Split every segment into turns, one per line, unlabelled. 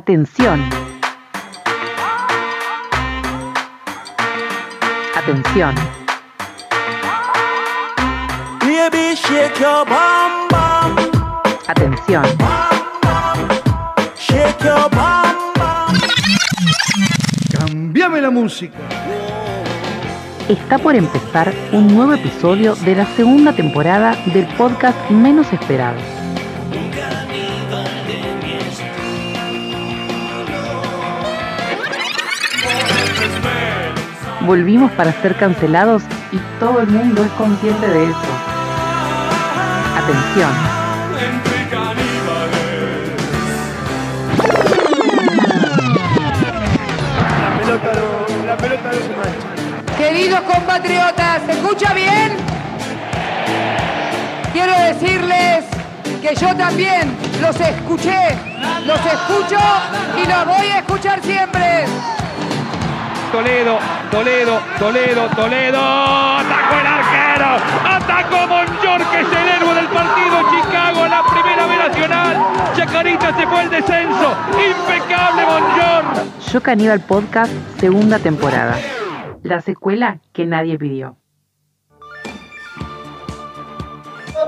Atención. Atención.
Baby, shake your bum bum,
Atención.
shake your bum bum.
Cambiame la música.
Está por empezar un nuevo episodio de la segunda temporada del podcast menos esperado. Volvimos para ser cancelados y todo el mundo es consciente de eso. Atención.
Queridos compatriotas, ¿se escucha bien? Quiero decirles que yo también los escuché, los escucho y los voy a escuchar siempre.
Toledo, Toledo, Toledo, Toledo. Atacó el arquero. Atacó Monjor, que es el héroe del partido. Chicago, la primera B nacional. Chacarita se fue al descenso. Impecable Monjor.
Yo Caníbal Podcast, segunda temporada. La secuela que nadie pidió.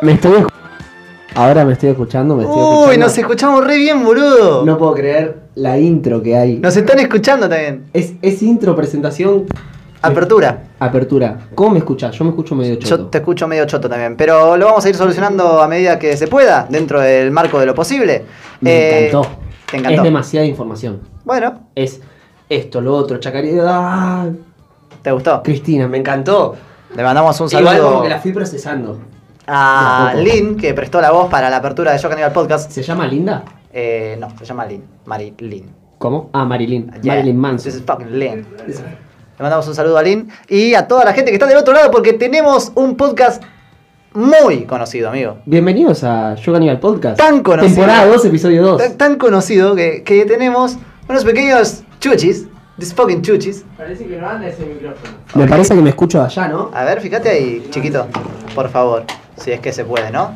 Me estoy escu- Ahora me estoy escuchando, me estoy
Uy,
escuchando.
nos escuchamos re bien, boludo.
No puedo creer la intro que hay.
Nos están escuchando también.
Es, es intro, presentación,
Apertura.
apertura. ¿Cómo me escuchás? Yo me escucho medio choto.
Yo te escucho medio choto también, pero lo vamos a ir solucionando a medida que se pueda, dentro del marco de lo posible.
Me
Eh,
encantó.
Te encantó.
Es demasiada información.
Bueno,
Es esto, lo otro, chacarita. Ah,
te gustó.
Cristina, me encantó.
Le mandamos un
Igual como
saludo
que la fui procesando. la
a
poco.
Lynn, que prestó la voz para la apertura de Yo Caníbal Podcast.
¿Se llama Linda?
Eh, no, se llama Lynn. Mari Lynn.
¿Cómo? Ah, Marilyn.
Yeah.
Marilyn
This is
Manson.
fucking Lynn. Le mandamos un saludo a Lynn y a toda la gente que está del otro lado porque tenemos un podcast muy conocido, amigo.
Bienvenidos a Yo Caníbal Podcast.
Tan conocido.
Temporada 2, episodio 2.
tan, tan conocido que, que tenemos unos pequeños chuchis, these fucking chuchis.
Parece que no anda ese micrófono. Me parece que me escucho allá, ¿no?
A ver, fíjate ahí, chiquito, por favor, si es que se puede, ¿no?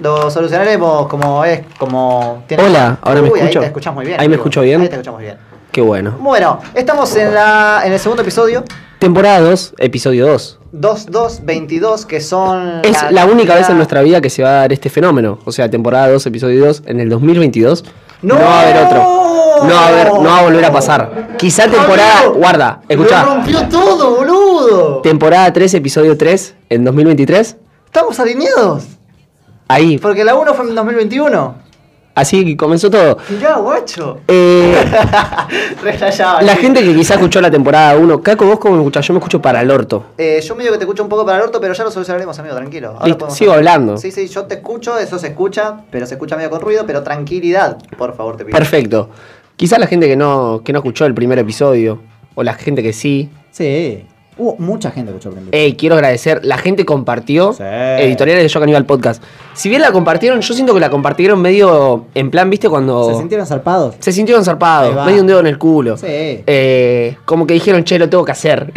Lo solucionaremos como es, como tiene.
Hola, ahora me
Uy,
escucho.
Ahí te escuchás muy bien.
Ahí me
amigo.
escucho bien.
Ahí te escuchamos bien.
Qué bueno.
Bueno, estamos en, la, en el segundo episodio,
Temporada 2, episodio 2.
2222, que son.
Es la, única vez en nuestra vida que se va a dar este fenómeno. O sea, temporada 2, episodio 2, en el 2022.
¡No!
No, va a haber otro. No va a, haber, no va a volver a pasar. Quizá temporada.
Amigo,
guarda,
¡Lo
escuchá.
rompió todo, boludo!
Temporada 3, episodio 3, en 2023.
Estamos alineados.
Ahí.
Porque la 1 fue en 2021.
Así que comenzó todo.
Mirá, guacho.
Eh,
Re flashaba,
la
sí.
gente que quizá escuchó la temporada 1. Caco, vos cómo me escuchás? Yo me escucho para el orto.
Eh, yo medio que te escucho un poco para el orto, pero ya lo solucionaremos, amigo, tranquilo. Ahora
Listo,
podemos
sigo
hablar.
hablando.
Sí, sí, yo te escucho, eso se escucha, pero se escucha medio con ruido, pero tranquilidad, por favor, te pido.
Perfecto. Quizá la gente que no, que no escuchó el primer episodio. O la gente que sí.
Sí. Hubo mucha gente que escuchó Prendete.
Ey, quiero agradecer. La gente compartió
Sí.
editoriales de Yo Caníbal Podcast. Si bien la compartieron, yo siento que la compartieron medio en plan, ¿viste? Cuando.
¿Se sintieron zarpados?
se sintieron
Ahí
zarpados,
va.
medio un dedo en el culo.
Sí.
Eh, como que dijeron, che, lo tengo que hacer.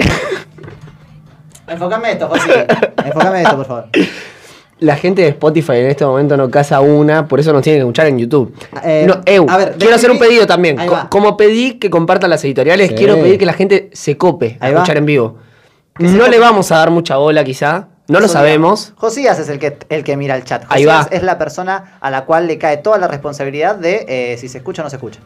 Enfócame esto, José.
Enfócame esto, por favor.
la gente de Spotify en este momento no casa una, por eso nos tienen que escuchar en YouTube.
Eh,
No, eu,
a ver,
quiero
describí-
hacer un pedido también.
Ahí
Co-
va.
como pedí que compartan las editoriales,
Sí.
quiero pedir que la gente se cope a
Ahí va.
escuchar en vivo. No le vamos a dar mucha bola, quizá. No lo sabemos.
Josías es el que, el que mira el chat.
Ahí va.
Josías es la persona a la cual le cae toda la responsabilidad de eh, si se escucha o no se escucha.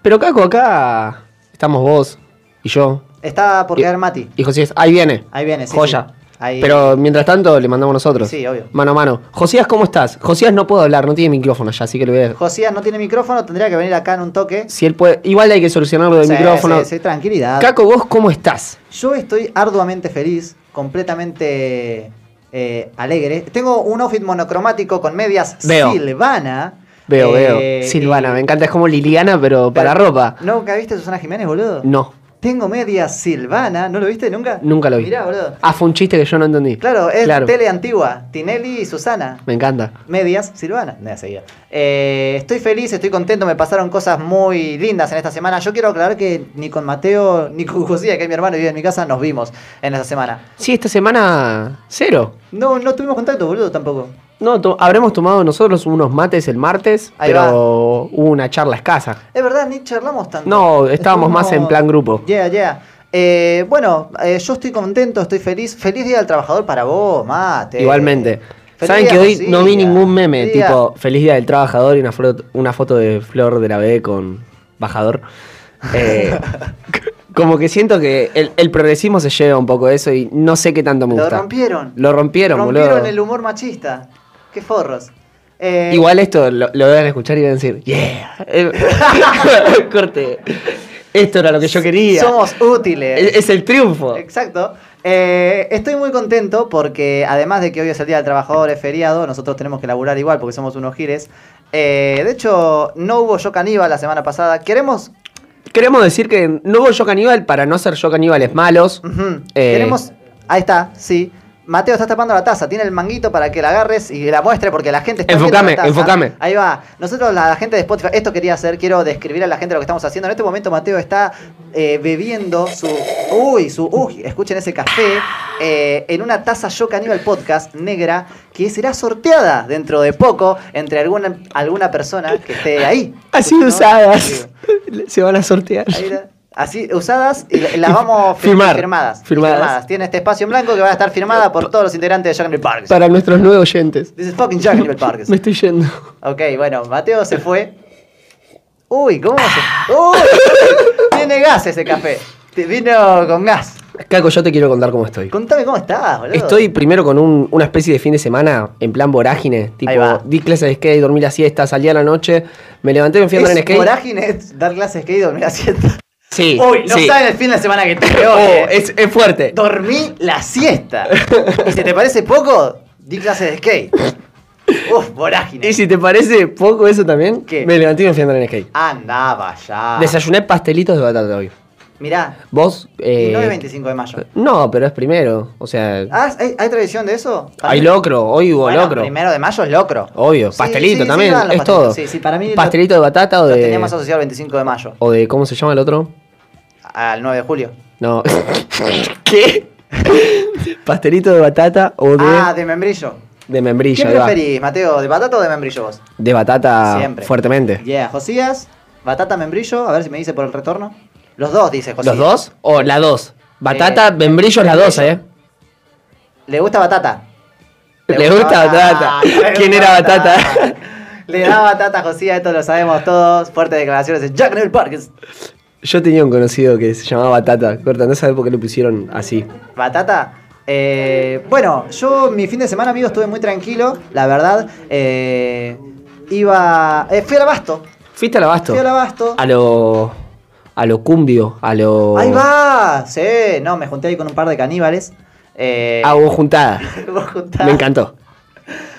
Pero Caco, acá estamos vos y yo.
Está por
Y-
caer Mati.
Y Josías, ahí viene.
Ahí viene, sí.
Joya.
sí. Ahí-
Pero mientras tanto le mandamos nosotros.
Sí, obvio.
Mano a mano. Josías, ¿cómo estás? Josías no puedo hablar, no tiene micrófono ya, así que lo voy a dejar.
Josías no tiene micrófono, tendría que venir acá en un toque.
Si él puede. Igual hay que solucionarlo del
Sí,
micrófono.
sí, sí, tranquilidad.
Caco, ¿vos cómo estás?
Yo estoy arduamente feliz, completamente eh, alegre. Tengo un outfit monocromático con medias
Veo.
Silvana.
Veo,
Eh,
veo. Silvana,
y-
me encanta. Es como Liliana, pero para
Pero-
ropa.
¿Nunca viste a Susana Jiménez, boludo?
No,
Tengo medias Silvana, ¿no lo viste nunca?
nunca lo vi.
Mirá, boludo.
Ah, fue un chiste que yo no entendí.
Claro, es
Claro.
tele antigua. Tinelli y Susana.
Me encanta.
Medias Silvana. Me seguía. Eh, estoy feliz, estoy contento, me pasaron cosas muy lindas en esta semana. Yo quiero aclarar que ni con Mateo, ni con Josía, que es mi hermano y vive en mi casa, nos vimos en esta semana.
Sí, esta semana. Cero.
No, no tuvimos contacto, boludo, tampoco.
No, to- habremos tomado nosotros unos mates el martes,
Ahí
pero
va.
hubo una charla escasa.
Es verdad, ni charlamos tanto.
No, estábamos más en plan grupo.
Yeah, yeah. Eh, bueno, eh, yo estoy contento, estoy feliz. Feliz Día del Trabajador para vos, mate.
Igualmente.
Este, Feliz
¿Saben
día,
que hoy no vi
Cecilia.
ningún meme?
Feliz día.
Tipo, feliz día del trabajador y una, flo- una foto de Flor de la B con bajador. Eh, como que siento que el, el progresismo se lleva un poco de eso y no sé qué tanto me
Lo
gusta.
rompieron.
Lo rompieron,
Rompieron
boludo.
el humor machista. Qué forros. Eh,
Igual esto lo, lo van a escuchar y van a decir, yeah. Eh, Corte. Esto era lo que yo quería.
Somos útiles.
es, es el triunfo.
Exacto. Eh, estoy muy contento porque además de que hoy es el Día del Trabajador, es feriado, nosotros tenemos que laburar igual porque somos unos gires. Eh, de hecho, no hubo yo caníbal la semana pasada. Queremos...
Queremos decir que no hubo yo caníbal para no ser yo caníbales malos.
ujú,
Eh,
Queremos... Ahí está, sí. Mateo, estás tapando la taza. Tiene el manguito para que la agarres y la muestre porque la gente está viendo
Enfocame,
la taza.
enfocame.
Ahí va. Nosotros, la, la gente de Spotify, esto quería hacer, quiero describir a la gente lo que estamos haciendo. En este momento Mateo está eh, bebiendo su... Uy, su... Uy, escuchen ese café. eh, en una taza Yo Caníbal Podcast negra que será sorteada dentro de poco entre alguna, alguna persona que esté ahí.
Así
¿No?
usadas. Se van a sortear.
Ahí la- Así usadas y la- las vamos fir-
Firmar.
firmadas,
Firmadas.
Tiene este espacio en blanco que va a estar firmada por todos los integrantes de Jack Nivel Parks.
Para nuestros nuevos oyentes.
This is fucking Jack Nivel Parks.
Me estoy yendo.
Ok, bueno, Mateo se fue. Uy, ¿cómo
Ah.
se.? ¡Uy! Tiene gas ese café. Te vino con gas.
Caco, yo te quiero contar cómo estoy.
Contame cómo estás, boludo.
Estoy primero con un- una especie de fin de semana en plan vorágine.
Ahí va.
Tipo, di clases de skate, dormí la siesta, salí a la noche, me levanté, me fui a andar en
Es
skate.
vorágine es dar clases de skate y dormir a siesta.
Sí.
Uy, no
sí.
saben el fin de semana que tuve
Oh,
hoy. eh.
es, es fuerte.
Dormí la siesta. Y si te parece poco, di clases de skate. Uf, vorágine.
Y si te parece poco eso también,
¿Qué? Ah.
me levanté y me fui a andar en skate.
Andaba ya.
Desayuné pastelitos de batata hoy.
Mirá,
Vos.
y
Eh,
no es 25 de mayo.
No, pero es primero. O sea,
Ah, ¿hay, hay tradición de eso?
hay locro. Hoy hubo
Bueno,
locro.
Primero de mayo es locro.
Obvio,
Sí,
pastelito
sí, sí,
también,
van los
es
pastelitos.
todo.
Sí, sí, para mí.
pastelito de batata o
lo,
de
lo teníamos asociado al 25 de mayo,
o de cómo se llama el otro?
al 9 de julio.
No. ¿Qué? pastelito de batata o de
Ah, de membrillo.
de
¿Qué
membrillo, ahí va.
preferís, Mateo? ¿De batata o de membrillo vos?
de batata
Siempre.
fuertemente.
Yeah, Josías, batata, membrillo. A ver si me dice por el retorno. Los dos, dice Josías.
¿Los dos o la dos? Batata,
Eh,
membrillo es la dos, ¿eh?
membrillo. ¿Le gusta batata?
Le gusta batata.
Ah, Le
¿Quién
gusta
era batata?
Le da batata a Josías, esto lo sabemos todos. Fuertes declaraciones de Jack Neville Parkes.
Yo tenía un conocido que se llamaba Batata. Corta, no sabés por qué lo pusieron así.
Batata. eh, bueno, yo mi fin de semana, amigo, estuve muy tranquilo, la verdad. Eh, iba. eh, fui al abasto.
¿Fuiste al abasto?
Fui al abasto.
A lo a lo cumbio, a lo
¡Ahí va! Sí, no, me junté ahí con un par de caníbales. Eh,
Ah, hubo juntada.
hubo juntada-
Me encantó.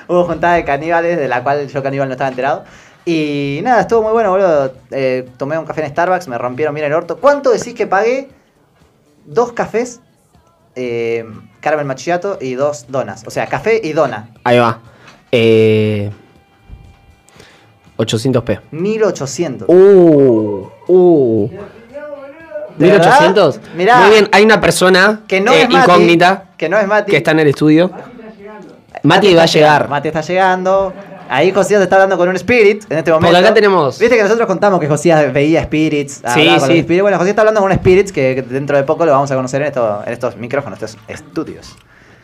Hubo juntada de caníbales, de la cual yo caníbal no estaba enterado. Y nada, estuvo muy bueno, boludo. Eh, tomé un café en Starbucks, me rompieron bien el orto. ¿Cuánto decís que pagué? Dos cafés, eh, caramel machiato y dos donas. O sea, café y dona.
Ahí va. Eh, 800p.
1800.
Uh, uh.
¿De verdad?
1800.
Mirá.
Muy bien, hay una persona
Que no
eh,
es Mati.
incógnita
Que no es Mati.
que está en el estudio. Mati va a llegar.
Mati está llegando. Ahí Josías está hablando con un spirit en este momento.
acá tenemos-
Viste que nosotros contamos que Josías veía spirits. hablaba
Sí,
con los
sí.
spirits. Bueno, Josías está hablando con un spirit que que dentro de poco lo vamos a conocer en, esto- en estos micrófonos, estos estudios.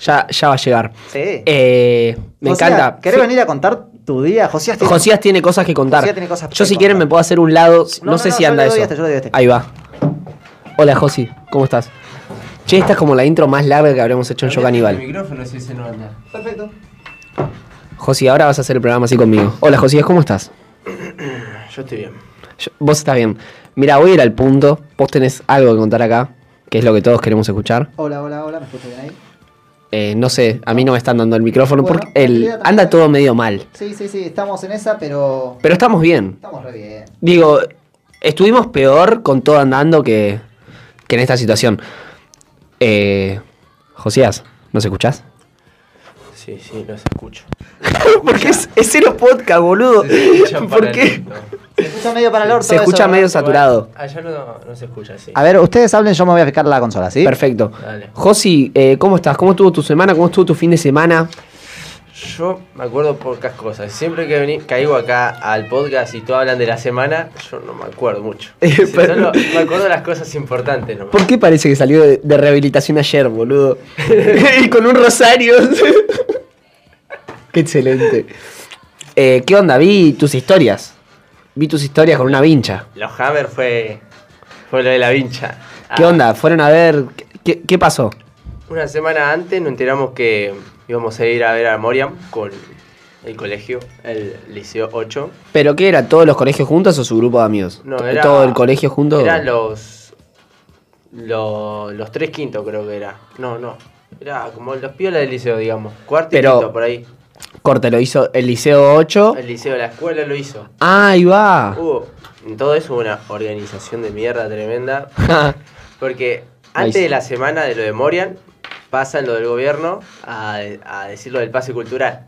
Ya, ya va a llegar.
Sí.
Eh, me
Josías,
encanta.
¿Querés
Sí.
venir a contar tu día? Josías, tiene-
Josías tiene cosas que contar.
Josías tiene cosas
yo
que
si quieren
contar.
me puedo hacer un lado. No,
No, no,
sé
no,
si
yo
anda
le doy
eso.
este, yo le doy este.
Ahí va. Hola Josi, ¿cómo estás? Che, esta es como la intro más larga que habríamos hecho en Yo Caníbal.
micrófono si ese no anda.
Perfecto.
Josi, ahora vas a hacer el programa así conmigo. Hola Josías, ¿cómo estás?
Yo estoy bien.
Yo- vos estás bien. Mira, voy a ir al punto. Vos tenés algo que contar acá, que es lo que todos queremos escuchar.
Hola, hola, hola, ¿me escuchas bien ahí?
Eh, no sé, a mí no me están dando el micrófono
Bueno,
porque el-
en realidad
anda
también.
todo medio mal.
Sí, sí, sí, estamos en esa, pero
Pero estamos bien.
estamos re bien.
Digo, estuvimos peor con todo andando que, que en esta situación. Eh, Josías, ¿nos escuchás?
Sí, sí, los escucho.
Porque es, es cero podcast, boludo.
Se escucha
¿Por qué?
paralelo.
Se escucha medio para el orto
Se
eso,
escucha
¿no?
medio saturado.
Ah,
Allá no, no se escucha, sí.
A ver, ustedes hablen, yo me voy a fijar la consola, ¿sí?
Perfecto.
Dale.
Josi, eh, ¿cómo estás? ¿Cómo estuvo tu semana? ¿Cómo estuvo tu fin de semana?
Yo me acuerdo pocas cosas. Siempre que vení, caigo acá al podcast y todos hablan de la semana, yo no me acuerdo mucho. Si
Pero-
solo me acuerdo de las cosas importantes nomás.
¿Por qué parece que salió de, de rehabilitación ayer, boludo? y con un rosario. qué excelente. Eh, ¿Qué onda? Vi tus historias. Vi tus historias con una vincha.
Los Hammer fue, fue lo de la vincha.
¿Qué
Ah,
onda? Fueron a ver. ¿Qué, qué pasó?
Una semana antes nos enteramos que íbamos a ir a ver a Moriam con el colegio, el Liceo 8.
¿Pero qué era? ¿Todos los colegios juntos o su grupo de amigos?
No,
To-
era-
¿Todo el colegio juntos?
Eran los, los. Los tres quintos, creo que era. No, no. Era como los piolas del liceo, digamos. Cuarto y
Pero-
quinto, por ahí.
Corte, lo hizo el Liceo 8.
El liceo, la escuela lo hizo.
Ah, ahí va.
Hubo, en todo eso hubo una organización de mierda tremenda. Porque antes
Nice.
de la semana de lo de Morian, pasan lo del gobierno a, a decir lo del pase cultural.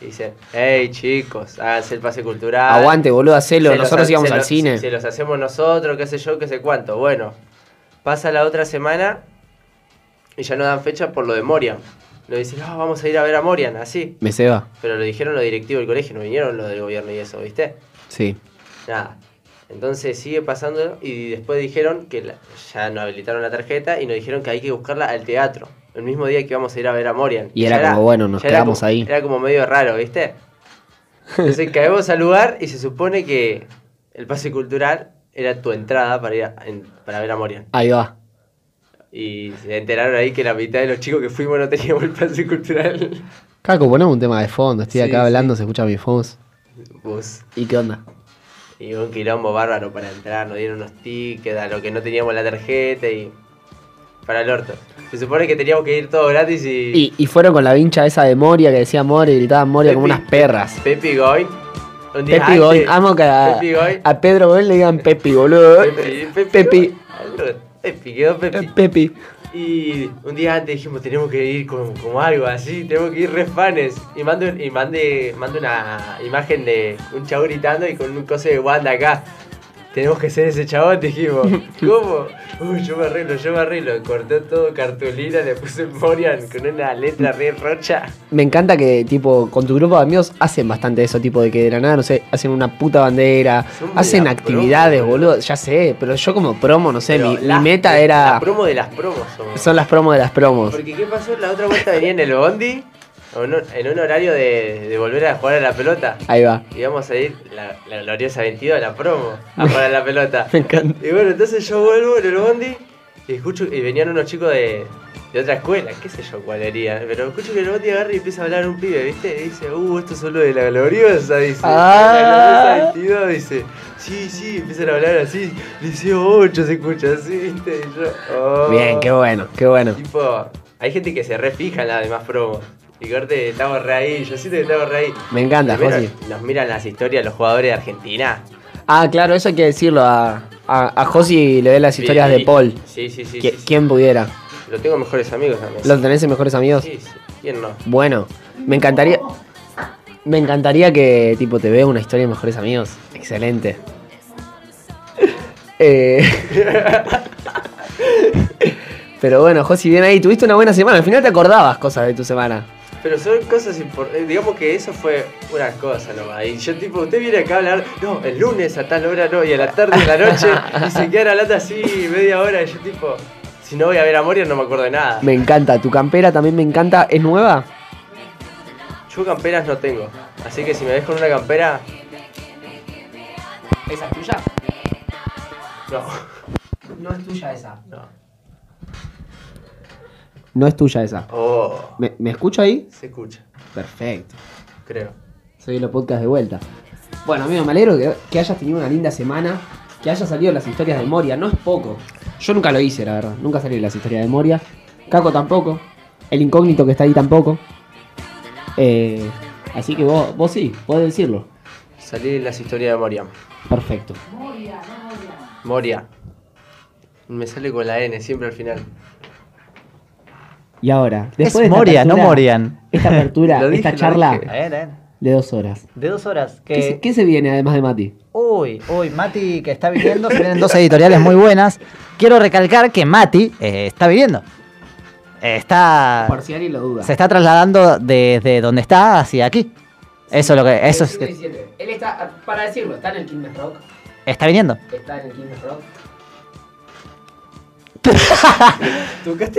Y dicen, hey chicos, háganse el pase cultural.
Aguante, boludo,
Ah, Se
hacelo.
los
Nosotros
ha-
íbamos
se
al
los-
cine.
Se los hacemos nosotros, qué sé yo, qué sé cuánto. Bueno, pasa la otra semana y ya no dan fecha por lo de Morian. Lo dicen, "Ah, vamos a ir a ver a Morian, así.
Me ceba.
Pero lo dijeron los directivos del colegio, no vinieron los del gobierno y eso, ¿viste?
Sí.
Nada. Entonces sigue pasando y después dijeron que la- ya nos habilitaron la tarjeta y nos dijeron que hay que buscarla al teatro. El mismo día que íbamos a ir a ver a Morian.
Y
Ya
era como, bueno, nos
ya era
quedamos
como-
ahí.
Era como medio raro, ¿viste? Entonces caemos al lugar y se supone que el pase cultural era tu entrada para ir a- en- para ver a Morian.
Ahí va.
Y se enteraron ahí que la mitad de los chicos que fuimos no teníamos el pase cultural.
Caco, ponemos un tema de fondo. Estoy
Sí,
acá hablando, se escucha mi voz.
Vos.
¿Y qué onda?
Y un quilombo bárbaro para entrar, nos dieron unos tickets, a lo que no teníamos la tarjeta y. Para el orto. Se supone que teníamos que ir todo gratis y.
Y, y fueron con la vincha esa de Moria que decía Moria y gritaban Moria como
Pepi-
unas perras.
Pepi Goy. Un día
Pepi Goy,
antes,
amo que a,
Pepi Goy.
a Pedro Goy le digan Pepi, boludo.
Pepi. Pepi.
Pepi.
Goy. Pepi, quedó Pepi.
Pepi.
Y un día antes dijimos, tenemos que ir como, como algo así, tenemos que ir re fanes. Y mando, y mande, mando una imagen de un chavo gritando y con un coso de Wanda acá. Tenemos que ser ese chabón, dijimos. ¿Cómo? Uy, yo me arreglo, yo me arreglo. Cortó todo cartulina, le puse Morian con una letra re rocha.
Me encanta que, tipo, con tu grupo de amigos hacen bastante eso, tipo, de que de la nada, no sé, hacen una puta bandera,
Son muy
hacen
la
actividades,
promo,
boludo. Ya sé, pero yo como promo, no sé,
Pero
mi, mi
la-
meta
la-
era.
La promo de las promos. somos.
Son las promos de las promos.
Porque ¿qué pasó? La otra vuelta venía en el bondi, en un, en un horario de, de volver a jugar a la pelota.
Ahí va.
Y vamos a ir la, la gloriosa 22 a la promo a parar la pelota.
Ah. Me encanta.
Y bueno, entonces yo vuelvo en el bondi y escucho y venían unos chicos de, de otra escuela, qué sé yo cuál era, pero escucho que el bondi agarra y empieza a hablar un pibe, ¿viste? Y dice, "Uh, esto es solo de la gloriosa", dice.
Ah.
La gloriosa 22 dice. Sí, sí, empiezan a hablar así. Liceo 8 se escucha así, ¿viste? Y yo, "Oh".
Bien, qué bueno, qué bueno.
Tipo, hay gente que se refija en las demás promos. Y corte, estamos re ahí, yo siento que estamos re ahí.
Me encanta,
Primero,
José.
Nos miran las historias los jugadores de Argentina.
Ah, claro, eso hay que decirlo. A, a, a Josi le ve las historias
Sí,
de Paul.
Sí, sí, sí.
Qui-
sí, sí.
¿Quién pudiera?
Lo tengo mejores amigos también.
¿Lo tenés en mejores amigos?
Sí, sí. ¿Quién no?
Bueno, me encantaría. Me encantaría que tipo te vea una historia de mejores amigos. Excelente. Eh, Pero bueno, Josi, bien ahí. Tuviste una buena semana. Al final te acordabas cosas de tu semana.
Pero son cosas importantes. Digamos que eso fue una cosa nomás. Y yo, tipo, usted viene acá a hablar, no, el lunes a tal hora no, y a la tarde, a la noche, y se quedan hablando así media hora. Y yo, tipo, si no voy a ver a Moria, no me acuerdo de nada.
Me encanta. Tu campera también me encanta. ¿Es nueva?
Yo camperas no tengo. Así que si me ves con una campera,
¿Esa es tuya?
no.
No es tuya esa.
no.
No es tuya esa.
Oh,
¿Me, me escucho ahí?
se escucha,
Perfecto.
creo.
Soy los podcast de vuelta. Bueno, amigo, me alegro que, que hayas tenido una linda semana, que hayas salido las historias de Moria, no es poco. Yo nunca lo hice, la verdad, nunca salí de las historias de Moria. Caco tampoco, el incógnito que está ahí tampoco. Eh, así que vos, vos sí, podés decirlo.
Salí en las historias de Moria.
Perfecto.
Moria. Me sale con la N siempre al final.
Y ahora, después de
es
esta
Moria, no
apertura-
Morian.
Esta apertura,
Lo dije,
esta
lo
charla
dije.
A ver, a ver.
de dos horas.
De dos horas.
¿Qué, se,
Que...
qué se viene además de Mati?
Uy, uy, Mati que está viviendo. Se vienen dos editoriales muy buenas. Quiero recalcar que Mati eh, está viviendo.
eh, está.
Parcial y lo duda.
Se está trasladando desde donde está hacia aquí. Eso es lo que. Eso es.
Siglo XVII. Eh, Él está, para decirlo, está en el King's Rock.
Está viniendo.
Está en el King's Rock.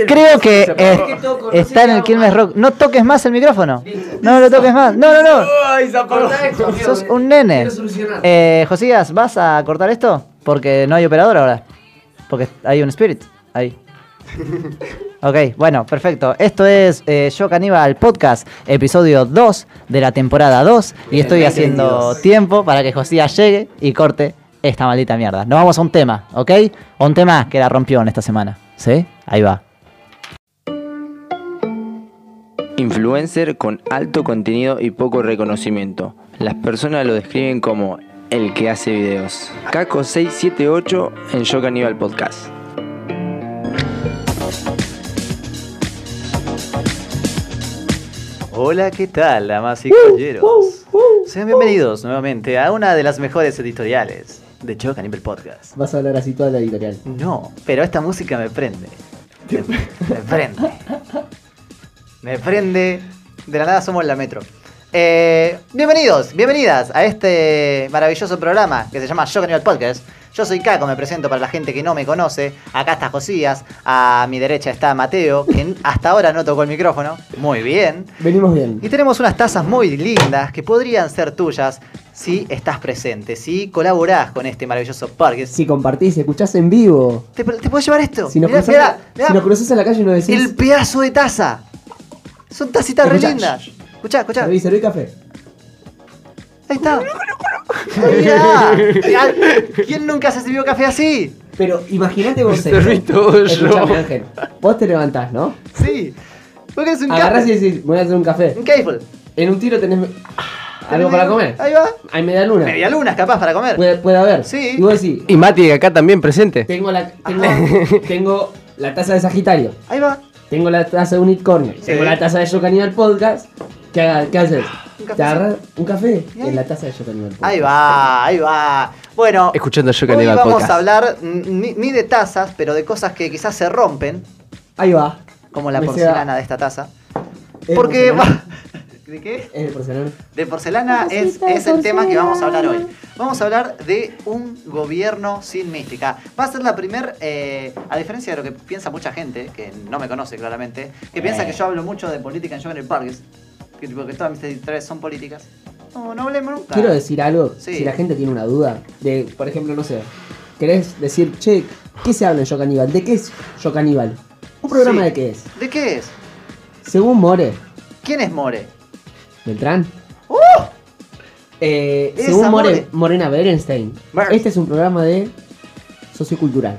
Creo que eh,
que toco, no sé qué
está en el
hago
Quilmes
mal.
Rock. No toques más el micrófono.
Listo.
No lo toques más. No, no, no.
¡Ay, se apagó!
Cortá esto, amigo,
Sos
que
un nene.
Quiero solucionar.
Eh, Josías, ¿vas a cortar esto? Porque no hay operador ahora. Porque hay un spirit ahí. Ok, bueno, perfecto. Esto es eh, Yo Caníbal Podcast, episodio 2 de la temporada 2. Y
Bien,
estoy haciendo
22.
tiempo para que Josías llegue y corte esta maldita mierda. Nos vamos a un tema, ¿ok? A un tema que la rompió en esta semana. ¿Sí? Ahí va.
Influencer con alto contenido y poco reconocimiento. Las personas lo describen como el que hace videos. Caco 678 en Yo Caníbal Podcast.
Hola, ¿qué tal, damas y caballeros? Sean bienvenidos nuevamente a una de las mejores editoriales de Yo Caníbal Podcast.
Vas a hablar así toda la editorial.
No, pero esta música me prende. Me, me prende. Me prende. De la nada somos la metro. Eh, bienvenidos, bienvenidas a este maravilloso programa que se llama Yo Caníbal Podcast. Yo soy Caco, me presento para la gente que no me conoce. Acá está Josías, a mi derecha está Mateo, que hasta ahora no tocó el micrófono. Muy bien.
Venimos bien.
Y tenemos unas tazas muy lindas que podrían ser tuyas si estás presente, si colaborás con este maravilloso podcast.
Si compartís, si escuchás en vivo.
¿Te, te puedo llevar esto?
Si nos,
Mirá,
cruzás,
mirá, mirá
si nos cruzás en la calle y nos decís.
el pedazo de taza. Son tacitas re
Escuchá.
lindas. Escuchá, escuchá.
Serví, serví café.
Ahí está. Mirá. Mirá, ¿Quién nunca se sirvió café así?
Pero imaginate vos esto.
Serví todo yo.
Escuchame, Ángel. Vos te levantás, ¿no?
Sí. Porque es un
Agarrás y
café.
decís, voy a hacer un café.
Un cable.
En un tiro tenés algo para comer.
Ahí va.
Hay media luna.
Media lunas capaz para comer.
Puede, puede haber.
Sí.
Y vos decís,
Y Mati acá también presente.
tengo la, tengo, tengo la taza de Sagitario.
Ahí va.
Tengo la taza de Unicornio. Tengo la taza de Yo Caníbal Podcast. ¿Qué, haga- qué haces?
Un café.
Te agarras un café
Y ahí-
en la taza de Yo Caníbal Podcast.
Ahí va, ahí va. Bueno,
Escuchando Yo
hoy
Caníbal
vamos
Podcast.
a hablar ni, ni de tazas, pero de cosas que quizás se rompen,
Ahí va.
como la
Me
porcelana
sea-
de esta taza.
¿Es
Porque
porcelana?
va... ¿De qué?
Es el porcelana.
De porcelana es, es el tema que vamos a hablar hoy. Vamos a hablar de un gobierno sin mística. Va a ser la primer, eh, a diferencia de lo que piensa mucha gente, que no me conoce claramente, que piensa
Eh.
que yo hablo mucho de política en Joven Parques, que, tipo, que todas mis editoriales son políticas. No, no hablemos nunca.
Quiero decir algo,
Sí.
si la gente tiene una duda, de, por ejemplo, no sé, querés decir, che, ¿qué se habla en Yo Caníbal? ¿De qué es Yo Caníbal? ¿Un programa
Sí.
de qué es?
¿De qué es?
Según More,
¿Quién es More?
Beltrán. Eh,
¡Uh! Esa
según More-
More.
Morena Berenstein,
Mer-
este es un programa de sociocultural.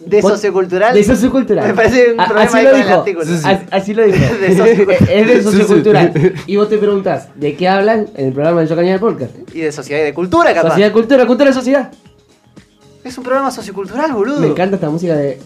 ¿De
Vos-
sociocultural?
De sociocultural.
Me parece un
A-
problema
así
ahí
lo
con el
dijo.
artículo. Ah,
As- así lo dijo.
De sociocultural.
es de sociocultural. y vos te preguntás, ¿de qué hablan en el programa de Yo Caníbal Podcast?
y de sociedad y de cultura, capaz.
Sociedad, cultura, cultura, sociedad.
Es un programa sociocultural, boludo.
Me encanta esta música de.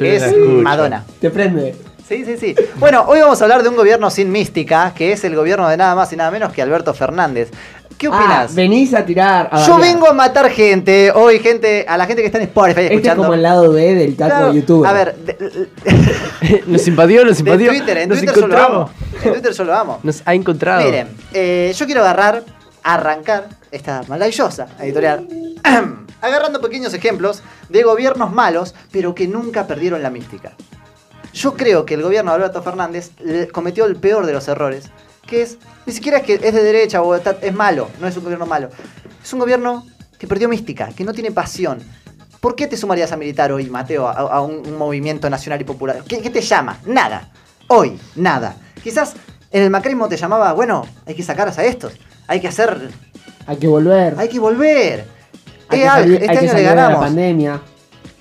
Es Madonna.
Te prende.
Sí, sí, sí. Bueno, hoy vamos a hablar de un gobierno sin mística, que es el gobierno de nada más y nada menos que Alberto Fernández. ¿Qué
Ah,
opinas?
venís a tirar. a
Yo
bardear.
vengo a matar gente hoy, gente, a la gente que está en Spotify
Este es
escuchando.
como el lado B del taco
Claro,
de YouTube.
A ver, de, de
Nos invadió, nos invadió.
Twitter, en
nos
Twitter yo lo
encontramos.
amo. En Twitter yo lo amo.
Nos ha encontrado.
Miren, eh, yo quiero agarrar, arrancar esta maravillosa editorial. Agarrando pequeños ejemplos de gobiernos malos, pero que nunca perdieron la mística. Yo creo que el gobierno de Alberto Fernández le- cometió el peor de los errores, que es, ni siquiera es que es de derecha o está- es malo, no es un gobierno malo. Es un gobierno que perdió mística, que no tiene pasión. ¿Por qué te sumarías a militar hoy, Mateo, a, a un, un movimiento nacional y popular? ¿Qué, qué te llama? Nada. Hoy, nada. Quizás en el macrismo te llamaba, bueno, hay que sacar a estos, hay que hacer,
Hay que volver.
hay que volver.
hay
Eh,
que
Al,
salir- hay
este
que
año le
salir de la
ganamos.
pandemia.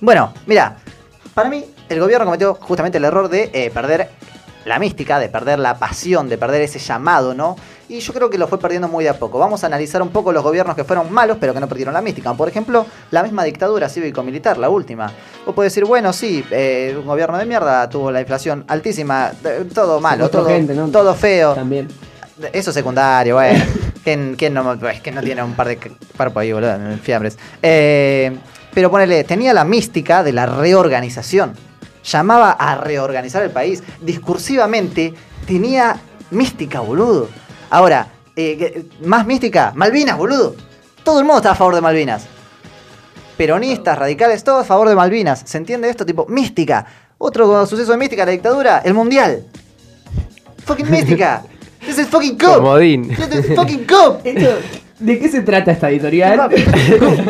Bueno, mira, para mí el gobierno cometió justamente el error de eh, perder la mística, de perder la pasión, de perder ese llamado, ¿no? Y yo creo que lo fue perdiendo muy de a poco. Vamos a analizar un poco los gobiernos que fueron malos pero que no perdieron la mística. Por ejemplo, la misma dictadura cívico-militar, la última. Vos podés decir, bueno, sí, eh, un gobierno de mierda tuvo la inflación altísima, eh, todo malo,
Secuestró
todo,
gente, ¿no?
todo feo.
También.
Eso es secundario, bueno. ¿Quién, quién no, es que no tiene un par de parpo ahí, boludo? en Fiambres. Eh, pero ponele, tenía la mística de la reorganización. llamaba a reorganizar el país. Discursivamente tenía mística, boludo. Ahora, eh, que- más mística, Malvinas, boludo. Todo el mundo está a favor de Malvinas. Peronistas, radicales, todos a favor de Malvinas. ¿Se entiende esto? Tipo, mística. Otro suceso de mística, la dictadura, el mundial. Fucking mística. Es el fucking cup.
Comodín. Este
It's the fucking cup.
¿De qué se trata esta editorial?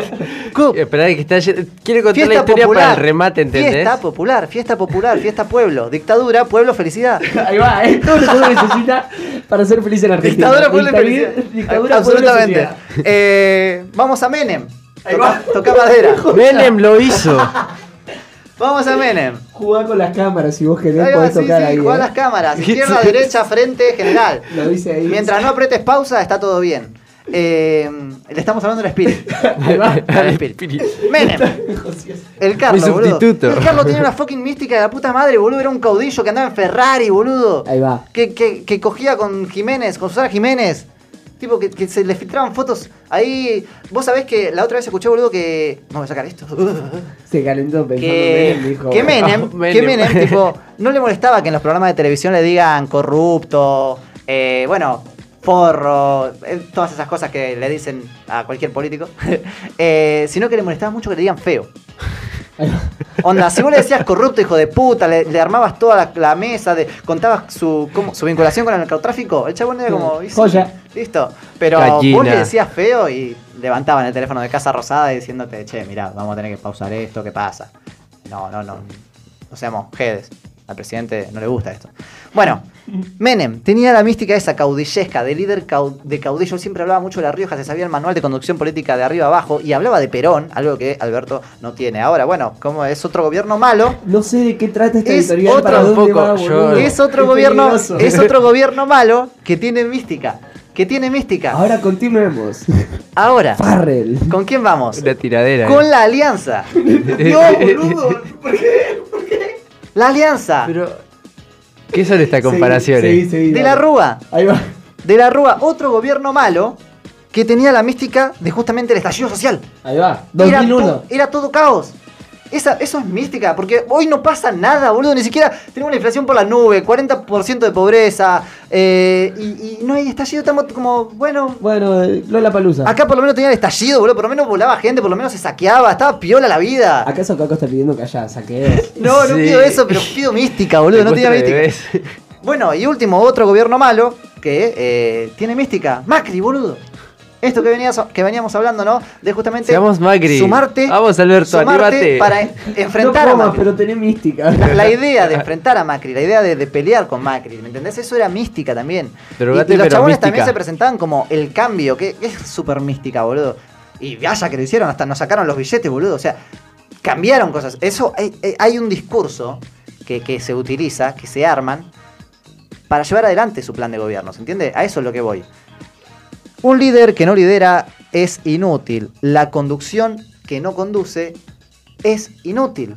Esperá que está ayer- Quiere contar Eh, la
Fiesta
historia para
popular.
el remate, ¿entendés?
Fiesta popular, fiesta popular, fiesta pueblo. Dictadura, pueblo, felicidad.
Ahí va, es todo lo que uno necesita para ser feliz en Argentina.
Dictadura, pueblo y
Dictadur-
felicidad.
Dictadura, pueblo y
Absolutamente.
felicidad.
Eh, vamos a Menem. Toca, toca madera.
Menem lo hizo.
Vamos a Menem.
Jugá con las cámaras si vos querés
Ahí va,
podés
sí,
tocar ahí.
sí, juega
¿eh?
las cámaras. Izquierda,
Sí.
derecha, frente, general.
Lo dice ahí.
Mientras no apretes pausa, está todo bien. Eh, le estamos hablando del espíritu.
Ahí va.
Al espíritu. Menem. El Carlos,
Mi
boludo.
sustituto.
El Carlos tenía una fucking mística de la puta madre, boludo. Era un caudillo que andaba en Ferrari, boludo.
Ahí va.
Que, que- que cogía con Jiménez, con Susana Jiménez. Tipo, que, que se le filtraban fotos ahí. Vos sabés que la otra vez escuché, boludo, que. No voy a sacar esto.
Se calentó pensando
que,
en Menem, dijo.
que Menem,
"Ah, Menem".
que Menem, tipo, no le molestaba que en los programas de televisión le digan corrupto, eh, bueno, forro, eh, todas esas cosas que le dicen a cualquier político, Eh, sino que le molestaba mucho que le digan feo. Onda, si vos le decías corrupto, hijo de puta, le, le armabas toda la, la mesa, de, contabas su, cómo- su vinculación con el narcotráfico, el chabón era como... "Y sí,
Joya.
Listo. Pero
Gallina.
vos le decías feo y levantaban el teléfono de Casa Rosada y diciéndote, che, mirá, vamos a tener que pausar esto, ¿qué pasa? No, no, no. No seamos jedes. Al presidente no le gusta esto. Bueno, Menem tenía la mística esa caudillesca, de líder cau- de caudillo. Siempre hablaba mucho de La Rioja, se sabía el manual de conducción política de arriba abajo y hablaba de Perón, algo que Alberto no tiene. Ahora, bueno, como es otro gobierno malo,
No sé de qué trata esta
Es
Este editorial.
otro
para dónde
poco,
va,
yo-
boludo. Este
es otro
Qué
gobierno,
peligroso.
es otro gobierno malo que tiene mística, que tiene mística.
Ahora continuemos.
Ahora,
Farrell.
¿con quién vamos?
La tiradera. eh.
Con la alianza.
boludo.
La alianza
Pero. ¿Qué son estas comparaciones?
Sí, sí,
de la Rúa.
Ahí va.
De la Rúa, otro gobierno malo que tenía la mística de justamente el estallido social.
Ahí va.
Era,
2001.
to- era todo caos. Esa, eso es mística, porque hoy no pasa nada, boludo. Ni siquiera tenemos una inflación por la nube, 40% de pobreza. eh, y, y no hay estallido, estamos como, bueno,
Bueno, eh, Lola Palusa.
Acá por lo menos tenía el estallido, boludo. Por lo menos volaba gente, por lo menos se saqueaba. Estaba piola la vida.
¿Acaso Caco está pidiendo que haya saqueos?
No, no
Sí.
pido eso, pero pido mística, boludo. No tenía
Encuentro de
mística.
bebés.
Bueno, y último, otro gobierno malo que eh, tiene mística. Macri, boludo. Esto que, venías- que veníamos hablando, ¿no? De justamente
Seamos Macri.
sumarte.
Vamos, Alberto,
sumarte
anímate.
Para en- enfrentar
no
a
comas,
Macri.
pero tenés mística.
La, la idea de enfrentar a Macri, la idea de, de pelear con Macri, ¿me entendés? Eso era mística también.
Drogate,
y, y los
pero
chabones
mística.
también se presentaban como el cambio, que, que es súper mística, boludo. Y vaya que lo hicieron, hasta nos sacaron los billetes, boludo. O sea, cambiaron cosas. Eso, hay, hay- hay un discurso que, que se utiliza, que se arman, para llevar adelante su plan de gobierno, ¿se entiende? A eso es lo que voy. Un líder que no lidera es inútil. La conducción que no conduce es inútil.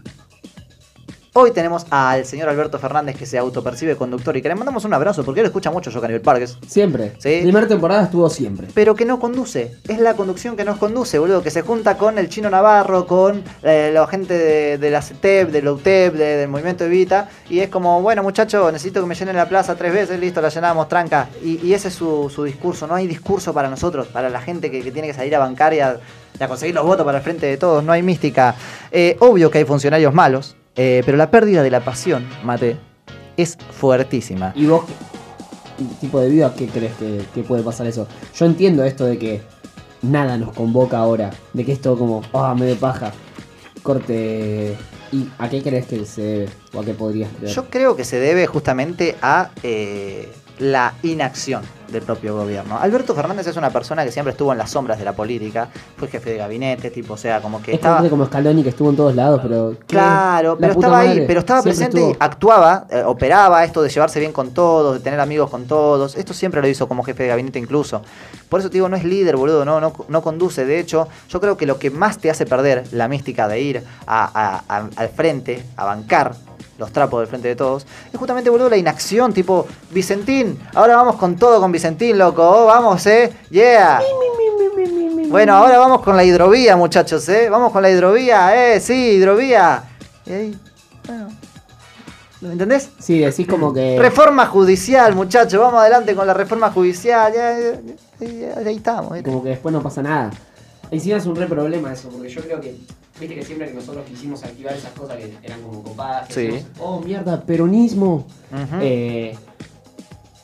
Hoy tenemos al señor Alberto Fernández que se autopercibe conductor y que le mandamos un abrazo porque él escucha mucho yo Canibal Parques.
Siempre.
Sí.
Primera temporada estuvo siempre.
Pero que no conduce. Es la conducción que nos conduce, boludo. Que se junta con el chino Navarro, con eh, la gente de, de la CETEP, del UTEP, de- del movimiento Evita. Y es como, bueno, muchacho, necesito que me llenen la plaza tres veces. Listo, la llenamos, tranca. Y, y ese es su, su discurso. No hay discurso para nosotros, para la gente que, que tiene que salir a bancar y a, y a conseguir los votos para el frente de todos. No hay mística. Eh, obvio que hay funcionarios malos, eh, pero la pérdida de la pasión, mate, es fuertísima.
¿Y vos, qué- tipo, debido a qué crees que, que puede pasar eso? Yo entiendo esto de que nada nos convoca ahora, de que es todo como, ah, me de paja, corte. ¿Y a qué crees que se debe? ¿O a qué podrías creer?
Yo creo que se debe justamente a eh, la inacción del propio gobierno. Alberto Fernández es una persona que siempre estuvo en las sombras de la política, fue jefe de gabinete, tipo, o sea, como que
es
estaba...
como Scaloni que estuvo en todos lados, pero. ¿qué?
Claro,
La
pero
puta
estaba ahí,
madre,
pero estaba
siempre
presente y
estuvo.
actuaba, eh, operaba esto de llevarse bien con todos, de tener amigos con todos. Esto siempre lo hizo como jefe de gabinete incluso. Por eso te digo, no es líder, boludo, no, no, no conduce. De hecho, yo creo que lo que más te hace perder la mística de ir a- a- a- al frente, a bancar los trapos del frente de todos, es justamente, boludo, la inacción, tipo, Vicentín, ahora vamos con todo con Vicentín, loco, oh, vamos, eh, yeah. Bueno, ahora vamos con la hidrovía, muchachos, ¿eh? Vamos con la hidrovía, ¿eh? Sí, hidrovía. Y ahí, bueno, ¿Me entendés?
Sí, decís como que.
Reforma judicial, muchachos, vamos adelante con la reforma judicial. ya, ya, ya, ya, ahí estamos. ¿viste?
Como que después no pasa nada. Encima es un re problema eso, porque yo creo que. Viste que siempre que nosotros quisimos activar esas cosas que eran como copadas, que
Sí.
decíamos, oh mierda, peronismo.
Ujú.
Eh,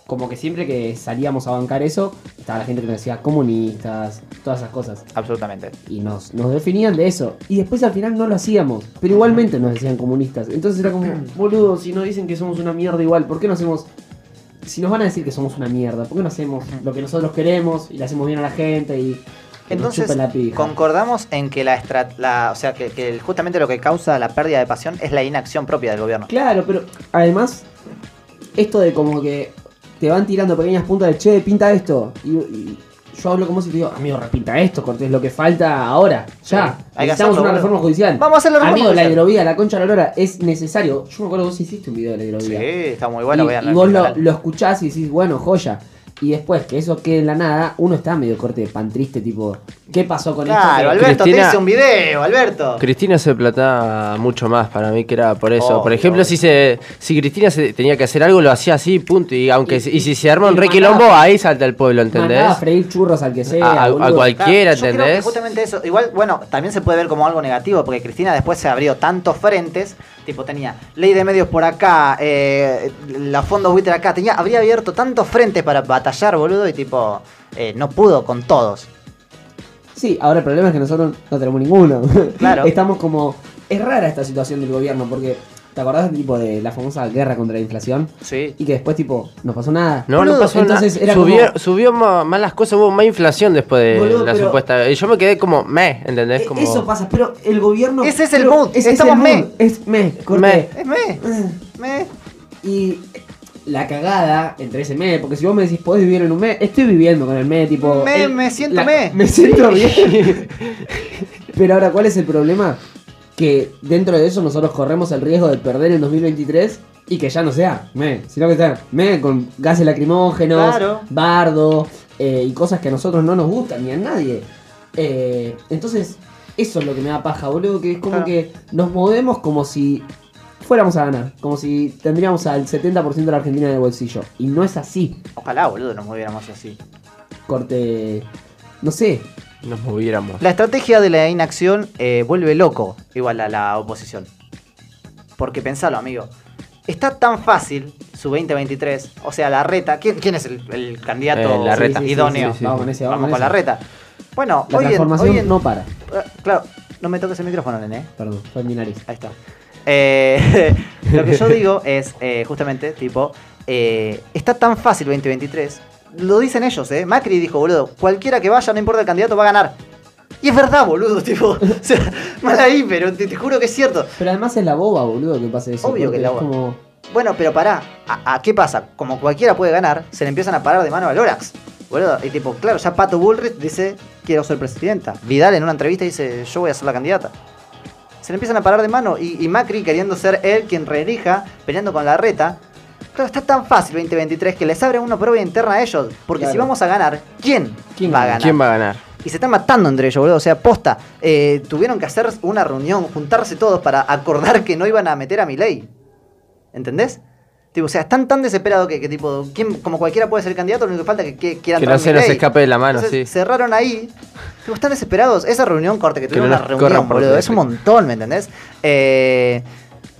como que siempre que salíamos a bancar eso, estaba la gente que nos decía comunistas, todas esas cosas.
Absolutamente.
Y nos, nos definían de eso. Y después al final no lo hacíamos, pero igualmente nos decían comunistas. Entonces era como, boludo, si nos dicen que somos una mierda igual, ¿por qué no hacemos... Si nos van a decir que somos una mierda, ¿por qué no hacemos lo que nosotros queremos y le hacemos bien a la gente y... que nos
Entonces,
chupen la pija?
concordamos en que la, estra- la o sea, que, que el- justamente lo que causa la pérdida de pasión es la inacción propia del gobierno.
Claro, pero además, esto de como que te van tirando pequeñas puntas de che, pinta esto. Y, y yo hablo como si te digo, amigo, repinta esto, cortés lo que falta ahora, ya.
Sí, hay que hacerlo,
Necesitamos una
boludo.
reforma judicial.
Vamos a hacer la reforma
Amigo, la
judicial.
hidrovía, la concha de la lora, es necesario. Yo me acuerdo que vos hiciste un video de la
Sí,
hidrovía.
está muy bueno.
y,
vean
y
el
vos lo,
canal.
lo escuchás y decís, bueno, joya. Y después que eso quede en la nada, uno está medio corte de pan triste, tipo, ¿qué pasó con esto?
Claro,
Que-
Alberto, te
Cristina-
hice un video, Alberto.
Cristina se plataba mucho más para mí que era por eso.
Obvio,
por ejemplo,
obvio.
si se, si Cristina se tenía que hacer algo, lo hacía así, punto. Y aunque
Y-
se- y, si
y
se arma un
lo
re
mandaba-
quilombo, ahí salta el pueblo, ¿entendés?
Mandaba a freír churros al que sea.
A- a- a
boludo.
cualquier- Quiera,
yo creo que
¿entendés?
justamente eso. Igual, bueno, también se puede ver como algo negativo, porque Cristina después se abrió tantos frentes. Tipo, tenía ley de medios por acá, eh, la fondos buitre acá. Tenía, habría abierto tantos frentes para batallar, boludo, y tipo, eh, no pudo con todos.
Sí, ahora el problema es que nosotros no tenemos ninguno.
Claro.
Estamos como. Es rara esta situación del gobierno porque. ¿Te acordás tipo de la famosa guerra contra la inflación?
Sí.
Y que después tipo, no pasó nada.
No,
Boludo,
no pasó
Entonces
nada.
era
subió,
como,
subió ma- más, las cosas, hubo más inflación después de
Boludo,
la
pero-
supuesta. Y yo me quedé como meh, ¿entendés?
"Eh,
Como,
Eso pasa, pero el gobierno.
Ese es el
pero
mood, estamos me.
mood, Es me, corte.
Es me, me.
Y la cagada entre ese me, porque si vos me decís, podés vivir en un me, estoy viviendo con el me, tipo.
Me,
el-
me siento me.
Me siento bien. Pero ahora, ¿cuál es el problema? Que dentro de eso nosotros corremos el riesgo de perder el 2023 y que ya no sea me, sino que sea me con gases lacrimógenos,
Claro.
bardo eh, y cosas que a nosotros no nos gustan ni a nadie. Eh, entonces, eso es lo que me da paja, boludo, que es como
Claro.
que nos movemos como si fuéramos a ganar, como si tendríamos al 70% de la Argentina en el bolsillo. Y no es así,
Ojalá, boludo, nos moviéramos así.
corte, no sé.
Nos moviéramos.
La estrategia de la inacción eh, vuelve loco igual a la oposición. Porque pensalo, amigo. Está tan fácil su 2023. O sea, la reta. ¿Quién, quién es el, el candidato
Eh, la Reta.
Sí, sí, sí,
idóneo?
sí, sí. Vamos con ese, vamos
Vamos
con
con la
ese.
reta. Bueno,
La
hoy en,
transformación
hoy en-
no para.
eh, Claro, no me toques el micrófono, nene. eh.
Perdón, fue en mi nariz.
Ahí está. Eh, lo que yo digo es, eh, justamente, tipo, eh, está tan fácil 2023. Lo dicen ellos, ¿eh? Macri dijo, boludo, cualquiera que vaya, no importa el candidato, va a ganar. Y es verdad, boludo, tipo, o sea, mal ahí, pero te, te juro que es cierto.
Pero además es la boba, boludo, que pase eso.
Obvio
porque
que la
es
boba.
como-
Bueno, pero pará, ¿a, a qué pasa? Como cualquiera puede ganar, se le empiezan a parar de mano al Lorax. Boludo, y tipo, claro, ya Pato Bullrich dice, quiero ser presidenta. Vidal en una entrevista dice, yo voy a ser la candidata. Se le empiezan a parar de mano y, y Macri queriendo ser él quien reelija, peleando con la reta. Claro, está tan fácil 2023 que les abre una prueba interna a ellos. Porque si
Claro.
vamos a ganar, ¿quién,
¿Quién
va a
gana?
ganar?
¿Quién va a ganar?
Y se están matando entre ellos, boludo. O sea, posta. eh, tuvieron que hacer una reunión, juntarse todos para acordar que no iban a meter a mi ley. ¿Entendés? Tipo, o sea, están tan desesperados que, que tipo, ¿quién- como cualquiera puede ser candidato, lo único que falta es que, que quieran
Que no se nos escape de la mano, sí.
Cerraron ahí. Tipo, están desesperados. Esa reunión corte que
Que
tuvieron
no
una
nos corran
reunión,
por
boludo.
delante.
Es un montón, ¿me entendés? Eh,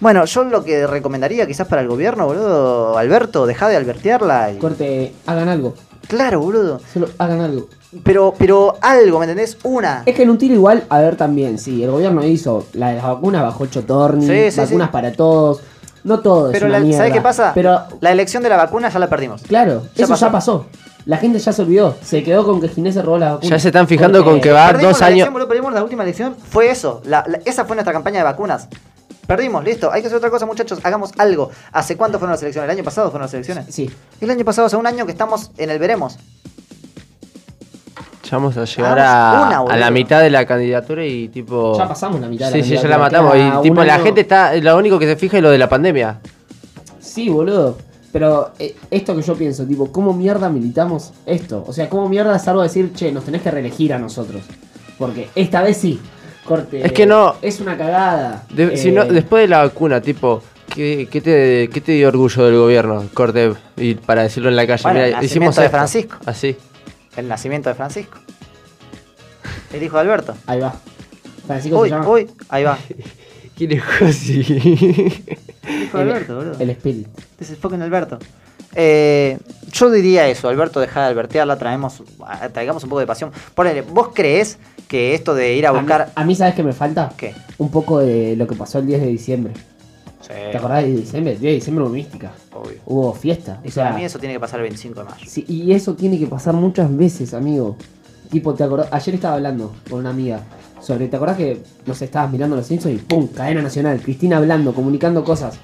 bueno, yo lo que recomendaría quizás para el gobierno, boludo, Alberto, deja de albertearla. y-
Corte, hagan algo.
Claro, boludo.
Solo hagan algo.
Pero, pero algo, ¿me entendés? Una.
Es que en un tiro igual, a ver también, sí, el gobierno hizo la de las vacunas bajo el chotorni,
Sí, sí,
vacunas
sí.
para todos. No todo
Pero
es una
la-
mierda.
¿sabes qué pasa?
Pero,
La elección de la vacuna ya la perdimos.
claro,
Ya
eso
pasó.
ya pasó. La gente ya se olvidó. Se quedó con que Ginés se robó las vacunas.
Ya se están fijando con que
Ah,
va
Perdimos
dos
la
años.
elección, boludo, perdimos la última elección. Fue eso. La- la- esa fue nuestra campaña de vacunas. Perdimos, listo. Hay que hacer otra cosa, muchachos. Hagamos algo. ¿Hace cuánto fueron las elecciones? ¿El año pasado fueron las elecciones?
Sí,
El año pasado, hace un año que estamos en el veremos.
Ya vamos a llegar
Hagamos
a,
una,
a
boludo.
la mitad de la candidatura y tipo.
ya pasamos la mitad de
Sí,
la
sí, ya
candidatura,
la matamos.
queda
Y tipo,
un
la
año-
gente está. Lo único que se fija es lo de la pandemia.
Sí, boludo. Pero eh, esto que yo pienso, tipo, ¿cómo mierda militamos esto? O sea, ¿cómo mierda salvo a decir, che, nos tenés que reelegir a nosotros? Porque esta vez sí. Corte.
Es que no-
Es una cagada.
De-
Eh,
si no- después de la vacuna, tipo, ¿Qué, qué te, qué te dio orgullo del gobierno, Corte? Y para decirlo en la calle,
Bueno, el
mira,
nacimiento
hicimos
de
esto.
Francisco.
Así.
El nacimiento de Francisco. El hijo de Alberto.
Ahí va. Francisco
Uy,
se llama.
uy, ahí va.
¿Quién es Josi?
Hijo de
El-
Alberto, boludo.
El espíritu.
Es el fucking Alberto. Eh, yo diría eso, Alberto, deja de albertearla, traemos, ah, traigamos un poco de pasión. Ponele, ¿vos creés que esto de ir a
mí-
buscar...
A mí, ¿sabes qué me falta?
¿Qué?
Un poco de lo que pasó el 10 de diciembre.
Sí,
¿Te acordás de diciembre? El 10 de diciembre hubo mística.
obvio.
Hubo fiesta.
Y
o sea,
para mí eso tiene que pasar el 25 de mayo.
Sí, y eso tiene que pasar muchas veces, amigo. Tipo, te acordás, ayer estaba hablando con una amiga sobre, ¿te acordás que nos estabas mirando los Simpsons y ¡pum! Cadena Nacional, Cristina hablando, comunicando cosas.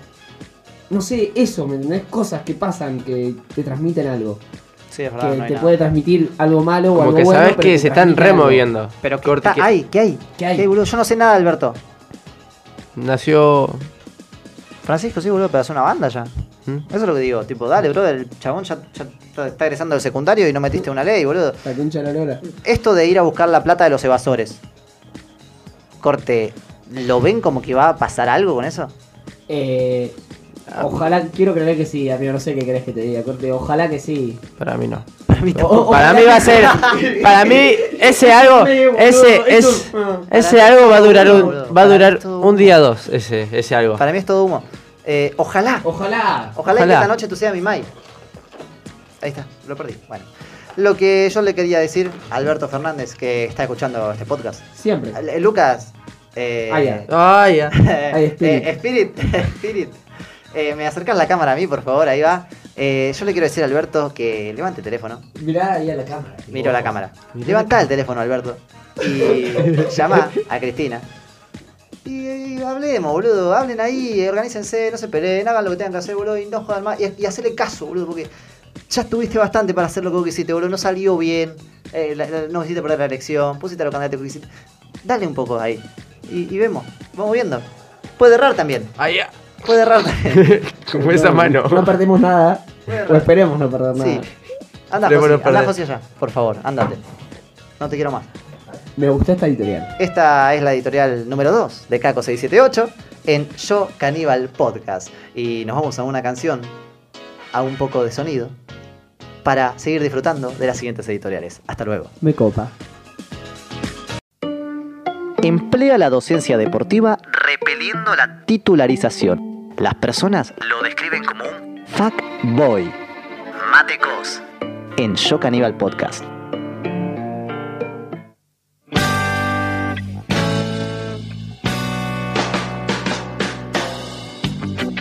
No sé, eso, ¿me entendés? Cosas que pasan, que te transmiten algo.
Sí, es
que
verdad, no hay
te
nada.
puede transmitir algo malo o
Como
algo
que
bueno.
sabes
pero
que
te
se están
transmite algo.
removiendo.
Pero ¿qué,
Corte,
está-
que
hay? ¿Qué hay?
¿Qué hay?
boludo? Yo no sé nada de Alberto.
Nació.
Francisco, sí, boludo, pero hace una banda ya.
¿Mm?
Eso es lo que digo, tipo, dale, bro, el chabón ya, ya está- está egresando del secundario y no metiste una ley, boludo.
La concha de la lora.
Esto de ir a buscar la plata de los evasores. Corte, ¿lo ven como que va a pasar algo con eso?
Eh,
Ah.
ojalá, quiero creer que sí, amigo, no sé qué querés que te diga, corte. Ojalá que sí.
Para mí no.
Para mí tampoco.
Para mí va a ser. Para mí, ese algo. Ese, es, ese algo va a durar un, va a durar un día dos. Ese, ese algo.
Para mí es todo humo. Eh, ojalá,
Ojalá.
ojalá
ojalá.
que esta noche tú seas mi Mai. Ahí está, lo perdí. Bueno. Lo que yo le quería decir a Alberto Fernández, que está escuchando este podcast.
Siempre.
Eh, Lucas. Eh,
Ah, ya.
Ay, ya.
eh,
Spirit.
eh, Spirit, Spirit. Eh, me acercas la cámara a mí, por favor, ahí va. Eh, yo le quiero decir a Alberto que levante el teléfono.
Mirá ahí a la cámara.
Miro la cámara. Levanta el teléfono, Alberto. Y llama a Cristina. Y, y hablemos, boludo. Hablen ahí, organícense, no se peleen, hagan lo que tengan que hacer, boludo. Y no jodan más. Y, y hacerle caso, boludo, porque ya estuviste bastante para hacer lo que vos quisiste, boludo. No salió bien. eh, la- la- no hiciste perder la elección. Pusiste a los candidatos que quisiste. Dale un poco ahí. Y, y vemos. Vamos viendo. Puede errar también.
Ay,
ah.
ya.
Puede errar también.
Como esa
No,
mano.
No perdemos nada. O esperemos no perder
Sí.
nada.
Anda,
Le vuelvo a
José, anda,
perder.
José, allá. Por favor, andate. No te quiero más.
Me gustó esta editorial.
Esta es la editorial número 2 de Caco 678 en Yo Caníbal Podcast. Y nos vamos a una canción, a un poco de sonido, para seguir disfrutando de las siguientes editoriales. Hasta luego.
Me copa.
Emplea la docencia deportiva repeliendo la titularización. Las personas lo describen como un fuck boy. Matecos. En Yo Caníbal Podcast.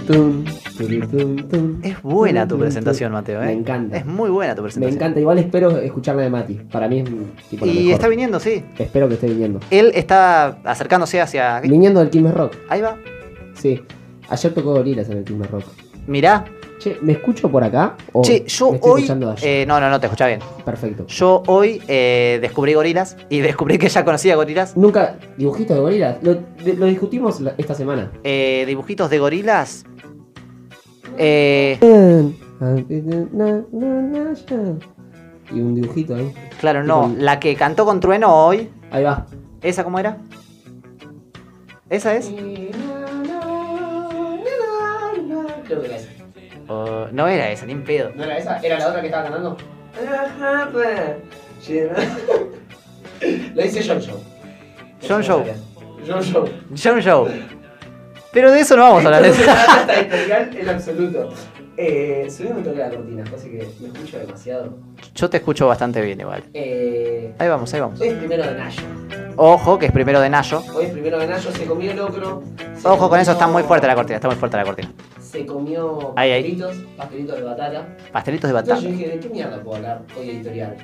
Tum, turu, tum, tum.
Es buena tu
Tum, tum,
presentación,
tum.
Mateo, ¿eh?
Me encanta.
Es muy buena tu
Me
presentación.
encanta. Igual espero escucharla de Mati. Para mí es mm, tipo la
Y
mejor.
está viniendo, sí.
Espero que esté viniendo.
Él está acercándose hacia.
Viniendo del Quilmes Rock.
Ahí va.
Sí. Ayer tocó Gorilas en el Quilmes Rock.
Mirá,
Che, ¿me escucho por acá? O
Che, yo
Oh, me estoy
hoy.
escuchando de allá?
eh, no, no, no, te escucha bien.
Perfecto.
Yo hoy eh, descubrí gorilas y descubrí que ya conocía gorilas.
Nunca. ¿Dibujitos de Gorilas? Lo, de- lo discutimos la- esta semana.
Eh, dibujitos de gorilas. Eh,
Y un dibujito ahí.
claro, no. La que cantó con trueno hoy.
Ahí va.
¿Esa cómo era? ¿Esa es?
Creo que era esa.
Oh, no era esa, ni en pedo.
¿No era esa? ¿Era la otra que estaba cantando? La dice John Show.
John Show.
John Show.
John Joe. Pero de eso no vamos a hablar.
Esta editorial en absoluto. Eh, subí un toque la cortina, así que me escucho demasiado.
Yo te escucho bastante bien igual.
Eh,
Ahí vamos, ahí vamos.
hoy es primero de Nayo.
Ojo, que es primero de Nayo.
Hoy es primero de Nayo, se comió locro. se
Ojo con eso,
comió-
está muy fuerte la cortina, está muy fuerte la cortina.
Se comió
Ahí, ahí.
pastelitos, pastelitos de batata.
Pastelitos de
Entonces
batalla.
yo dije, ¿de qué mierda puedo hablar hoy editorial?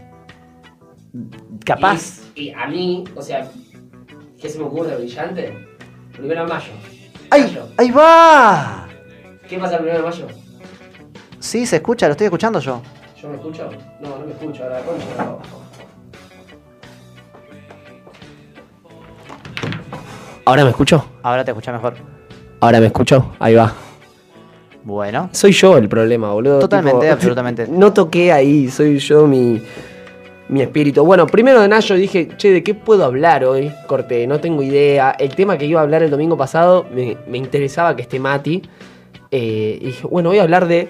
Capaz.
Y, y a mí, o sea, ¿qué se me ocurre brillante? Primero de mayo.
¡Ay!
Mayo.
¡Ahí va!
¿Qué pasa el primero de mayo?
Sí, se escucha, lo estoy escuchando yo.
¿Yo me escucho? No, no me escucho, ahora la concha. la hago. ¿Ahora me escucho?
Ahora te escucha mejor.
¿Ahora me escucho? Ahí va.
Bueno.
Soy yo el problema, boludo.
Totalmente, absolutamente.
No toqué ahí, soy yo mi, mi espíritu. Bueno, primero de Nayo dije, che, ¿de qué puedo hablar hoy? Corté, no tengo idea. El tema que iba a hablar el domingo pasado me, me interesaba que esté Mati. eh, y dije, bueno, voy a hablar de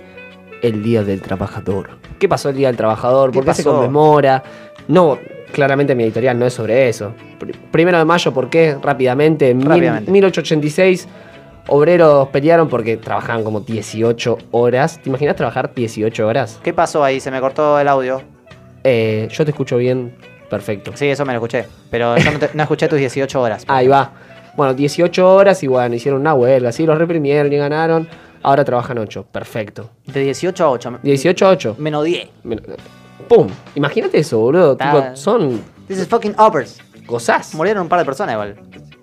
el Día del Trabajador. ¿Qué pasó el Día del Trabajador?
¿Qué
¿Por qué se
pasó?
conmemora? No, claramente mi editorial no es sobre eso. Pr- Primero de mayo, ¿por qué? Rápidamente, en mil-
Rápidamente.
1886, obreros pelearon porque trabajaban como 18 horas. ¿Te imaginas trabajar 18 horas? Eh,
¿Qué pasó ahí? Se me cortó el audio.
yo te escucho bien, perfecto.
Sí, eso me lo escuché. Pero yo no, te- no escuché tus 18 horas.
Ahí va. Bueno, 18 horas y bueno, hicieron una huelga, sí, los reprimieron y ganaron. Ahora trabajan 8, perfecto.
De 18 a 8.
18 a 8.
Menos 10.
¡Pum! Imagínate eso, boludo.
Está-
tipo, son
This is fucking uppers.
cosas.
Murieron un par de personas igual.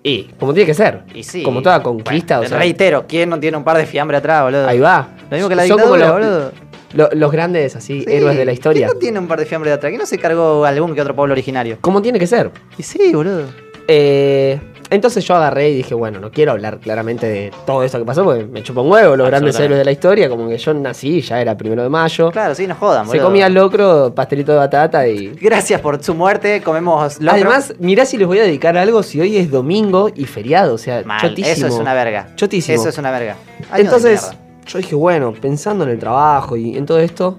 Y, como tiene que ser.
Y sí.
Como toda conquista, o sea.
Reitero, ¿quién no tiene un par de fiambre atrás, boludo?
Ahí va.
Lo mismo que la
Son como
dictadura,
los-
boludo.
lo- los grandes, así,
Sí,
héroes de la historia.
¿Quién no tiene un par de fiambre de atrás? ¿Quién no se cargó algún que otro pueblo originario?
Como tiene que ser.
Y sí, boludo.
Eh, entonces yo agarré y dije, bueno, no quiero hablar claramente de todo esto que pasó, porque me chupa un huevo los grandes
Absolutamente.
héroes de la historia, como que yo nací, ya era primero de mayo.
Claro, sí, no jodan,
Se
boludo.
comía locro, pastelito de batata y...
Gracias por su muerte, comemos locro.
Además, mirá si les voy a dedicar algo si hoy es domingo y feriado, o sea,
Mal,
chotísimo.
eso es una verga.
Chotísimo.
Eso es una verga. Año de
Entonces,
mierda.
yo dije, bueno, pensando en el trabajo y en todo esto,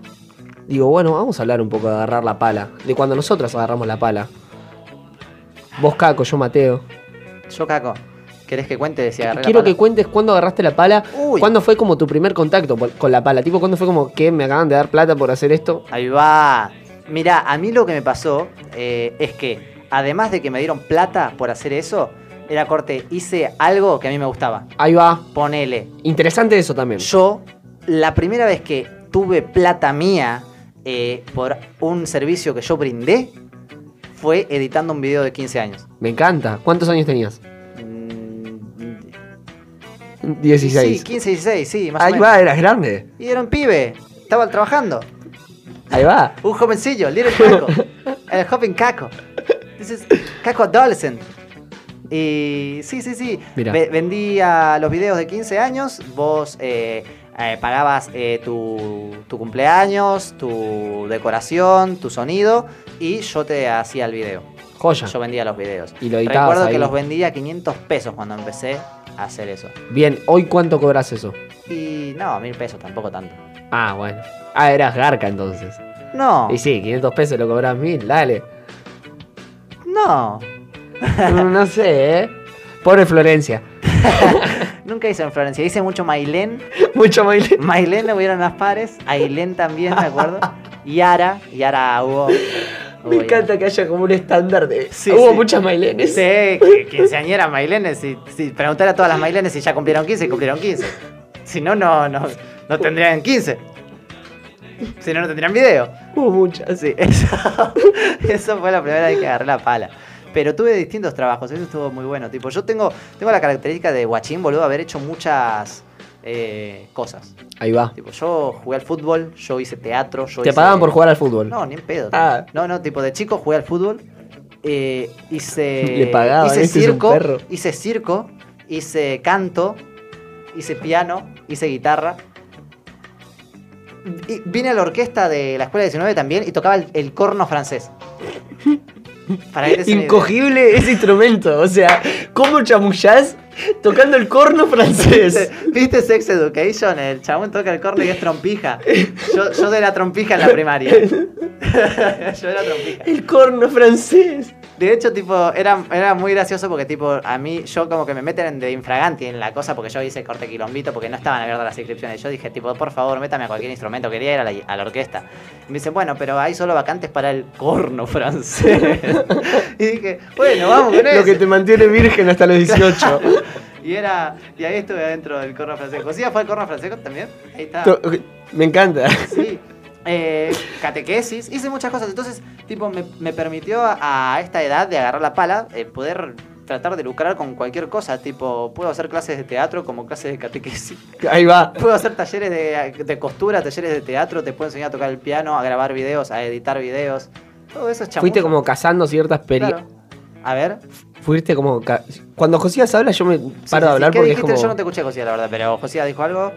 digo, bueno, vamos a hablar un poco de agarrar la pala, de cuando nosotros agarramos la pala. Vos Caco, yo Mateo.
Yo, Caco, ¿querés que cuente si agarré la
Quiero
pala?
que cuentes cuándo agarraste la pala,
Uy.
cuándo fue como tu primer contacto por- con la pala, tipo cuándo fue como que me acaban de dar plata por hacer esto.
Ahí va. Mirá, a mí lo que me pasó eh, es que, además de que me dieron plata por hacer eso, era corte, hice algo que a mí me gustaba.
Ahí va.
Ponele.
Interesante eso también.
Yo, la primera vez que tuve plata mía eh, por un servicio que yo brindé, fue editando un video de 15 años.
Me encanta. ¿Cuántos años tenías?
Mm,
16.
Sí, 15, 16, sí, más o
Ahí
menos.
va, eras grande.
Y era un pibe, estaba trabajando.
Ahí va.
Un jovencillo, el Little Caco. el Hopping Caco. This is Caco Adolescent. Y sí, sí, sí.
Mirá.
Ve- vendía los videos de 15 años. Vos eh, eh, pagabas eh, tu, tu cumpleaños, tu decoración, tu sonido. Y yo te hacía el video.
Joya.
Yo vendía los videos.
Y lo editabas
Recuerdo
ahí.
que los vendía a 500 pesos cuando empecé a hacer eso.
Bien, ¿hoy cuánto cobras eso?
Y no, mil pesos tampoco tanto.
Ah, bueno. Ah, eras garca entonces.
No,
Y sí, 500 pesos lo cobras mil, dale.
no.
no sé, ¿eh? Pobre Florencia.
Nunca hice en Florencia. Hice mucho Mailén.
Mucho baile.
Mailén no hubieron las pares, Ailén también, me acuerdo. Yara, Yara hubo. hubo
Me
Yara.
encanta que haya como un estándar de...
Sí,
Hubo
sí.
muchas mailenes.
Sí, que quinceañera Mailenes. Si, si preguntar a todas las Mailenes si ya cumplieron 15, cumplieron 15. Si no, no, no, no tendrían 15. Si no, no tendrían video.
Hubo muchas.
Sí, eso, eso fue la primera vez que agarré la pala. Pero tuve distintos trabajos, eso estuvo muy bueno. Tipo, yo tengo, tengo la característica de guachín, boludo, haber hecho muchas eh, cosas.
Ahí va.
Tipo, yo jugué al fútbol, yo hice teatro, yo
Te
hice-
pagaban por jugar al fútbol.
No, ni en pedo.
Ah.
No, no, tipo, de chico jugué al fútbol, eh, hice...
Le pagaban,
hice
este es un
circo,
perro.
Hice circo, hice canto, hice piano, hice guitarra. Y vine a la orquesta de la escuela 19 también y tocaba el, el corno francés. Para
Este
que te des una idea.
Incogible ese instrumento. O sea, ¿cómo chamullás tocando el corno francés?
¿Viste Sex Education? El chabón toca el corno y es trompija. Yo, yo de la trompija en la primaria. yo era trompija.
El corno francés.
De hecho, tipo, era, era muy gracioso porque, tipo, a mí, yo como que me meten de infraganti en la cosa porque yo hice corte quilombito porque no estaban abiertas las inscripciones. Yo dije, tipo, por favor, métame a cualquier instrumento, quería ir a la, a la orquesta. Y me dicen, bueno, pero hay solo vacantes para el corno francés. y dije, bueno, vamos con eso.
Lo que te mantiene virgen hasta los 18.
Y era, y ahí estuve adentro del corno francés. ¿Cosía fue el corno francés también? Ahí está.
To- Me encanta.
Sí. Eh, catequesis, hice muchas cosas. Entonces, tipo, me, me permitió a, a esta edad de agarrar la pala, eh, poder tratar de lucrar con cualquier cosa. Tipo, puedo hacer clases de teatro como clases de catequesis.
Ahí va.
Puedo hacer talleres de, de costura, talleres de teatro. Te puedo enseñar a tocar el piano, a grabar videos, a editar videos. Todo eso es chamuyo.
Fuiste como cazando ciertas
Claro.
películas.
A ver.
Fuiste como. ca- Cuando Josías habla, yo me paro
Sí, sí,
de
sí.
hablar
¿Qué
porque es
dijiste?
como.
Yo no te escuché, Josía, la verdad, pero Josía dijo algo.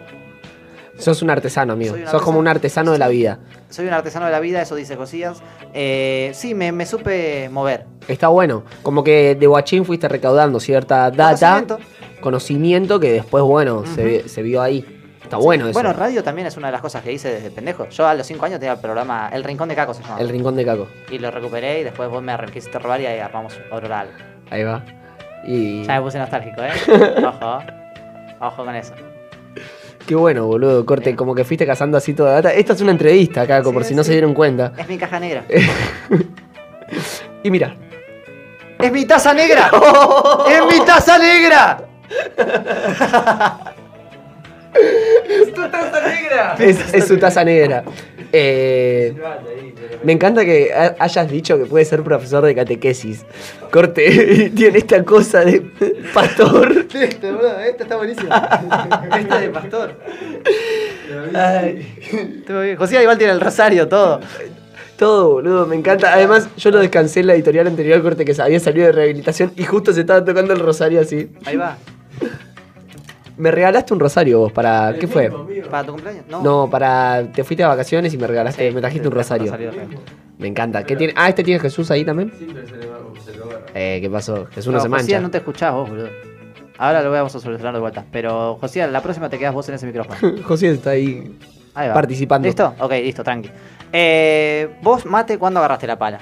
Sos un artesano, amigo.
Soy un
Sos como un artesano de la vida.
Soy un artesano de la vida, eso dice Josías. Eh, sí, me, me supe mover.
Está bueno. Como que de guachín fuiste recaudando cierta data,
Conocimiento.
conocimiento que después, bueno, se, se vio ahí. Está Ah, bueno eso.
Bueno, radio también es una de las cosas que hice desde pendejo. Yo a los 5 años tenía el programa El Rincón de Caco se llamaba.
El rincón de Caco.
Y lo recuperé y después vos me re- quisiste robar y ahí armamos oral.
Ahí va. Y.
Ya me puse nostálgico, ¿eh? Ojo. Ojo con eso.
Qué bueno, boludo. Corte, como que fuiste cazando así toda data. Esta es una entrevista, Caco, por si no se dieron cuenta.
Es mi caja negra.
Eh. Y mira.
¡Es mi taza negra!
Oh.
¡Es mi taza negra!
Es, es su taza negra. Eh, me encanta que ha- hayas dicho que puede ser profesor de catequesis. Corte, tiene esta cosa de pastor.
Este, boludo, este está buenísimo. Este es de pastor. Ay. Estuvo bien. José igual tiene el rosario, todo.
Todo, boludo, me encanta. Además, yo lo descansé en la editorial anterior, corte, que había salido de rehabilitación y justo se estaba tocando el rosario así.
Ahí va.
Me regalaste un rosario vos para. ¿Qué fue?
¿Para tu cumpleaños? No.
No, para. Te fuiste de vacaciones y me regalaste, me trajiste un rosario. Me encanta. ¿Qué tiene? Ah, este tiene Jesús ahí también. Eh, ¿qué pasó? Jesús no, se mancha.
Josías, no te escuchás vos, boludo. Ahora lo vamos a solucionar de vuelta. Pero, Josías, la próxima te quedas vos en ese micrófono.
José está ahí.
Ahí va.
Participando.
¿Listo? Ok, listo, tranqui. Eh, vos, Mate, ¿cuándo agarraste la pala?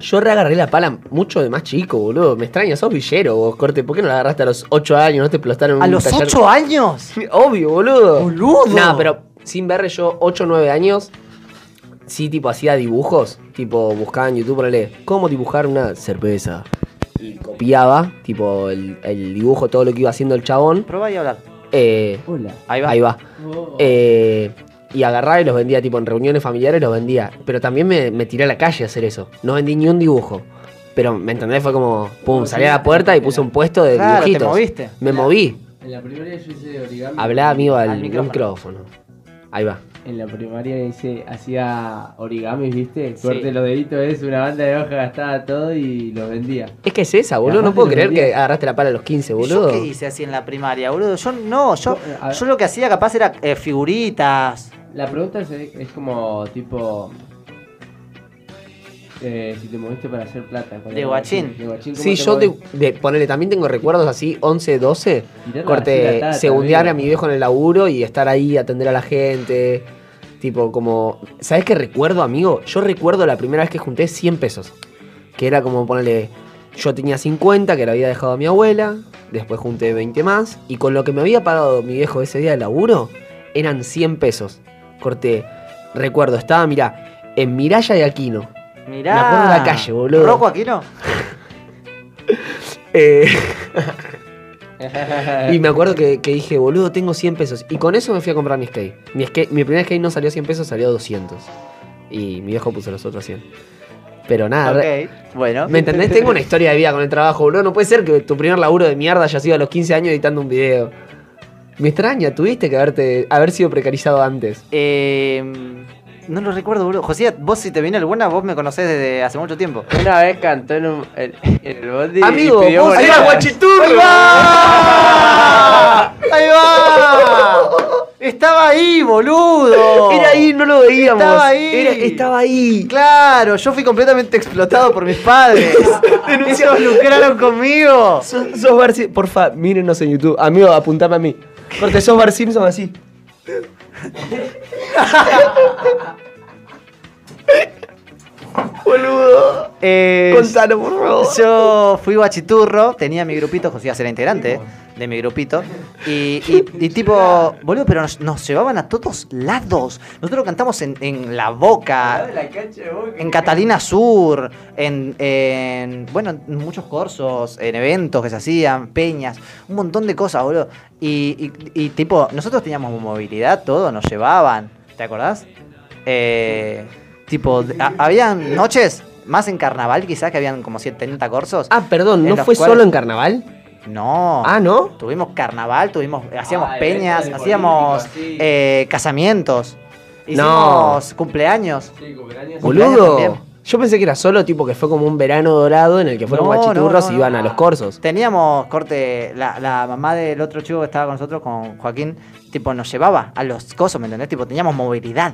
Yo reagarré la pala mucho de más chico, boludo. Me extraña, sos villero vos, corte. ¿Por qué no la agarraste a los 8 años? ¿No te explotaron
¿A
un
los
taller?
8 años?
Obvio, boludo.
Boludo.
Nah, pero sin verle yo 8 o 9 años, sí, tipo, hacía dibujos. Tipo, buscaba en YouTube, ponele, ¿cómo dibujar una cerveza? Y copiaba, tipo, el, el dibujo, todo lo que iba haciendo el chabón.
Probá y hablar.
Eh,
Ahí va.
Ahí va. Eh, y agarraba y los vendía, tipo en reuniones familiares los vendía. Pero también me, me tiré a la calle a hacer eso. No vendí ni un dibujo. Pero, ¿me entendés? Fue como, pum, salí a la puerta y puse un puesto de
Claro, te
dibujitos.
moviste.
Me moví.
En la primaria yo hice origami.
Hablaba, amigo, al, micrófono.
micrófono.
Ahí va.
En la primaria hice, hacía origamis, ¿viste?
Sí.
Corte los deditos, es una banda de hojas gastaba todo y los vendía.
Es que es esa, boludo.
Y
No
aparte
puedo
lo
creer
vendía.
que agarraste la pala a los 15,
¿Yo
boludo. eh,
qué hice así en la primaria, boludo? Yo no, yo, yo lo que hacía capaz era eh, figuritas.
La pregunta es, es como tipo. eh, si te moviste para hacer plata. ¿cuál
De
era?
guachín.
De guachín, ¿cómo
Eh, Sí,
te
yo
movés?
de, de- ponele, también tengo recuerdos así, 11, 12,
Tirarla así la
corte,
tata,
segundear
amigo.
a mi viejo en el laburo y estar ahí, atender a la gente, tipo como, ¿sabes qué recuerdo, amigo? Yo recuerdo la primera vez que junté 100 pesos, que era como ponerle, yo tenía 50 que le había dejado a mi abuela, después junté 20 más y con lo que me había pagado mi viejo ese día de laburo eran 100 pesos, corte, recuerdo, estaba, mirá, en Miralla de Aquino,
Mirá.
Me acuerdo de la calle, boludo.
¿Rocco Aquino?
Eh, y me acuerdo que, que dije, boludo, tengo 100 pesos. Y con eso me fui a comprar mi skate. Mi, skate, mi primer skate no salió 100 pesos, salió 200. Y mi viejo puso los otros 100. Pero nada, re-
Ok, bueno.
¿me entendés? Tengo una historia de vida con el trabajo, boludo. No puede ser que tu primer laburo de mierda haya sido a los 15 años editando un video. Me extraña, tuviste que haberte, haber sido precarizado antes.
Eh, no lo recuerdo, boludo. José, vos si te viene alguna, vos me conocés desde hace mucho tiempo.
Una vez cantó en, un, en- en el bondi.
Amigo,
y pidió
vos
boletas.
eras guachiturro.
¡Ahí va!
¡Ahí va! Estaba ahí, boludo.
Era ahí, no lo veíamos.
Estaba ahí.
Era- estaba ahí.
Claro, yo fui completamente explotado por mis padres. Ellos lucraron conmigo.
Sos, sos Bar Sim- porfa, mírenos en YouTube. Amigo, apuntame a mí. Corte, sos Bar Simpson así. Boludo.
Eh,
Gonzalo, por favor.
Yo fui guachiturro, tenía mi grupito, Josías era integrante eh, de mi grupito. Y, y- y tipo, boludo, pero nos, nos llevaban a todos lados. Nosotros cantamos en, en La Boca, en Catalina Sur, en, en, bueno, en muchos cursos, en eventos que se hacían, peñas, un montón de cosas, boludo. Y, y- y, tipo, nosotros teníamos movilidad, todo, nos llevaban, ¿te acordás? Eh, tipo, de- a- habían noches, más en carnaval quizás, que habían como 70 cursos.
Ah, perdón,
en
¿no
los
fue
cuales-
solo en carnaval?
No.
Ah, ¿no?
Tuvimos carnaval, tuvimos, hacíamos
Ah, eventos
peñas,
de
hacíamos
políticos, sí.
eh, casamientos, hicimos cumpleaños.
Boludo.
también.
Yo pensé que era solo, tipo, que fue como un verano dorado en el que fueron
No, no,
guachiturros
no,
y
no.
iban a los corsos.
Teníamos corte, la, la mamá del otro chico que estaba con nosotros, con Joaquín, tipo nos llevaba a los cosos, ¿me entendés? Tipo, teníamos movilidad.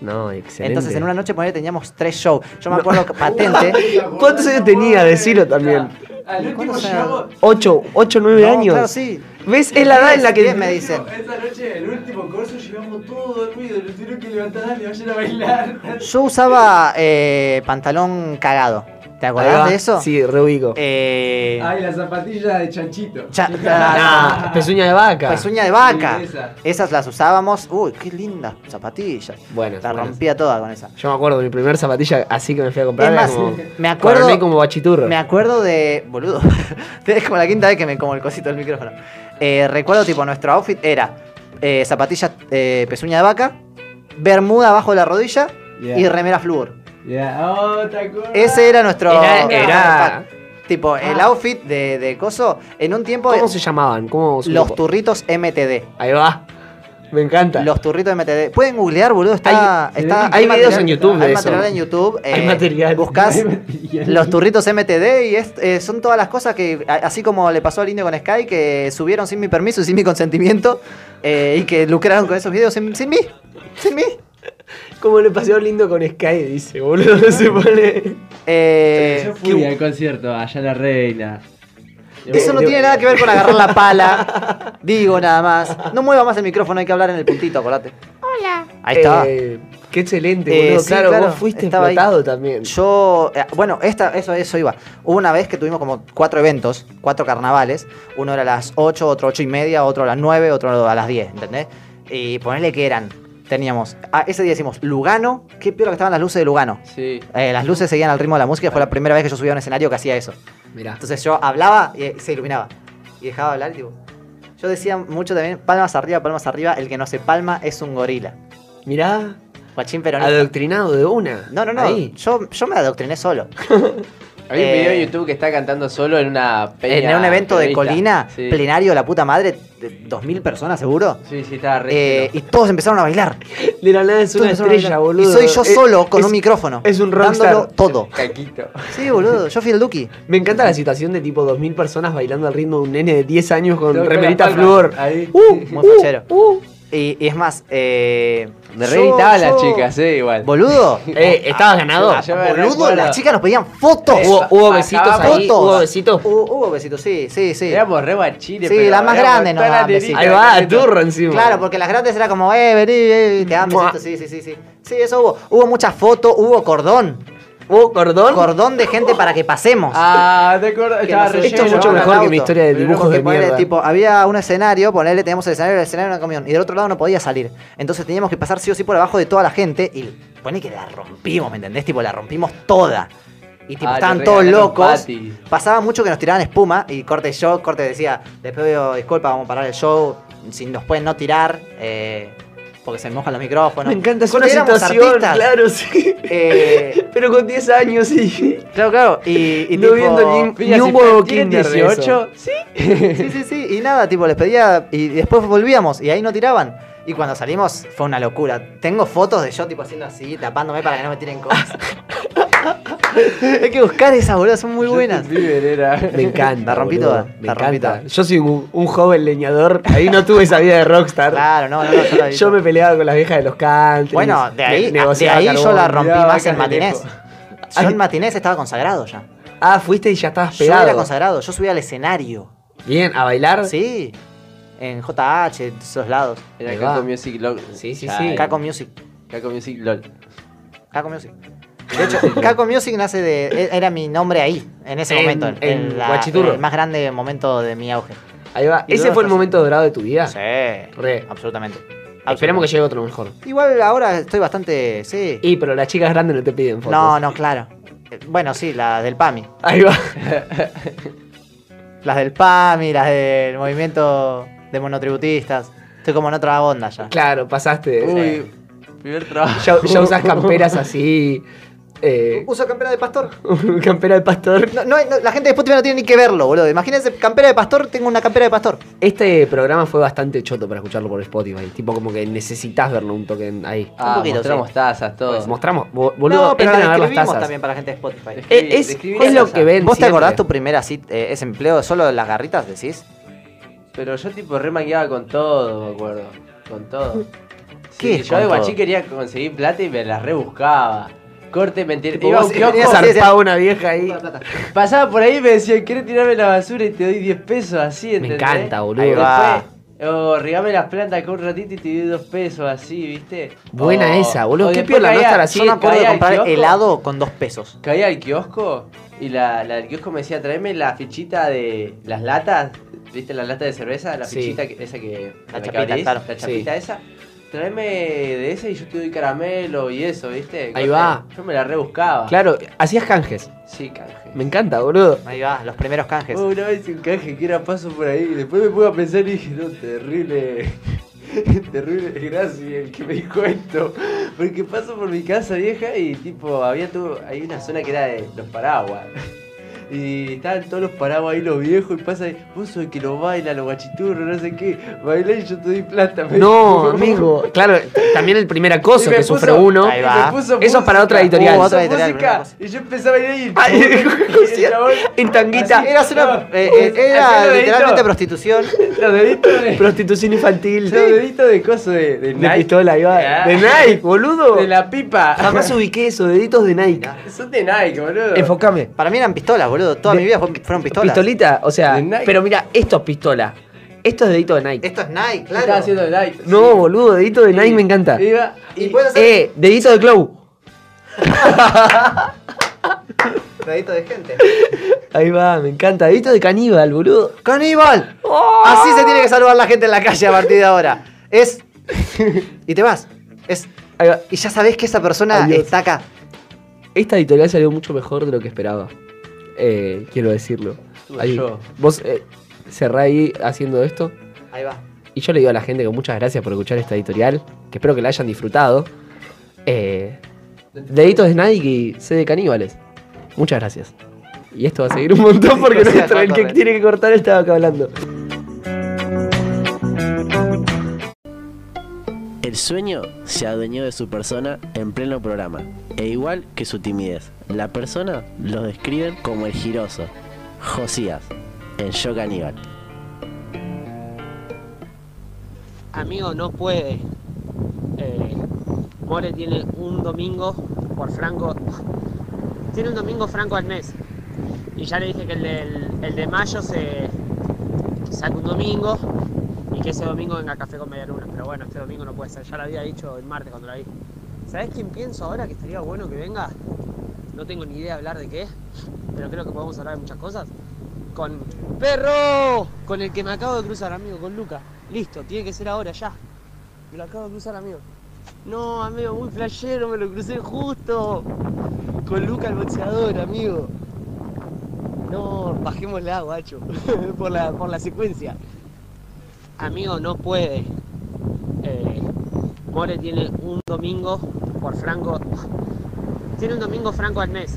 No, excelente.
Entonces en una noche ponele, teníamos tres shows. Yo me acuerdo que patente.
¿Cuántos años tenía? Decilo también.
Al último llegamos.
¿Ocho, ocho nueve
No,
años?
claro, sí.
¿Ves? Es la edad en la que...
Diez me dicen.
Esa noche, el último corso, llegamos todos dormidos. Lo tuvieron que levantar y vayan a bailar.
Yo usaba eh, pantalón cagado. ¿Te
Ahí
acordás
va.
de eso?
Sí, reubico.
Eh,
Ay, la zapatilla de chanchito.
cha-
Nah, Ah, pezuña de vaca.
Pezuña Pues de vaca.
Sí, esa.
Esas las usábamos. Uy, qué lindas zapatillas.
Buenas,
La
buenas.
rompía toda con esa.
Yo me acuerdo, mi primer zapatilla así que me fui a comprar.
Es
era
más, eh,
como-
me acuerdo-
coroné como bachiturro.
Me acuerdo de. Boludo. Es como la quinta vez que me como el cosito del micrófono. Eh, recuerdo, tipo, nuestro outfit era eh, zapatillas eh, pezuña de vaca, bermuda abajo de la rodilla
Yeah.
y remera flúor.
Yeah. Oh, ¿te acordás?
Ese era nuestro.
Era- era-
Tipo, el outfit de, de Coso. En un tiempo.
¿Cómo se llamaban? ¿Cómo se
Los
llamaba?
turritos MTD.
Ahí va. Me encanta.
Los turritos MTD. Pueden googlear, boludo. Está,
Hay-
está-
hay videos
material-
en YouTube de
Hay
eso.
material en YouTube.
Hay
eh,
material.
Buscás
Hay
los turritos MTD y es- eh, son todas las cosas que, a- así como le pasó al indio con Sky, que subieron sin mi permiso y sin mi consentimiento eh, y que lucraron con esos videos sin, sin mí. Sin mí.
Como le pasó lindo con Sky, dice, boludo, no se pone.
Eh,
Fui al concierto, allá en la reina.
Eso no tiene nada que ver con agarrar la pala. Digo nada más. No mueva más el micrófono, hay que hablar en el puntito, acordate. Hola. Ahí está.
Eh, qué excelente,
Eh,
boludo.
sí,
claro,
claro,
vos fuiste
estaba ahí.
explotado también.
Yo, eh, bueno, esta, eso, eso iba. Hubo una vez que tuvimos como cuatro eventos, cuatro carnavales. Uno era a las 8, otro ocho y media, otro a las 9, otro a las 10, ¿entendés? Y ponerle que eran. Teníamos, ah, ese día hicimos Lugano, qué piola que estaban las luces de Lugano.
Sí.
Eh, las luces seguían al ritmo de la música, fue la primera vez que yo subía a un escenario que hacía eso.
Mirá.
Entonces yo hablaba y eh, se iluminaba. Y dejaba de hablar, y tipo. Yo decía mucho también, palmas arriba, palmas arriba, el que no se palma es un gorila.
Mirá,
Guachín peronista.
adoctrinado de una.
No, no, no.
Ahí.
Yo, yo me adoctriné solo.
Hay un video
Eh,
en YouTube que está cantando solo en una peña
en un evento de
terrorista.
Colina,
Sí.
plenario de la puta madre, de 2.000 personas seguro.
Sí, sí, estaba re.
Eh, y todos empezaron a bailar.
De la nada Ah, es
Todos
una
empezaron a
estrella,
bailar.
boludo.
Y soy yo
Eh,
solo con
es-
un micrófono.
es un rockstar.
Dándolo todo.
Caquito.
Sí, boludo. Yo fui el Duki.
Me encanta la situación de tipo 2000 personas bailando al ritmo de un nene de 10 años con
Con la
remerita
palma,
flor.
ahí.
Uh,
Muy
uh,
fachero.
uh.
Y, y es más, eh.
Me
yo-
re gritaban las
yo-
chicas, eh, igual.
Boludo.
Eh, ¿estabas ganado?
yo me
Boludo,
recuerdo.
las chicas nos pedían fotos.
Eh, Hubo, hubo besitos
Acabamos.
ahí, hubo besitos.
Hubo, hubo besitos, sí, sí, sí.
Éramos re bachines,
Sí,
pero
la más
éramos
grande nos
todas
daban
las
besitos.
Ahí
nenitas
va,
que-
turro encima.
Claro, porque las grandes era como, eh, vení, eh, te dan
Mua.
besitos, sí, sí, sí, sí. Sí, eso hubo. Hubo muchas fotos, hubo cordón.
¿Hubo cordón?
Cordón de gente para que pasemos.
Ah, te acuerdas.
Que
Estaba
nos-
re
Esto es
lleno,
mucho
¿no?
mejor que mi
auto.
historia de
Pero
dibujos
Porque
de
ponele,
mierda.
tipo, había un escenario, ponerle, teníamos el escenario, el escenario era un camión. Y del otro lado no podía salir. Entonces teníamos que pasar sí o sí por abajo de toda la gente. Y pone que la rompimos, ¿me entendés? Tipo, la rompimos toda. Y tipo,
Ah,
estaban
te
todos
regalaron
locos.
pati.
Pasaba mucho que nos tiraban espuma y corte yo, corte decía, les pido disculpas, vamos a parar el show, si nos pueden no tirar, eh, porque se mojan los micrófonos.
Me encanta, es
Corte,
una
éramos
situación,
artistas.
claro, sí.
Eh,
Pero con 10 años, sí.
claro, claro. Y, y
No
tipo,
viendo ni-
Piña,
ni
si
un huevo
tienen
kinder de
18, sí.
Sí, sí, sí. Y nada, tipo, les pedía. Y después volvíamos y ahí no tiraban. Y cuando salimos fue una locura. Tengo fotos de yo, tipo, haciendo así, tapándome para que no me tiren cosas. Hay que buscar esas, boludo, son muy buenas.
Me encanta.
La rompí
boludo,
toda,
Me
la rompí
encanta.
toda.
Yo soy un, un joven leñador. Ahí no tuve esa vida de rockstar.
Claro, no, no, no, yo la vi.
Yo me peleaba con las viejas de los country.
Bueno, de ahí,
ne-
de
negociaba
ahí yo
carbón.
la rompí
miraba
más en
vacas de
matinés.
lejos.
Yo
Ay.
en matinés estaba consagrado ya.
Ah, fuiste y ya estabas
Yo era
pegado.
consagrado, yo subía al escenario.
Bien, a bailar.
Sí. En JH, en esos lados.
Era
Ahí va.
Caco Music LOL.
Sí, sí,
Ya,
sí.
eh,
Caco Music.
Caco Music LOL.
Caco Music. De hecho, Caco Music nace de. e, Era mi nombre ahí, en ese
En-
momento. En,
en
la-
Guachiturro.
el más grande momento de mi auge.
Ahí va.
Y
Ese
luego
fue el
estás-
momento dorado de tu vida.
Sí.
Ah. Re.
Absolutamente.
Esperemos que llegue otro mejor.
Igual ahora estoy bastante. Sí.
Y pero las chicas grandes no te piden fotos.
No, no, claro. Eh, Bueno, sí, la del PAMI.
Ahí va.
Las del PAMI, las del movimiento de monotributistas. Estoy como en otra onda ya.
Claro, pasaste. Eh,
Uy, primer trabajo.
Ya, ya usas camperas así. eh,
Uso campera de pastor.
campera de pastor.
No, no, no, la gente de Spotify no tiene ni que verlo, boludo. Imagínense, campera de pastor, tengo una campera de pastor.
Este programa fue bastante choto para escucharlo por Spotify. Tipo como que necesitas verlo un toque en- ahí. Pues,
Ah,
poquito, Pues,
mostramos tazas, todo.
Mostramos, bo- boludo,
no, pero
entren a
la
ver las
escribimos
tazas.
también para la gente de Spotify.
Eh, es
Describí
es
las
lo
tazas.
que ven.
¿Vos te
siempre.
acordás Ah, tu primera cita, eh, ese empleo solo de las garritas, decís?
Pero yo tipo remangueaba con todo, me acuerdo. Con todo. Sí, yo de guachín quería conseguir plata y me la rebuscaba. Corte, mentira.
Tipo, vos tenías
Ah,
zarpado una vieja ahí.
Pasaba por ahí y me decían, ¿querés tirarme la basura y te doy 10 pesos? Así, ¿entendés?
encanta, boludo.
Ahí
va.
Después, o regame las plantas con un ratito y te doy 2 pesos, así, ¿viste?
Buena
O-
esa, boludo.
o
Qué
después
piola no
caía-
estar así.
yo me acuerdo de comprar helado
con dos pesos.
Caía al kiosco y la, la del kiosco me decía, tráeme la fichita de las latas, ¿viste la lata de cerveza? La
Sí.
fichita que- esa que...
La
que
chapita, claro.
La chapita
Sí.
esa. Tráeme de esa y yo te doy caramelo y eso, ¿viste?
Ahí va.
Yo me la rebuscaba.
Claro, hacías canjes.
Sí, canje.
Me encanta, boludo.
Ahí va, los primeros canjes.
Oh, una vez un canje que era paso por ahí y después me pude pensar y dije, no, terrible. Terrible desgracia el que me dijo esto. Porque paso por mi casa vieja y tipo, había todo, hay una zona que era de los paraguas. Y estaban todos los paraguas ahí los viejos y pasa ahí, vos sos el que lo baila, los guachiturros, no sé qué, bailá y yo te doy plata. me
No,
dijo.
amigo. Claro, t- también el primer acoso
Y me
que
puso-
sufre uno.
y me puso
Eso es para otra
música, Uh,
editorial.
puso música, y yo empecé a bailar y el chabón- y el chabón-
En tanguita.
así,
Eras una-
no,
eh, eh, era
hacía los
literalmente
deditos-
prostitución.
los deditos de,
Prostitución infantil.
los deditos de coso de,
De
de Nike.
pistola, ahí va.
Ah.
De Nike, boludo.
De la pipa.
Jamás ubiqué eso, deditos de Nike.
Son de Nike, boludo.
Enfocame.
Para mí eran pistolas, boludo. Toda mi vida fue- fueron pistolas.
Pistolita, o sea,
De Nike.
pero mira, esto es pistola. Esto es dedito de Nike.
Esto es Nike,
Yo Estaba
claro.
haciendo el Nike.
No, boludo, dedito de Nike me encanta.
Iba
Y puedes hacer
Eh, dedito de Clow.
Dedito de gente.
Ahí va, me encanta. Dedito de caníbal, boludo.
¡Caníbal! Así se tiene que salvar la gente en la calle a partir de ahora. Es. Y te vas. Es.
Ahí va.
Y ya sabés que esa persona
Adiós.
está acá.
Esta editorial salió mucho mejor de lo que esperaba. Eh, quiero decirlo.
Estuve
Ahí,
yo.
vos eh, cerrá ahí haciendo esto.
Ahí va.
Y yo le digo a la gente que muchas gracias por escuchar esta editorial. Que espero que la hayan disfrutado. Eh, deditos de Nike y C de caníbales. Muchas gracias. Y esto va a seguir un montón porque
Sí,
nuestro- el que
corre.
tiene que cortar estaba acá hablando.
El sueño se adueñó de su persona en pleno programa, e igual que su timidez. La persona lo describen como el giroso, Josías, en Yo Caníbal.
Amigo, no puede. Eh, More tiene un domingo por Franco. Tiene un domingo Franco al mes. Y ya le dije que el, del- el de mayo se saca un domingo y que ese domingo venga café con media luna. Pero bueno, este domingo no puede ser. Ya lo había dicho el martes cuando la vi. ¿Sabés quién pienso ahora que estaría bueno que venga? No tengo ni idea de hablar de qué, pero creo que podemos hablar de muchas cosas. Con perro, con el que me acabo de cruzar, amigo, con Luca. Listo, tiene que ser ahora, ya. Me lo acabo de cruzar, amigo. No, amigo, muy flashero, me lo crucé justo. Con Luca el boxeador, amigo. No, bajémosla, guacho. por, la, por la secuencia. Amigo, no puede. Eh, More tiene un domingo por Franco. Tiene un domingo Franco al mes.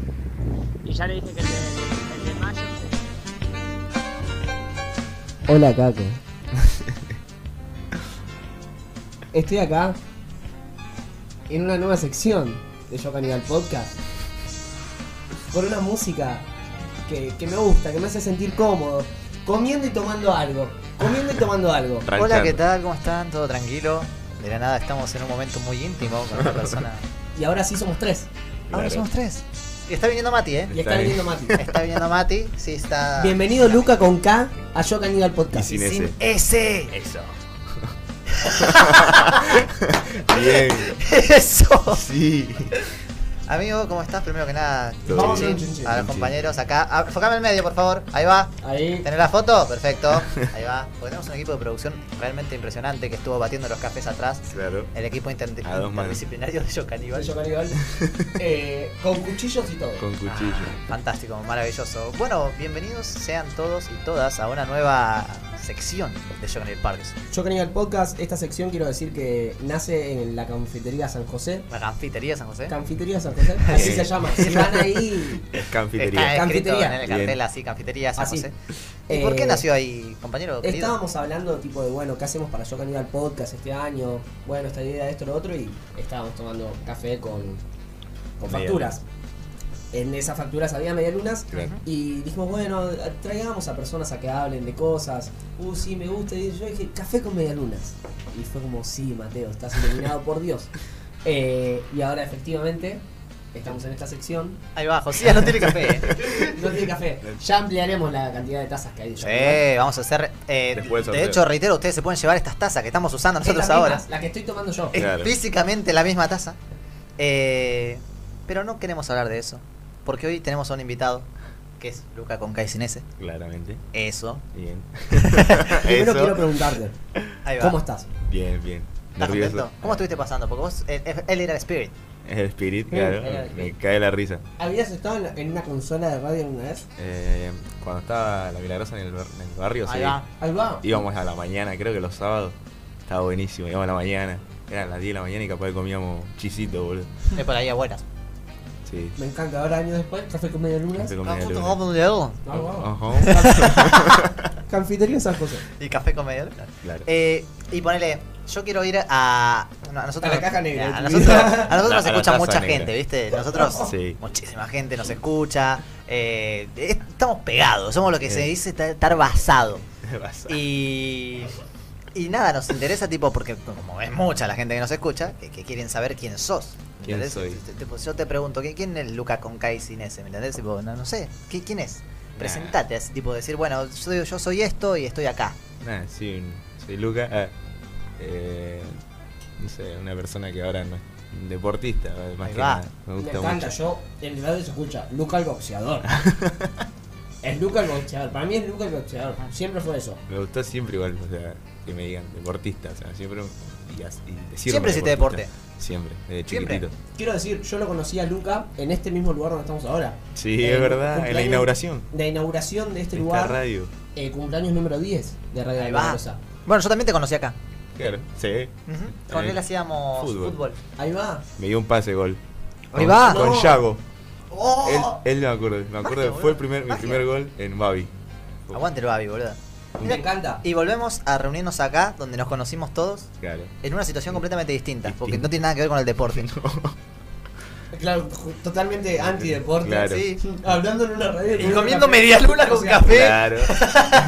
Y ya le dije que el de- el de mayo.
Hola, Caco.
Estoy acá en una nueva sección de Yo Canibal Podcast por una música que, que me gusta, que me hace sentir cómodo, comiendo y tomando algo, comiendo y tomando algo.
Hola, ¿qué tal? ¿Cómo están? ¿Todo tranquilo? De la nada estamos en un momento muy íntimo con una persona.
Y ahora sí somos tres.
Ahora somos tres. Y está viniendo Mati, ¿eh?
Y está viniendo Mati.
Está viniendo Mati. Sí, está.
Bienvenido Luca con K a Yo Canibal Podcast.
Y sin Sin ese.
Eso.
Bien.
Eso.
Sí.
Amigo, ¿cómo estás? Primero que nada,
Todo
vamos
bien.
a los compañeros acá. Ah, enfocame en medio, por favor. Ahí va.
Ahí.
¿Tenés la foto? Perfecto. Ahí va. Porque tenemos un equipo de producción realmente impresionante que estuvo batiendo los cafés atrás.
Claro.
El equipo interdisciplinario
A dos manos.
de Yo Caníbal.
Yo Canibal. eh, con cuchillos y todo.
Con cuchillo.
Fantástico, maravilloso. Bueno, bienvenidos sean todos y todas a una nueva sección de Yo Caníbal Parques.
Yo Canibal Podcast, esta sección quiero decir que nace en la Confitería San José.
La Canfitería San José.
Confitería San José, así se llama. Si van ahí.
Es
Está
canfitería.
escrito en el cartel
Bien.
así, Canfitería San
Así.
José. ¿Y por qué
Eh,
nació ahí, compañero? querido?
Estábamos hablando tipo de, bueno, ¿qué hacemos para Yo Canibal Podcast este año? Bueno, esta idea, esto, lo otro, y estábamos tomando café con, con
Media
facturas. En esas facturas había medialunas
Claro.
y dijimos, bueno, traigamos a personas a que hablen de cosas. Uh, sí, me gusta. Y yo dije, café con medialunas.
Y fue como, sí, Mateo, estás iluminado por Dios. Eh, y ahora efectivamente estamos en esta sección.
Ahí va, Josías, no tiene café, eh.
no tiene café. Ya ampliaremos la cantidad de tazas que hay. de
Sí,
chocolate.
vamos a hacer. eh,
Después del
de
sorteo.
hecho, reitero, ustedes se pueden llevar estas tazas que estamos usando nosotros
Estas
ahora.
mismas, La que estoy tomando yo.
Es físicamente la misma taza. Eh, pero no queremos hablar de eso. Porque hoy tenemos a un invitado, que es Luca Concaicinese.
Claramente.
Eso.
Bien.
Primero
Eso.
quiero preguntarte,
Ahí va.
¿cómo estás?
Bien, bien.
¿Estás
Nervioso.
contento? ¿Cómo estuviste pasando? Porque vos, él, él era el Spirit.
Es el Spirit,
Sí,
claro.
era el
Me cae la risa.
¿Habías estado en, en una consola de radio alguna vez?
Eh, cuando estaba la Milagrosa en el, bar- en el barrio,
Ah,
Ahí
sí.
va, ahí va.
Íbamos a la mañana, creo que los sábados. Estaba buenísimo, íbamos a la mañana. Eran las 10 de la mañana y capaz que comíamos chisito, boludo.
Es por ahí, abuelas.
Sí.
Me encanta, ahora años después, café con media luna.
Café con media luna. Ah,
No, wow.
Ajá.
Canfitería San José.
Y café con media luna.
Claro.
Eh, y ponele, yo quiero ir a. no, a nosotros,
A la caja negra.
A nosotros, a nosotros
La-
nos
a la
escucha
taza
mucha
negra.
gente, ¿viste? Nosotros,
Sí.
muchísima gente nos escucha. eh, estamos pegados, somos lo que se dice estar- estar basado. Y. Y nada, nos interesa, tipo, porque como es mucha la gente que nos escucha, que, que quieren saber quién sos.
¿Quién
¿entendés?
soy?
Te- te- pues yo te pregunto, ¿qui- ¿quién es Luca Concay sin ese? ¿Me entendés? Tipo, no, no sé, ¿qui- ¿quién es? Presentate, así, tipo, decir, bueno, yo soy, yo soy esto y estoy acá.
Nada, sí, un- soy Luca. ah, eh, no sé, una persona que ahora no es un deportista, más
Ahí
que
va.
nada. Me gusta
encanta,
mucho.
yo en el radio se escucha Luca el boxeador. es Luca el boxeador, para mí es Luca el boxeador, siempre fue eso.
Me gustó siempre igual, o sea, que me digan deportista, o sea, siempre. Y, as- y decirme
Siempre hiciste
deportista.
deporte.
Siempre, desde
Siempre.
chiquitito.
Quiero decir, yo lo conocí a Luca en este mismo lugar donde estamos ahora.
Sí,
Eh,
es verdad, en la
cumpleaños-
inauguración.
La inauguración de este
Esta
lugar.
radio.
eh, cumpleaños número 10 de Radio
Ahí
de
va. Bueno, yo también te conocí acá.
Claro, sí.
Con
Eh,
él hacíamos fútbol.
fútbol.
Ahí va.
Me dio un pase gol.
Ahí
Con-
va.
Con
No.
Yago.
Oh.
Él, él me acuerdo, me acuerdo,
Magia,
fue el primer, mi primer gol en Babi.
Aguante el Babi, boludo.
Me encanta.
Y volvemos a reunirnos acá, donde nos conocimos todos,
Claro.
en una situación completamente distinta, porque no tiene nada que ver con el deporte.
Claro, ju- totalmente anti-deporte.
Claro.
Sí. Hablando en una radio.
Y comiendo media luna con café. Claro.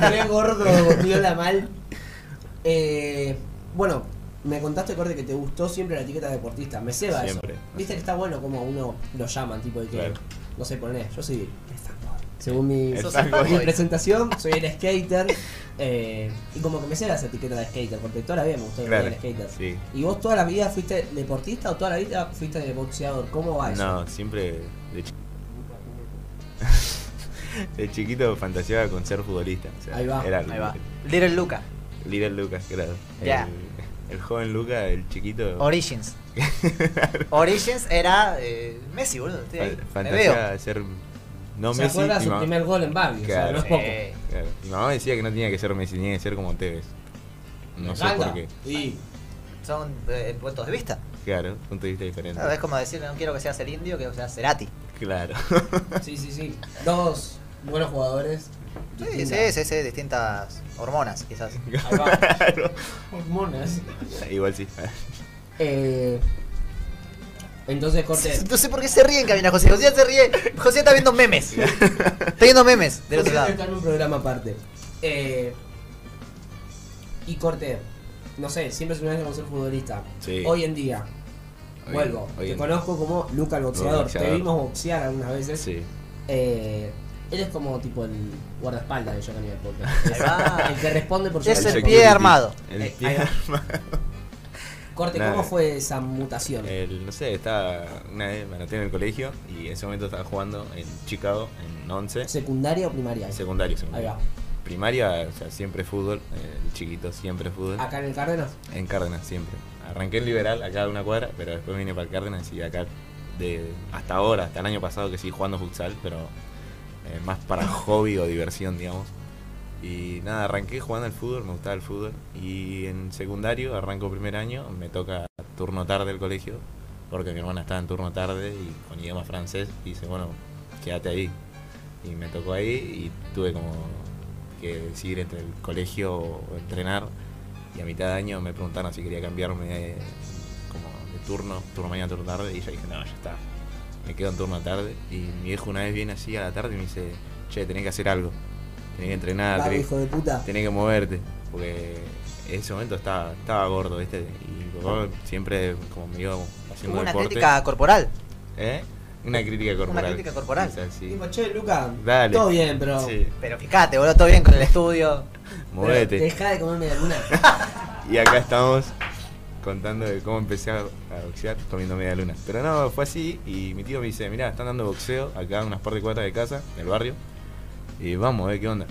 Re gordo, viola mal. Eh, bueno, me contaste, Corte, que te gustó siempre la etiqueta de deportista. Me ceba
Siempre.
eso. Viste que está bueno como uno lo llaman, tipo de que.
Claro.
No sé, poner. Yo soy. fanboy. Según mi,
Sos
mi
fanboy.
presentación, soy el skater. eh, y como que me ceba esa etiqueta de skater, porque toda la vida me gustó
Claro,
el skater.
sí.
¿Y vos toda la vida fuiste deportista o toda la vida fuiste boxeador? ¿Cómo va eso?
No, siempre de, chi- de chiquito fantaseaba con ser futbolista. o sea,
Ahí va,
Era Eh,
ahí va. Little Luca.
Little Lucas, claro.
Ya.
El, el joven Luca, el chiquito.
Origins. Origins era eh, Messi, boludo. Estoy ahí.
Fan-
Me veo.
Fantaseaba de ser. No
¿Se
Messi.
acuerda
mi
su
mamá-
primer gol en Babi? O sea, no es poco.
Eh,
Sí, claro. Mi mamá decía que no tenía que ser Messi, tenía que ser como Tevez. No sé
encanta.
por qué.
Y
son eh, puntos de vista.
Claro, punto de vista diferente.
Claro, es como decir, no quiero que seas el indio, quiero que seas Cerati.
Claro.
Sí, sí, sí. Dos buenos jugadores.
Sí, sí, sí, sí, distintas hormonas, quizás.
Hormonas.
Igual sí.
Eh, entonces, Corte.
No sé por qué se ríen, cabina José. José se ríe. José está viendo memes. está viendo memes del otro
Corte
lado.
está en un programa aparte. Eh, y Corte, no sé, siempre soñaste con ser futbolista.
Sí.
Hoy en día,
Hoy-
vuelvo.
hoy
te
en-
conozco como Luca el boxeador. Te
boxeador.
vimos boxear algunas veces.
Sí.
Eh, él es como tipo el guardaespaldas de Johnny Depp, porque es
va.
el que responde por
Es el
actos.
pie armado.
El
Eh,
pie
ahí va. Corte,
Nada.
¿cómo fue esa mutación?
El- no sé, estaba una vez me anoté en el colegio y en ese momento estaba jugando en Chicago, en 11.
¿Secundaria o primaria?
Secundario,
Ahí
secundario.
va.
Primaria, o sea, siempre fútbol, eh, el chiquito siempre fútbol.
¿Acá en el Cárdenas?
En Cárdenas, siempre. Arranqué en Liberal, acá a una cuadra, pero después vine para el Cárdenas y acá de, hasta ahora, hasta el año pasado que sí jugando futsal, pero eh, más para hobby o diversión, digamos. Y nada, arranqué jugando al fútbol, me gustaba el fútbol. Y en secundario, arranco primer año, me toca turno tarde el colegio, porque mi hermana estaba en turno tarde y con idioma francés, y dice, bueno, quédate ahí. Y me tocó ahí y tuve como que decidir entre el colegio o entrenar. Y a mitad de año me preguntaron si quería cambiarme eh, como de turno, turno mañana, turno tarde, y yo dije, no, ya está. Me quedo en turno tarde. Y mi viejo una vez viene así a la tarde y me dice, che, tenés que hacer algo. Tenés que entrenar,
Vale,
tenés,
hijo de puta.
tenés que moverte. Porque en ese momento estaba, estaba gordo, ¿viste? Y mi papá
Ah.
siempre, como me iba haciendo
Hubo una
deporte-
crítica corporal.
¿Eh? Una crítica corporal.
crítica corporal.
Sí, sí.
Tipo, che, Luca,
Dale.
todo bien, pero.
Sí.
Pero fíjate, boludo, todo bien con el estudio.
Movete.
Deja de comerme de luna.
Y acá estamos contando de cómo empecé a, a boxear comiendo media luna. Pero no, fue así y mi tío me dice, mirá, están dando boxeo acá a unas par de cuadras de casa, en el barrio. Y vamos, a ver qué onda.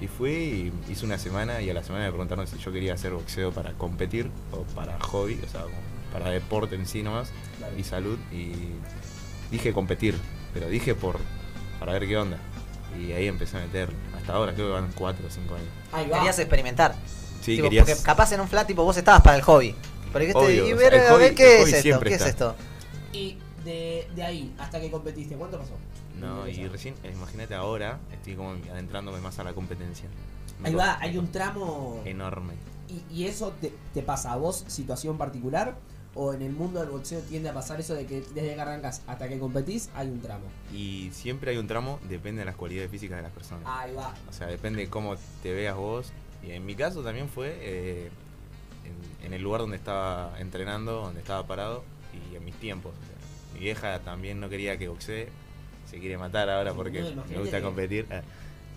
Y fui, y hice una semana y a la semana me preguntaron si yo quería hacer boxeo para competir o para hobby, o sea, como para deporte en sí nomás y salud. Y dije competir, pero dije por para ver qué onda. Y ahí empecé a meter. Hasta ahora creo que van 4 o 5 años.
Querías experimentar.
Sí,
Tipo,
querías-
Porque capaz en un flat, tipo, vos estabas para el hobby. Pero dijiste,
Obvio,
y
o sea,
ver,
el
a ver
hobby- el
qué es
hobby
esto,
siempre
qué es
está.
esto.
Y de, de ahí hasta que competiste, ¿cuánto pasó?
No, y recién, eh, imagínate ahora, estoy como adentrándome más a la competencia. Me
Ahí
costó-
va, hay un tramo.
Enorme.
¿Y, y eso te, te pasa a vos, situación particular? ¿O en el mundo del boxeo tiende a pasar eso de que desde que arrancas hasta que competís hay un tramo?
Y siempre hay un tramo, depende de las cualidades físicas de las personas.
Ahí va.
O sea, depende de cómo te veas vos. Y en mi caso también fue eh, en, en el lugar donde estaba entrenando, donde estaba parado y en mis tiempos. O sea, mi vieja también no quería que boxee, se quiere matar ahora porque
No, imagínate
me gusta
que-
competir ah,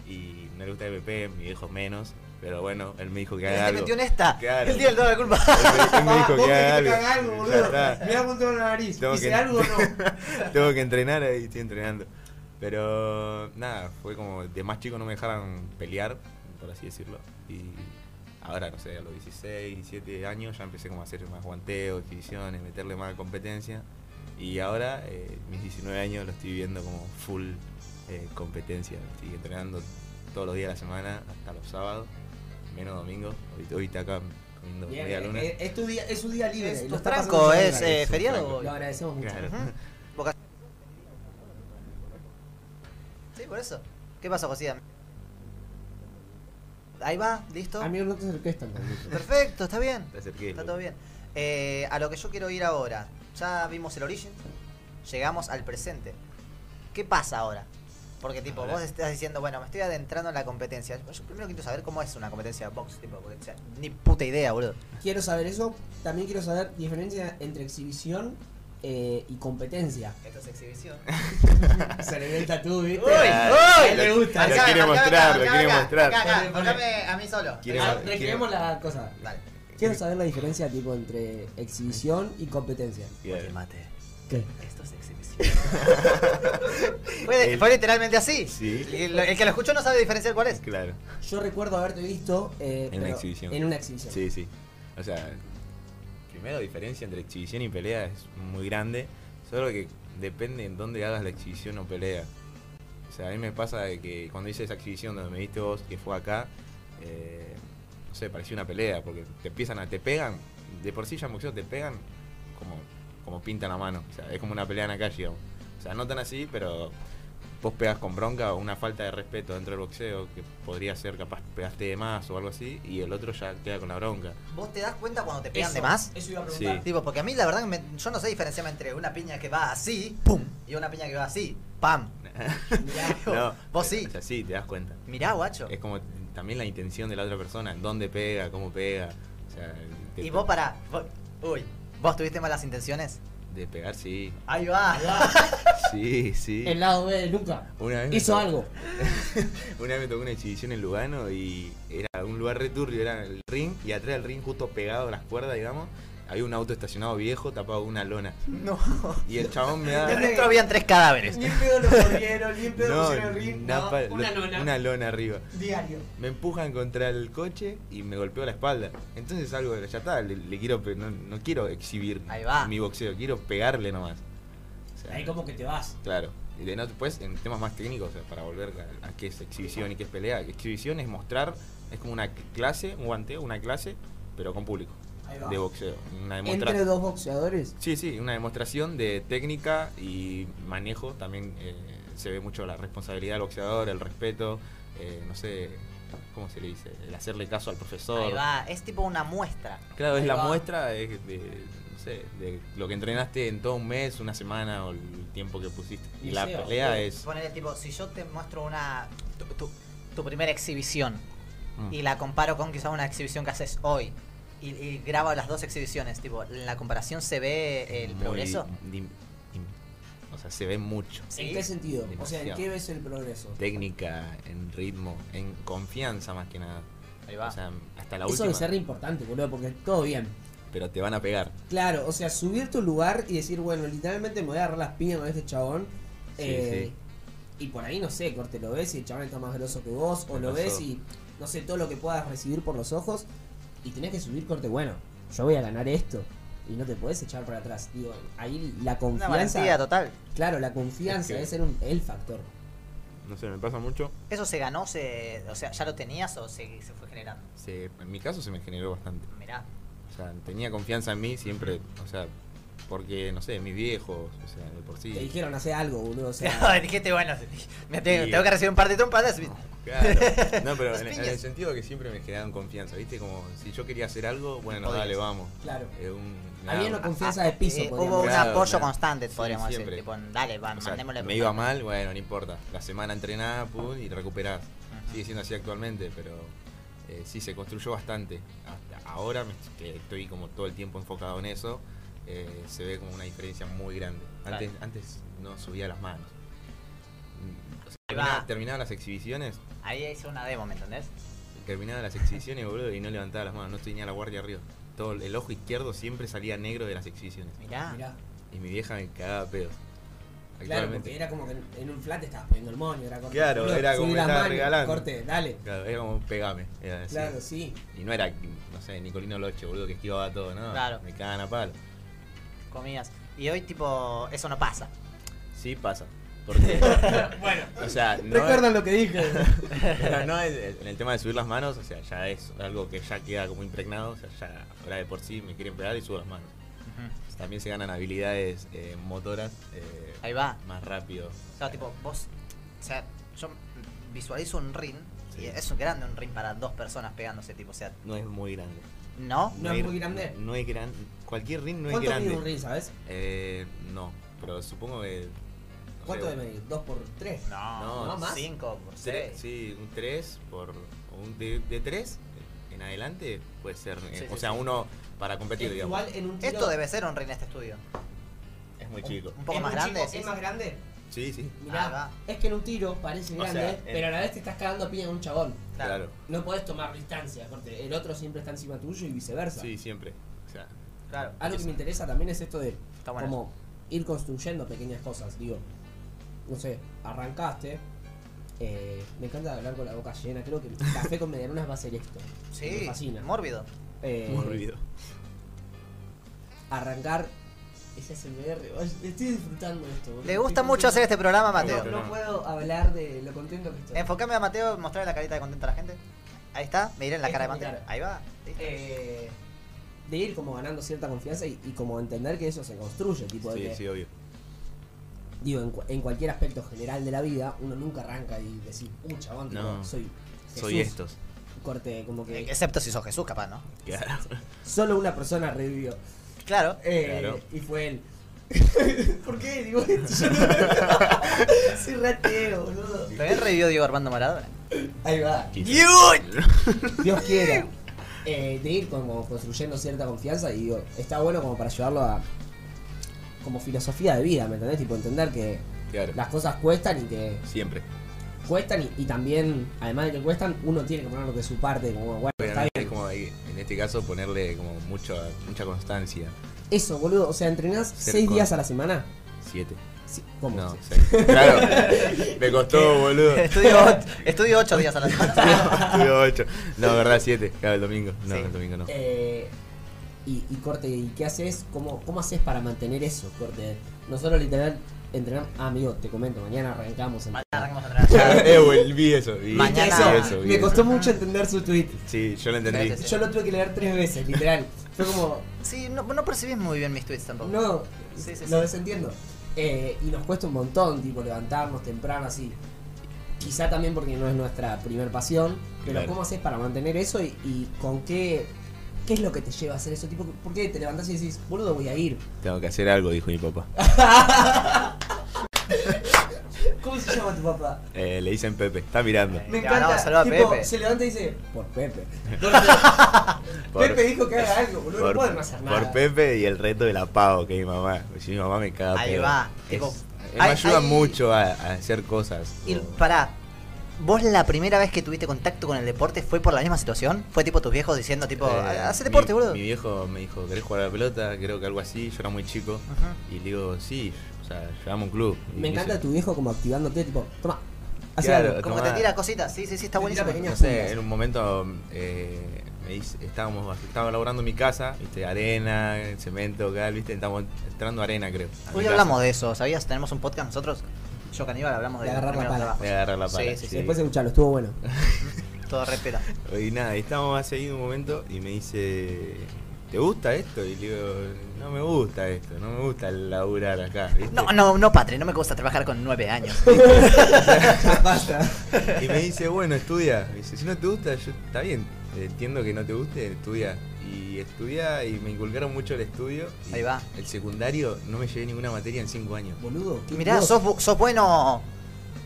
y no le gusta el PP, mi viejo menos. Pero bueno, él me dijo que
Pero
haga
se
algo.
metió en esta.
Claro.
Él tiene toda la culpa.
Él me- él me dijo
Vos
que
querés
haga
que
algo.
haga algo,
Ya
boludo.
está.
Mirá cómo tengo la nariz.
Tengo
¿Hice
que-
algo o no?
tengo que entrenar ahí, estoy entrenando. Pero nada, fue como de más chico no me dejaran pelear, por así decirlo. Y ahora, no sé, a los 16, 17 años ya empecé como a hacer más guanteos, exhibiciones, meterle más competencia. Y ahora, eh, mis 19 años lo estoy viendo como full eh, competencia. Estoy entrenando todos los días de la semana, hasta los sábados, menos domingo. Hoy, hoy está acá comiendo
Bien,
media
eh,
luna.
eh, es, tu día, es su día libre.
Es
lo
tu
está
franco,
pasando bien.
es, eh, feriado hoy.
Lo agradecemos mucho.
Claro.
Sí, por eso. ¿Qué pasó, Josía? Ahí va, listo.
Amigo, no te acerques tanto.
Perfecto, está bien.
Te acerqué,
Está todo bien. Eh, a lo que yo quiero ir ahora. Ya vimos el origen, llegamos al presente. ¿Qué pasa ahora? Porque tipo,
Ahora.
vos estás diciendo, bueno, me estoy adentrando en la competencia. Yo primero quiero saber cómo es una competencia de box, tipo, porque, o sea, ni puta idea, boludo.
Quiero saber eso. También quiero saber diferencia entre exhibición eh, y competencia.
Esto es exhibición.
Se le ve el tatú, ¿viste?
¡Uy!
A él
¡Uy!
le gusta.
Acá, acá, acá, acá, acá, acá, Acá,
Poné,
acá,
poné.
Colgame a mí solo.
Quiere-
Ah,
quiere-
recreemos la cosa.
Dale.
Quiero saber la diferencia tipo entre exhibición y competencia.
Bien.
¿Qué?
Esto es exhibición. fue, fue literalmente así.
Sí.
El, el que lo escuchó no sabe diferenciar cuál es.
Claro.
Yo recuerdo haberte visto eh,
En una
pero-
exhibición.
En una exhibición.
Sí, sí. O sea, primero diferencia entre exhibición y pelea es muy grande, solo que depende en dónde hagas la exhibición o pelea. O sea, a mí me pasa de que cuando hice esa exhibición donde me viste vos que fue acá, eh, no sé, parecía una pelea, porque te empiezan a, te pegan, de por sí ya en boxeo te pegan como, como pintan la mano. O sea, es como una pelea en la calle, digamos. O sea, no tan así, pero vos pegas con bronca o una falta de respeto dentro del boxeo, que podría ser capaz pegaste de más o algo así, y el otro ya queda con la bronca.
¿Vos te das cuenta cuando te pegan
Eso,
de más?
eso iba a
preguntar. Sí.
Tipo, porque a mí la verdad que me- yo no sé diferenciarme entre una piña que va así, pum, y una piña que va así, pam.
No,
Vos sí.
O sea, sí, te das cuenta.
Mirá, guacho.
Es como también la intención de la otra persona, en dónde pega, cómo pega. O sea, de,
Y vos pará. vos- uy, ¿vos tuviste malas intenciones?
de pegar, sí.
Ahí va.
Sí, sí.
El lado B de Luca.
Una vez me
Hizo
tocó-
algo.
Una vez me tocó una exhibición en Lugano y era un lugar returbio, era el ring y atrás del ring justo pegado a las cuerdas, digamos, había un auto estacionado viejo tapado con una lona.
No.
Y el chabón me da...
Dentro habían tres cadáveres.
Ni en pedo lo corrieron, ni en pedo
No,
pusieron el ring.
una
No,
pa-
una
lo-
lona.
una lona arriba.
Diario.
Me empujan contra el coche y me golpeó la espalda. Entonces algo de la chatada, le, le quiero pe- no, no quiero exhibir
Ahí va.
mi boxeo, quiero pegarle nomás. O sea,
Ahí como que te vas.
Claro. Y de no- después, en temas más técnicos, o sea, para volver a, a qué es exhibición y qué es pelea, exhibición es mostrar, es como una cl- clase, un guanteo, una clase, pero con público.
Ahí va.
De boxeo. Una demostra-
Entre dos boxeadores.
Sí, sí, una demostración de técnica y manejo. También eh, se ve mucho la responsabilidad del boxeador, el respeto, eh, no sé, ¿cómo se le dice? El hacerle caso al profesor.
Ahí va, es tipo una muestra.
Claro, es
Ahí
la
va.
muestra de, de, no sé, de lo que entrenaste en todo un mes, una semana o el tiempo que pusiste. Y la pelea es...
Ponele tipo, si yo te muestro una. Tu, tu- tu primera exhibición.
Mm.
y la comparo con quizás una exhibición que haces hoy y, y grabo las dos exhibiciones, tipo, en la comparación se ve el
Muy
progreso.
dim- dim- o sea, se ve mucho.
¿En qué sentido? O sea, ¿en
Demasiado.
qué ves el progreso?
Técnica, en ritmo, en confianza más que nada. Ahí va. O sea, hasta la
Eso
última.
de ser re importante, boludo, porque todo bien.
Pero te van a pegar.
Claro, o sea, subir tu lugar y decir, bueno, literalmente me voy a agarrar las piñas con este chabón.
Sí,
eh, Y por ahí, no sé, corte, lo ves y el chabón está más grosso que vos, o
Me
lo
pasó.
ves y, no sé, todo lo que puedas recibir por los ojos. Y tenés que subir, corte, bueno, yo voy a ganar esto. Y no te podés echar para atrás. Digo, ahí la confianza.
valentía total.
Claro, la confianza
Es que-
debe ser un, el factor.
No sé, me pasa mucho.
¿Eso se ganó? Se, o sea, ¿ya lo tenías o se, se fue generando?
Se- en mi caso se me generó bastante.
Mirá.
O sea, tenía confianza en mí siempre, o sea, porque, no sé, mis viejos, o sea, de por sí.
Te dijeron hacer algo, boludo. O sea,
No, dijiste, bueno, me tengo, tengo que recibir un par de trompadas.
Claro. No, pero
Las
en, en el
piñas.
sentido que siempre me generaron confianza, ¿viste? Como si yo quería hacer algo, bueno,
Podías.
dale, vamos.
Claro.
Eh, un-
Había
nada.
una confianza de piso,
Eh,
podríamos
hubo un
Claro,
apoyo
claro.
constante,
Sí,
podríamos
siempre.
decir. Tipo, dale, va,
O sea,
mandémosle.
me iba mal, bueno, no importa. La semana entrenada, pum, y recuperás. Sigue siendo así actualmente, pero eh, sí, se construyó bastante. Hasta ahora me- que estoy como todo el tiempo enfocado en eso, eh, se ve como una diferencia muy grande. Antes,
Claro.
antes no subía las manos. Mm, o sea,
Ahí va.
terminaba- terminaban las exhibiciones,
Ahí hice una demo, ¿me entendés?
terminaba las exhibiciones, boludo, y no levantaba las manos, no tenía la guardia arriba. Todo el el ojo izquierdo siempre salía negro de las exhibiciones.
Mirá.
Mirá.
Y mi vieja me cagaba a pedos.
Claro,
Actualmente.
porque era como que en- en un flat estabas poniendo el moño, era corte.
Claro, eh.
boludo,
era como
subí
me
las
estaba
manos,
regalando.
Corte, dale.
Claro, era como pegame. Era así.
Claro, sí.
Y no era, no sé, Nicolino Loche, boludo, que esquivaba todo, ¿no?
Claro.
Me cagan a palo.
Comidas. Y hoy, tipo, eso no pasa.
Sí pasa. Porque,
Bueno.
o sea, no
Recuerdan lo que dije.
Pero no, es- en el tema de subir las manos, o sea, ya es algo que ya queda como impregnado, o sea, ya ahora de por sí me quieren pegar y subo las manos. También se ganan habilidades eh, motoras. eh,
Ahí va.
Más rápido.
Claro, tipo, vos. O sea, yo visualizo un ring. Y es un grande un ring para dos personas pegándose, tipo. O sea,
No es muy grande.
¿no?
No, es grande. Cualquier ring no es
¿Cuánto
grande.
mide un ring, sabes?
Eh, no, pero supongo que. no
¿Cuánto
sé,
debe medir? ¿Dos por tres?
No,
¿No más?
cinco por
Tre- Sí, un 3 por. Un de, de 3 en adelante puede ser. eh,
Sí,
o
sí,
sea,
sí.
uno para competir, digamos.
Esto debe ser un ring en este estudio.
Es muy chico.
Un poco más grande. ¿sí?
¿Es más grande?
Sí, sí.
Ahí Ah, va.
Mirá, es que en un tiro parece
O sea,
grande,
en-
pero a la vez te estás cagando a piña en un chabón.
Claro.
No podés tomar distancia, corte. El otro siempre está encima tuyo y viceversa.
Sí, siempre. O sea,
Claro.
Algo que me interesa también es esto de
bueno
como ir construyendo pequeñas cosas. Digo, no sé, arrancaste. eh, me encanta hablar con la boca llena. Creo que el café con medialunas va a ser esto.
Sí,
Me fascina.
mórbido.
Eh,
Mórbido.
Arrancar. Ese SMR. oye, Estoy disfrutando esto. boludo.
Le gusta
Estoy
mucho hacer este programa, Mateo.
No, no puedo hablar de lo contento que estoy.
Enfocame a Mateo, mostrarle la carita de contento a la gente. Ahí está, me dirán la cara de Mateo. Ahí va.
Eh, de ir como ganando cierta confianza y, y como entender que eso se construye, tipo de
sí,
que,
sí, obvio.
digo, en, cu- en cualquier aspecto general de la vida, uno nunca arranca y decir, uh, chabón, tipo,
No.
soy Jesús".
Soy estos.
Corte, como que
Excepto si sos Jesús, capaz, ¿no?
Claro.
solo una persona revivió.
Claro.
Eh,
Claro.
Y fue él. ¿Por qué? Digo, yo no- soy rateo, boludo.
¿También revivió Diego Armando Maradona?
Ahí va.
¡Dios!
Dios quiera. Eh, de ir como construyendo cierta confianza y digo, está bueno como para llevarlo a como filosofía de vida, ¿me entendés? Tipo entender que
Claro.
las cosas cuestan y que
Siempre.
cuestan y, y también, además de que cuestan, uno tiene que poner lo que es su parte, como bueno,
Pero
está
no
bien.
es como ahí, en este caso ponerle como mucho, mucha constancia.
Eso, boludo, o sea, entrenás
Ser
seis
con-
días a la semana.
Siete.
Sí, ¿cómo?
No, seis. Claro. Me costó, boludo.
Estudio, estudio ocho días a la semana.
Estudio ocho. No, verdad, siete. Claro, el domingo. No, el domingo no.
Eh, y, y corte, ¿y qué haces? ¿Cómo, ¿Cómo haces para mantener eso? Corte, nosotros literal entrenamos. Ah, amigo, te comento, mañana arrancamos. Mañana
arrancamos
Claro, eh, güey, vi eso. Vi
Mañana-
vi eso, vi
Me
eso.
costó mucho entender su tweet.
Sí, yo lo entendí.
Yo lo tuve que leer tres veces, literal. Fue como.
Sí, no, no percibís muy bien mis tweets tampoco.
No,
Sí, sí,
lo
sí.
desentiendo. Eh, y nos cuesta un montón, tipo, levantarnos temprano así. Quizá también porque no es nuestra primer pasión, pero
Claro.
¿cómo haces para mantener eso y, y con qué, qué es lo que te lleva a hacer eso? Tipo, ¿Por qué te levantás y decís, boludo, voy a ir?
Tengo que hacer algo, dijo mi papá.
¿Cómo se llama tu papá?
Eh, le dicen Pepe, está mirando.
Me
Te
encanta.
ganaba, saluda a
tipo,
Pepe.
Se levanta y dice, por Pepe.
Por-
Pepe dijo que haga algo, boludo.
por-
no podemos hacer nada.
Por Pepe y el reto del apago que mi mamá. Si mi mamá me caga.
Ahí
pedo.
va,
Es-
tipo,
me
hay-
ayuda
hay-
mucho a, a hacer cosas.
Y pará, ¿vos la primera vez que tuviste contacto con el deporte fue por la misma situación? ¿Fue tipo tus viejos diciendo tipo, "Ah,
Eh,
hace deporte,
mi,
boludo?
Mi viejo me dijo, ¿querés jugar a la pelota? Creo que algo así. Yo era muy chico. Y le digo, sí, o sea, llevamos un club. Y
Me encanta
dice,
tu viejo como activándote, tipo, toma, haz
Claro,
algo.
Como tomá. te tira
cositas, sí, sí, sí, está buenísimo.
No sé, en un momento eh, me dice- estábamos, estaba laburando en mi casa, viste, arena, cemento, cal, viste, estábamos entrando arena, creo. a mi
Hoy
casa.
hablamos de eso, ¿sabías? Tenemos un podcast nosotros. Yo con Aníbal hablamos de,
De
los
agarrar la
primeros
pala.
trabajos.
De agarrar la pala,
Sí, sí,
sí.
sí.
Después escucharlo, estuvo bueno.
Todo respira.
Y nada, y estábamos así en un momento y me dice, ¿te gusta esto? Y le digo, no me gusta esto, no me gusta laburar acá. ¿viste?
No, no, no, padre, no me gusta trabajar con nueve años.
Y me dice, bueno, estudia. Me dice, si no te gusta, yo, está bien, entiendo que no te guste, estudia. Y estudia y me inculcaron mucho el estudio. y
Ahí va.
El secundario no me llevé ninguna materia en cinco años.
Boludo.
Mirá, sos, bu- sos bueno.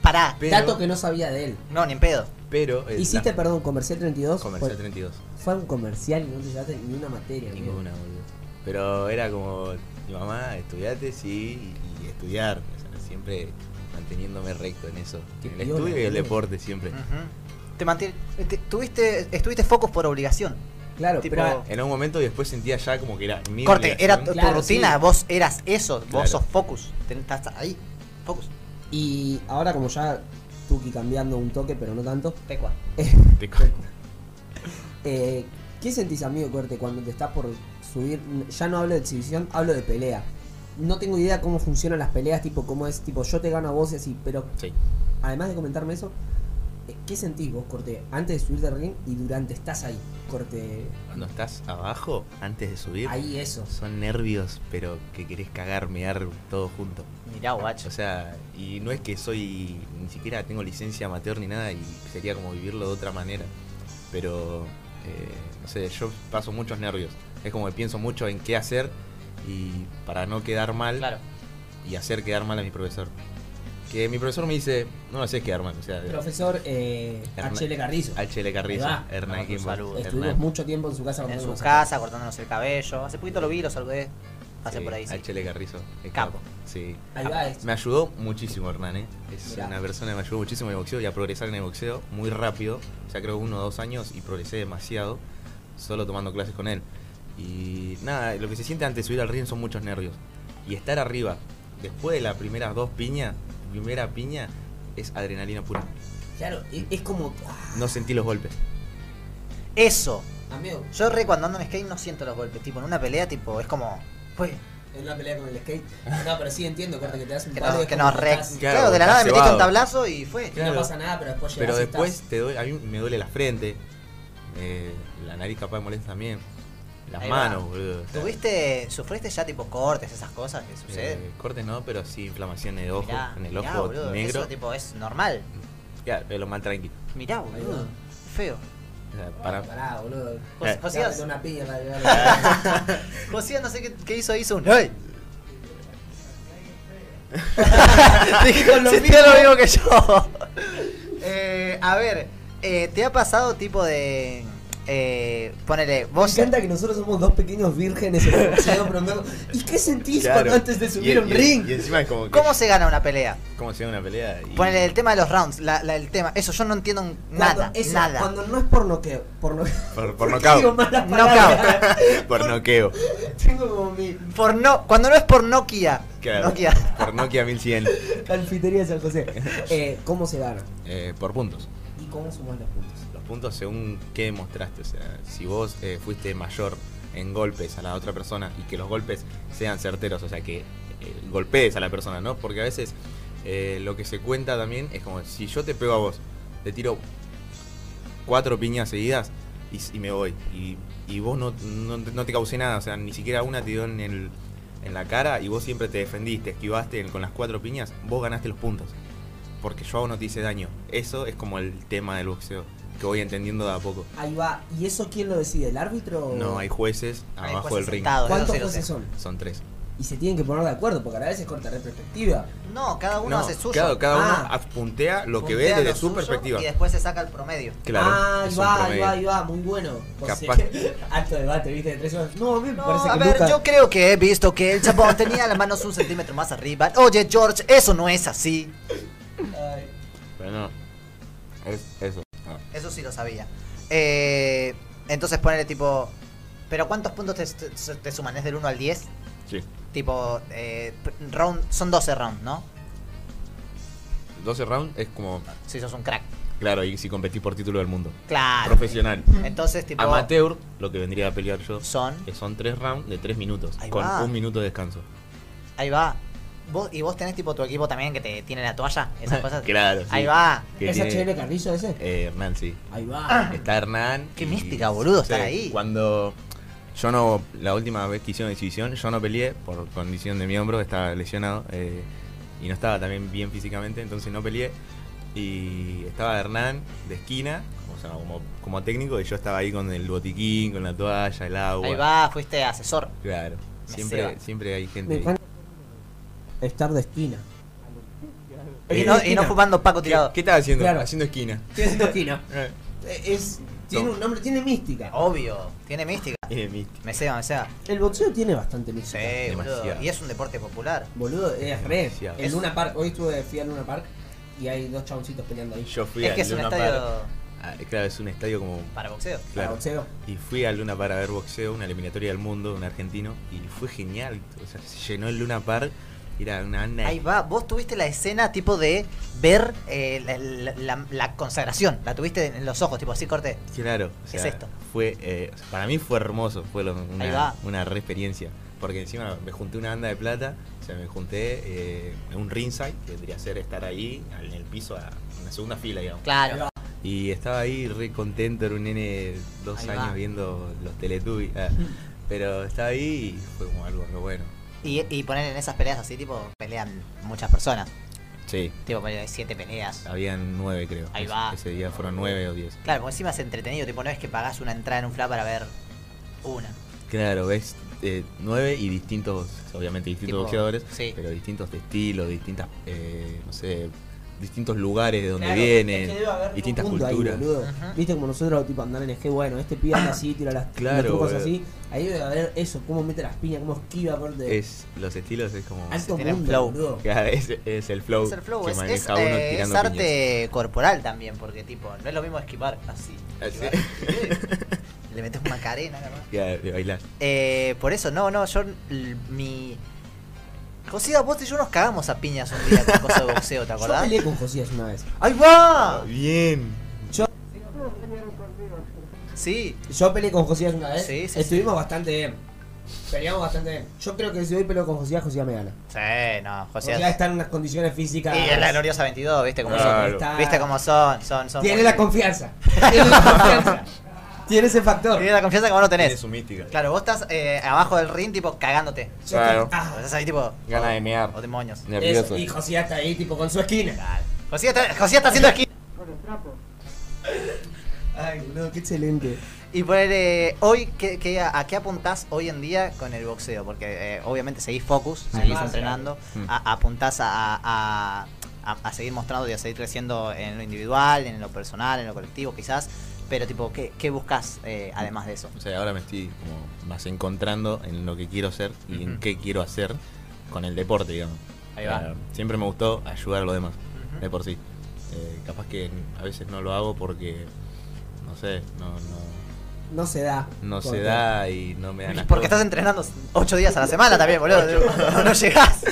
Pará.
Pero-
Dato que no sabía de él.
No, ni en pedo.
Pero eh,
Hiciste,
la-
perdón, comercial 32.
Comercial
Fue-
32.
Fue un comercial y no te llevaste ni una materia. amigo.
Ninguna, boludo. Pero era como, mi mamá, estudiate, sí, y, y estudiar. O sea, siempre manteniéndome recto en eso.
Qué
En el
piola,
estudio y el
boludo.
deporte siempre.
Ujú. Te mantien- te- tuviste, estuviste focos por obligación.
Claro,
Tipo,
En un momento y después sentía ya como que era mi
Corte, era tu,
obligación.
tu rutina, vos eras eso,
Claro.
vos sos focus. Ten- Estás ahí, focus.
Y ahora, como ya Tuki cambiando un toque, pero no tanto.
Pecua.
Eh, ¿Qué sentís, amigo Corte, cuando te estás por subir? Ya no hablo de exhibición, hablo de pelea. No tengo idea cómo funcionan las peleas, tipo, cómo es, tipo, yo te gano a vos y así, pero. Además de comentarme eso, eh, ¿qué sentís vos, Corte, antes de subirte al ring y durante estás ahí, Corte?
Cuando estás abajo, antes de subir,
Ahí eso.
son nervios, pero que querés cagar, mear todo junto.
Mirá, guacho.
O sea, y no es que soy, ni siquiera tengo licencia amateur ni nada, y sería como vivirlo de otra manera. Pero, eh, no sé, yo paso muchos nervios. Es como que pienso mucho en qué hacer y para no quedar mal y hacer quedar mal a mi profesor. Que mi profesor me dice, no lo haces quedar mal. O sea,
Profesor eh,
Hernán-
HL Carrizo.
HL Carrizo,
Ahí va.
Hernán
Vamos,
Kimball,
saludos. Estuvimos
Hernán.
mucho tiempo en su casa
En su
contándonos
casa, cortándonos el cabello. Hace poquito lo vi, lo saludé. Hace por ahí. sí.
HL Carrizo. el
Capo.
Sí.
Ahí va esto.
Me ayudó muchísimo Hernán, ¿eh? Es
Mirá.
una persona que me ayudó muchísimo en el boxeo y a progresar en el boxeo muy rápido. O sea, creo uno o dos años y progresé demasiado solo tomando clases con él. Y nada, lo que se siente antes de subir al ring son muchos nervios. Y estar arriba, después de las primeras dos piñas, primera piña es adrenalina pura.
Claro, es, es como. ah,
No sentí los golpes.
Eso.
Amigo.
Yo re cuando ando en skate no siento los golpes. Tipo, en una pelea, tipo, es como. Pues,
en una pelea con el skate. No, pero sí entiendo, Corte, que te das un
que
palo,
no,
es
que
como
no re.
estás-
Claro, de la nada
estás
me metiste
cebado.
un tablazo y fue.
Y no pasa nada, pero después llegas
Pero
y
después
estás-
te duele- a mí me duele la frente, eh, la nariz capaz me molesta también, las
Ahí va.
manos, boludo. o sea,
¿Tuviste, sufriste ya tipo cortes, esas cosas que
eh,
suceden?
cortes no, pero sí inflamaciones de ojo,
Mirá,
en el
mirá,
ojo
boludo,
negro.
Eso tipo es normal.
Ya, pero lo más tranquilo.
Mirá, boludo. Feo.
O sea, para-
Pará, boludo.
Eh.
Josías.
Te vas a meter una piña para llegar
Josías no sé qué, qué hizo, hizo un. ¡Ay! Dijo
Con lo
lo,
mismo.
lo mismo que yo. Eh, a ver, eh, ¿te ha pasado tipo de. Eh, ponele,
Me
vos.
encanta que nosotros somos dos pequeños vírgenes en el boxeo, pero no- ¿Y qué sentís
Claro.
cuando antes de
Y-
subir a un
y-
ring?
Y encima es como que.
¿Cómo se gana una pelea?
cómo se da una pelea? Y-
Ponele el tema de los rounds, la, la- el tema. Eso yo no entiendo un-
Cuando
nada,
eso-
nada.
Cuando no es por noqueo, por noqueo.
por, por
qué digo
nocaut.
malas
Nocaut. por noqueo.
Tengo como mi
Por no, cuando no es por Nokia.
Claro.
Nokia.
Por Nokia 1100.
calfitería de San José. Eh, ¿Cómo se gana?
Eh, por puntos.
¿Y cómo sumas los puntos?
Los puntos según qué mostraste. O sea, si vos eh, fuiste mayor en golpes a la otra persona y que los golpes sean certeros, o sea, que eh, golpees a la persona, ¿no? Porque a veces eh, lo que se cuenta también es como si yo te pego a vos, te tiro cuatro piñas seguidas y, y me voy. Y, y vos no, no, no te causé nada, o sea, ni siquiera una te dio en, el, en la cara y vos siempre te defendiste, esquivaste con las cuatro piñas, vos ganaste los puntos. Porque yo a vos no te hice daño. Eso es como el tema del boxeo, que voy entendiendo de a poco.
Ahí va. ¿Y eso quién lo decide? ¿El árbitro? o-
No, hay jueces
Hay
abajo
jueces
del ring.
sentados, ¿Cuántos eso sí lo jueces sé.
Son tres.
y se tienen que poner de acuerdo, porque a la vez es corta retrospectiva.
No, cada uno hace suyo.
Claro, cada uno
Ah.
apuntea lo que ve
Puntea
desde
lo
su
suyo
perspectiva.
Y después se saca el promedio.
Claro.
Ah, ahí
es un
va, ahí
promedio.
va, ahí va, muy bueno. O sea,
Capaz-
alto debate, viste, de tres horas. No, a mí me
No,
parece que
a ver,
Lucas-
yo creo que he visto que el chabón tenía las manos un centímetro más arriba. Oye, George, eso no es así.
Pero no. Es eso. Ah.
Eso sí lo sabía. Eh, entonces ponele tipo. ¿Pero cuántos puntos te, te- te suman? ¿Es del 1 al 10?
Sí.
Tipo, eh, p- round, son 12 rounds, ¿no?
12 rounds es como.
Si sos un crack.
Claro, y si competís por título del mundo.
Claro.
Profesional.
Entonces, tipo.
Amateur, lo que vendría a pelear yo.
Son.
Son 3 rounds de 3 minutos.
Ahí
con
va.
un minuto de descanso.
Ahí va. Vos, y vos tenés tipo tu equipo también que te tiene la toalla, esas cosas.
Claro. sí.
Ahí va.
Que
¿Es
tiene-
HL Carrillo ese?
Eh, Hernán, sí.
Ahí va.
Está Hernán. Qué
mística, boludo, estar ahí.
Cuando yo no, la última vez que hicieron exhibición, yo no peleé por condición de miembro, estaba lesionado eh, y no estaba también bien físicamente, entonces no peleé. Y estaba Hernán de esquina, o sea, como, como técnico, y yo estaba ahí con el botiquín, con la toalla, el agua.
Ahí va, fuiste asesor.
Claro.
Me
Siempre,
ceba.
siempre hay
Me
gente. ahí.
encanta estar de esquina.
Y no, y no fumando Paco
¿Qué-
tirado.
¿Qué, estaba haciendo?
Claro.
Haciendo esquina.
Estoy haciendo esquina. Eh, es, tiene un nombre, tiene mística.
Obvio, tiene mística.
Tiene Eh, mística.
Me ceba, me ceba.
El boxeo tiene bastante mística.
Eh, boludo. Y es un deporte popular.
Boludo, es re.
Demasiado.
En Luna Park, hoy estuve, fui a Luna Park y hay dos chaboncitos peleando ahí.
Yo fui
Es
al
que es un
Luna
estadio-
Park. Ah, claro, es un estadio como.
Para boxeo.
Claro.
Para boxeo.
Y fui al Luna Park a ver boxeo, una eliminatoria del mundo de un argentino, y fue genial. O sea, se llenó el Luna Park, era una banda.
Ahí va, vos tuviste la escena tipo de ver eh, la, la- la- la consagración, la tuviste en los ojos, tipo así corte.
Claro. o sea,
es esto?
Fue, eh, o sea, para mí fue hermoso, fue lo-
Ahí
una,
va.
una re experiencia. Porque encima me junté una banda de plata, o sea, me junté eh, en un ringside, que vendría a ser estar ahí, en el piso, a- en la segunda fila, digamos.
Claro.
Y estaba ahí re contento, era un nene de dos
Ahí
años
va.
viendo los Teletubbies. ah. Pero estaba ahí y fue como algo re bueno.
Y, y poner en esas peleas así, tipo, pelean muchas personas.
Sí.
Tipo, pelean siete peleas.
Habían nueve, creo.
Ahí
Ese-
va.
Ese día fueron nueve o diez.
Claro, porque encima es entretenido, tipo, no es que pagás una entrada en un fla para ver una.
Claro, ves eh, nueve y distintos, obviamente distintos
Tipo,
boxeadores,
sí.
pero distintos de estilo, distintas, eh, no sé, distintos lugares de donde
Claro,
vienen,
es que debe haber todo
distintas
un mundo ahí,
culturas.
boludo. Viste como nosotros tipo andar en el G, bueno, este pibe anda así, tira las
Claro,
los trucos
boludo.
así. Ahí debe haber eso, cómo mete las piñas, cómo esquiva, corte.
es, los estilos es como...
Alto Tienen mundo, flow. boludo.
Claro, es, es el flow.
Es el flow,
que
es,
maneja
es,
uno
eh, es
tirando piñas. Ah,
arte corporal también, porque tipo, no es lo mismo esquivar así.
Así.
Esquivar. Le metes una carena, capaz.
Claro, de bailar.
Eh, por eso, no, no, yo l- mi. José, vos y yo nos cagamos a piñas un día con cosas de boxeo, ¿te
Yo
acordás?
peleé con Josías una vez.
¡Ahí va!
Bien.
Yo,
Sí.
yo peleé con Josías una vez.
Sí, sí,
Eh, Estuvimos bastante bien. Peleamos bastante bien. Yo creo que si hoy peleo con Josías, Josías me gana.
Sí, no, José.
Josías está en unas condiciones físicas.
Y es la gloriosa 22, ¿viste cómo
Claro.
son? ¿Viste cómo son? son, son
Tiene
muy-
la confianza. Tiene la confianza. Tiene ese factor.
Tiene la confianza que vos no tenés.
Tiene su mística.
Claro, vos estás eh, abajo del ring, tipo, cagándote.
Claro.
Ah, estás ahí, tipo,
Gana de mear.
O demonios.
Nervioso.
Y Josías está ahí, tipo, con su esquina.
José está, José está haciendo esquina.
Ay, boludo, qué excelente.
Y poner eh, hoy, ¿qué, qué- a, a qué apuntás hoy en día con el boxeo? Porque eh, obviamente seguís focus,
Ahí
seguís
va,
entrenando,
claro.
a- apuntás a, a- a- a seguir mostrando y a seguir creciendo en lo individual, en lo personal, en lo colectivo quizás, pero tipo, ¿qué, qué buscas eh, además de eso?
O sea, ahora me estoy como más encontrando en lo que quiero ser y en
Ujú.
qué quiero hacer con el deporte, digamos.
Ahí va.
Eh, siempre me gustó ayudar a los demás, de por sí. Eh, capaz que a veces no lo hago porque, no sé, no, no,
No se da.
no se
Corte.
da y no me dan las
Porque
cosas.
estás entrenando 8 días a la semana también, boludo. No, no llegás.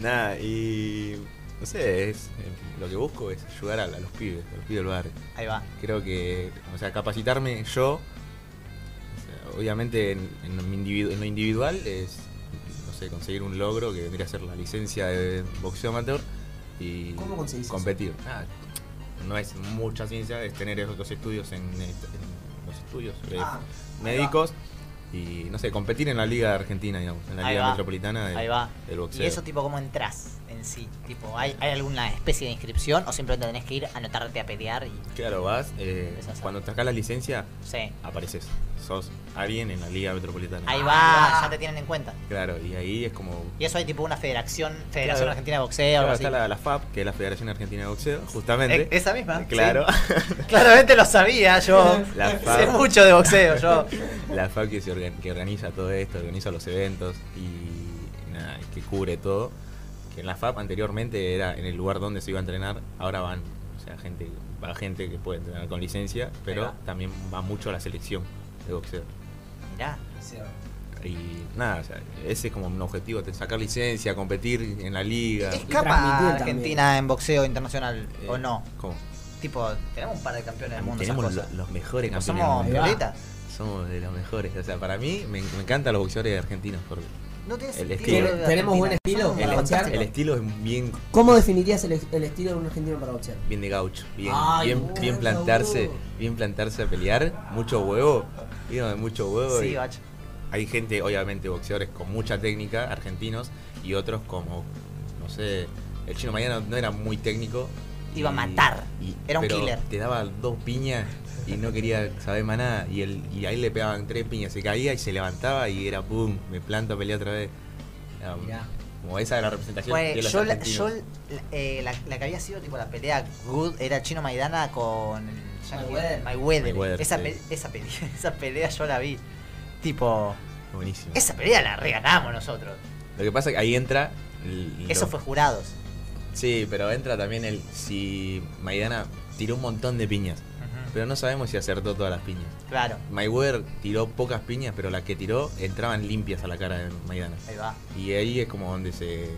Nada, y no sé, es, eh, lo que busco es ayudar a, a los pibes, a los pibes del barrio.
Ahí va.
Creo que, o sea, capacitarme yo, o sea, obviamente en, en mi individu- en lo individual es, no sé, conseguir un logro que vendría a ser la licencia de boxeo amateur y
¿Cómo conseguís eso?
competir.
Ah,
Nada, no es mucha ciencia, es tener esos dos estudios en, eh, en los estudios eh,
Ah, ahí va.
médicos y no sé, competir en la Liga Argentina, digamos, en la
Ahí
Liga
va.
Metropolitana del,
Ahí va.
del boxeo.
¿Y eso tipo cómo entras en sí? Tipo, ¿hay, ¿Hay alguna especie de inscripción o simplemente tenés que ir a anotarte a pelear? Y...
Claro, vas, eh, cuando te sacas la licencia,
Sí.
apareces, sos alguien en la Liga Metropolitana.
Ahí va, ya te tienen en cuenta.
Claro, y ahí es como
Y eso hay tipo una federación, Federación
Claro.
Argentina de Boxeo,
Claro,
algo así.
está la, la FAP, que es la Federación Argentina de Boxeo, justamente.
Eh, esa misma,
Claro.
Claramente lo sabía yo. Sé mucho de boxeo yo.
La FAP que, se organ- que organiza todo esto, organiza los eventos y nada, que cubre todo. Que en la FAP anteriormente era en el lugar donde se iba a entrenar, ahora van, o sea, gente, va gente que puede entrenar con licencia, pero
va.
también va mucho a la selección de boxeo.
Mirá.
Y nada, o sea, ese es como un objetivo, te- sacar licencia, competir en la liga.
Escapa Argentina en boxeo internacional o
Eh,
no.
¿Cómo?
Tipo, tenemos un par de campeones del mundo. esas
Tenemos
cosas.
lo- los mejores
Tipo,
campeones.
Somos
del mundo.
violetas.
Somos de los mejores. O sea, para mí me, me encantan los boxeadores argentinos. Porque
No tiene
el
sentido
estilo,
de Tenemos buen Argentina. estilo para
El,
boxear.
Ah.
el estilo es bien,
¿Cómo definirías el, el estilo de un argentino para boxear?
bien de gaucho. Bien,
Ay,
bien,
bueno,
bien plantarse, bien plantarse a pelear. Mucho huevo. ¿Vieron? Mucho huevo.
Sí,
y
gacho.
hay gente, obviamente, boxeadores con mucha técnica, argentinos, y otros como, no sé, el chino mañana no era muy técnico.
Iba a
y-
matar. Era un
pero
killer.
Te daba dos piñas y no quería saber más nada. Y, él, y ahí le pegaban tres piñas, se caía y se levantaba y era pum, me planto a pelear otra vez. Era Como esa era la representación
Fue-
de los
yo, la,
argentinos.
yo la, eh, la- la que había sido tipo la pelea good era Chino Maidana con el Yankee-
Mayweather.
Mayweather.
Mayweather,
esa,
sí.
pe- esa, pe- esa pelea yo la vi. Tipo,
Buenísimo.
esa pelea la reganamos nosotros.
Lo que pasa es que ahí entra. el-
Eso
lo-
fue jurados.
Sí, pero entra también el. Si Maidana tiró un montón de piñas, pero no sabemos si acertó todas las piñas.
Claro.
Mayweather tiró pocas piñas, pero las que tiró entraban limpias a la cara de Maidana.
Ahí va.
Y ahí es como donde se.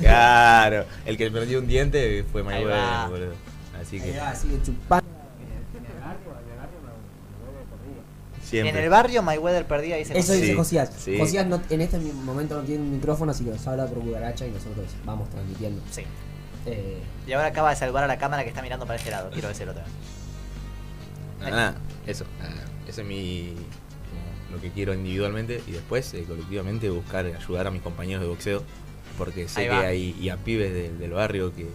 Claro, el que perdió un diente fue
va.
Mayweather, boludo. Así que.
Ah, sigue chupando.
Siempre.
En el barrio Mayweather perdía y se
Eso dice
Sí,
Josías.
sí.
Josías no- en este mi- momento no tiene un micrófono, así que nos habla por cucaracha y nosotros vamos transmitiendo.
Sí.
Eh,
Y ahora acaba de salvar a la cámara que está mirando para ese lado. Quiero decirlo también.
Nada, nada, Ah, eso. nada. Eso es mi. como lo que quiero individualmente y después eh, colectivamente buscar ayudar a mis compañeros de boxeo porque sé
Ahí
que
va.
hay y a pibes del- del barrio que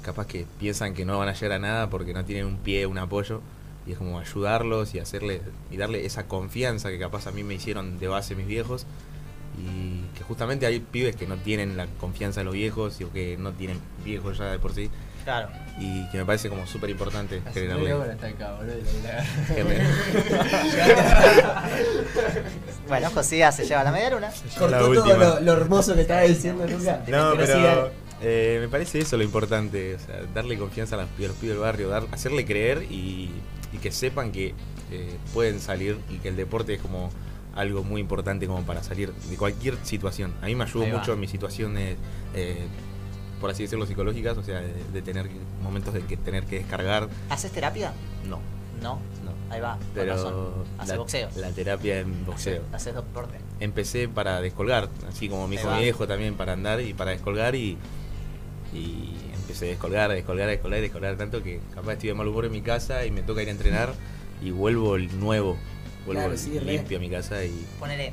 capaz que piensan que no van a llegar a nada porque no tienen un pie, un apoyo y es como ayudarlos y hacerle y darle esa confianza que capaz a mí me hicieron de base mis viejos y que justamente hay pibes que no tienen la confianza de los viejos y o que no tienen viejos ya de por sí
Claro.
y que me parece como súper importante generarle-
bueno, Josías se lleva la media luna.
La
cortó todo
última.
lo, lo hermoso que estaba diciendo nunca.
No,
siga.
pero eh, me parece eso lo importante, o sea, darle confianza a los, pi- a los pibes del barrio, dar- hacerle creer y, y que sepan que eh, pueden salir y que el deporte es como algo muy importante como para salir de cualquier situación. A mí me ayudó
Ahí va.
mucho en mis situaciones, eh, por así decirlo, psicológicas, o sea, de, de tener que- momentos de que tener que descargar.
¿Haces terapia?
No,
No.
no.
Ahí va. con
Pero
razón. Haces
la-
boxeo.
La terapia en boxeo
Haces deporte.
empecé para descolgar, así como me
Ahí
hizo
va.
mi viejo también para andar y para descolgar y, y empecé a descolgar, a descolgar, a descolgar, a descolgar tanto que capaz estoy de mal humor en mi casa y me toca ir a entrenar y vuelvo el nuevo, vuelvo
Claro, sí, re.
limpio a mi casa y
Ponele.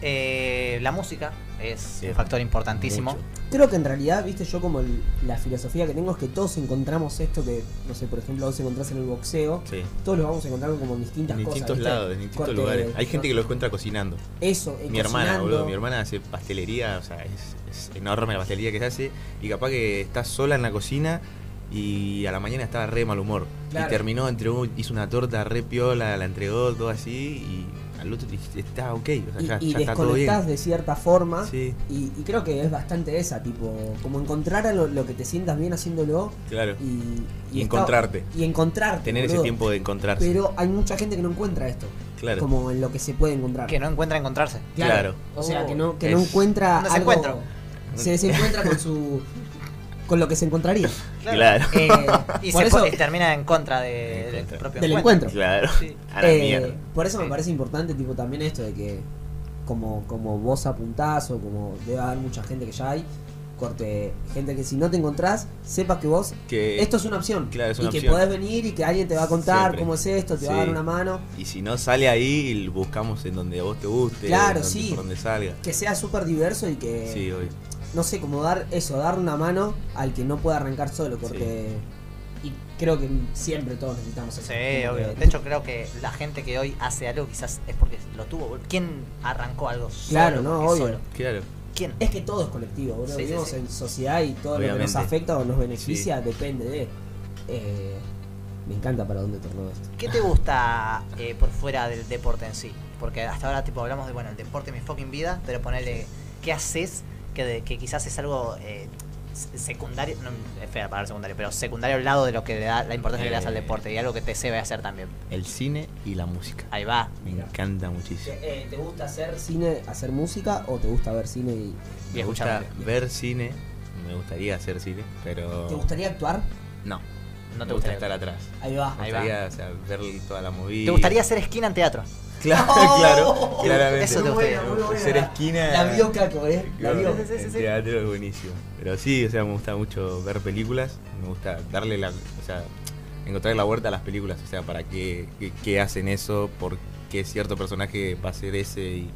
eh, la música es un factor importantísimo.
Creo que en realidad, viste, yo como el- la filosofía que tengo es que todos encontramos esto que, no sé, por ejemplo, vos encontrás en el boxeo,
Sí.
todos lo vamos a encontrar como en distintas
en
cosas.
distintos
¿viste?
lados, en distintos
Corte-
lugares. Hay gente que lo encuentra cocinando.
Eso, eh,
Mi hermana,
cocinando.
boludo, mi hermana hace pastelería, o sea, es, es enorme la pastelería que se hace y capaz que está sola en la cocina y a la mañana estaba re de mal humor.
Claro.
Y terminó, entregó, hizo una torta re piola, la entregó, todo así y al otro día está ok, o sea,
Y,
ya,
y
ya está todo bien.
desconectás de cierta forma.
Sí.
Y, y creo que es bastante esa, tipo, como encontrar a lo, lo que te sientas bien haciéndolo.
Claro.
Y,
Y
está-
encontrarte.
y encontrarte.
Tener ese
boludo.
tiempo de encontrarse.
Pero hay mucha gente que no encuentra esto.
Claro.
Como en lo que se puede encontrar.
Que no encuentra encontrarse.
Claro.
O sea, que no, que
Es-
no encuentra.
No se
Ah, algo-
encuentra.
Se desencuentra con su. con lo que se encontraría.
Claro.
Eh,
y
por
se
eso-
po- termina en contra de- del propio
del
encuentro.
encuentro.
Claro. A la
Eh,
mierda.
por eso me parece importante, tipo, también esto de que como, como vos apuntás o como debe haber mucha gente que ya hay,
corte gente que si no te encontrás, sepas que vos,
Que-
esto es una opción.
Claro, es
y
una
que
opción.
podés venir y que alguien te va a contar
Siempre.
cómo es esto, te va a
Sí.
dar una mano.
Y si no sale ahí, buscamos en donde a vos te guste.
Claro,
donde-
sí.
Por donde salga.
Que sea súper diverso y que,
Sí, obvio.
no sé, como dar eso, dar una mano al que no pueda arrancar solo, corte. Y creo que siempre todos necesitamos eso.
Sí,
Como
obvio.
que-
De hecho, creo que la gente que hoy hace algo quizás es porque lo tuvo. boludo. ¿Quién arrancó algo solo?
Claro, no,
Porque
obvio.
solo.
Claro.
¿Quién?
Es que todo es colectivo, boludo.
Sí, sí,
Vivimos
sí.
en sociedad y todo lo que nos
Obviamente.
afecta o nos beneficia depende de. Eh, me encanta para dónde tornó esto.
¿Qué te gusta eh, por fuera del deporte en sí? Porque hasta ahora tipo hablamos de, bueno, el deporte es mi fucking vida, pero ponerle, ¿qué haces que, de- que quizás es algo eh, se- secundario, no es fea la palabra secundario, pero secundario al lado de lo que le da, la importancia que le das al
Eh.
deporte y algo que te se ve hacer también?
El cine y la música.
Ahí va.
Me encanta muchísimo.
¿Te gusta hacer cine, hacer música o te gusta ver cine y.
Me gusta ver cine. Me gustaría hacer cine, pero.
¿Te gustaría actuar?
No.
No
me
te
gusta
gustaría.
estar atrás.
Ahí va.
Me
Ahí va.
gustaría, o sea, ver toda la movida.
¿Te gustaría hacer esquina en teatro? Oh.
Claro, claro, claramente.
Eso te gustaría.
Ser esquina.
Oh. La vio Caco, eh. La
Claro,
vio.
el teatro es buenísimo. Pero sí, o sea, me gusta mucho ver películas. Me gusta darle la. O sea, encontrar la vuelta a las películas. O sea, para qué, qué, qué hacen eso, por qué cierto personaje va a ser ese y.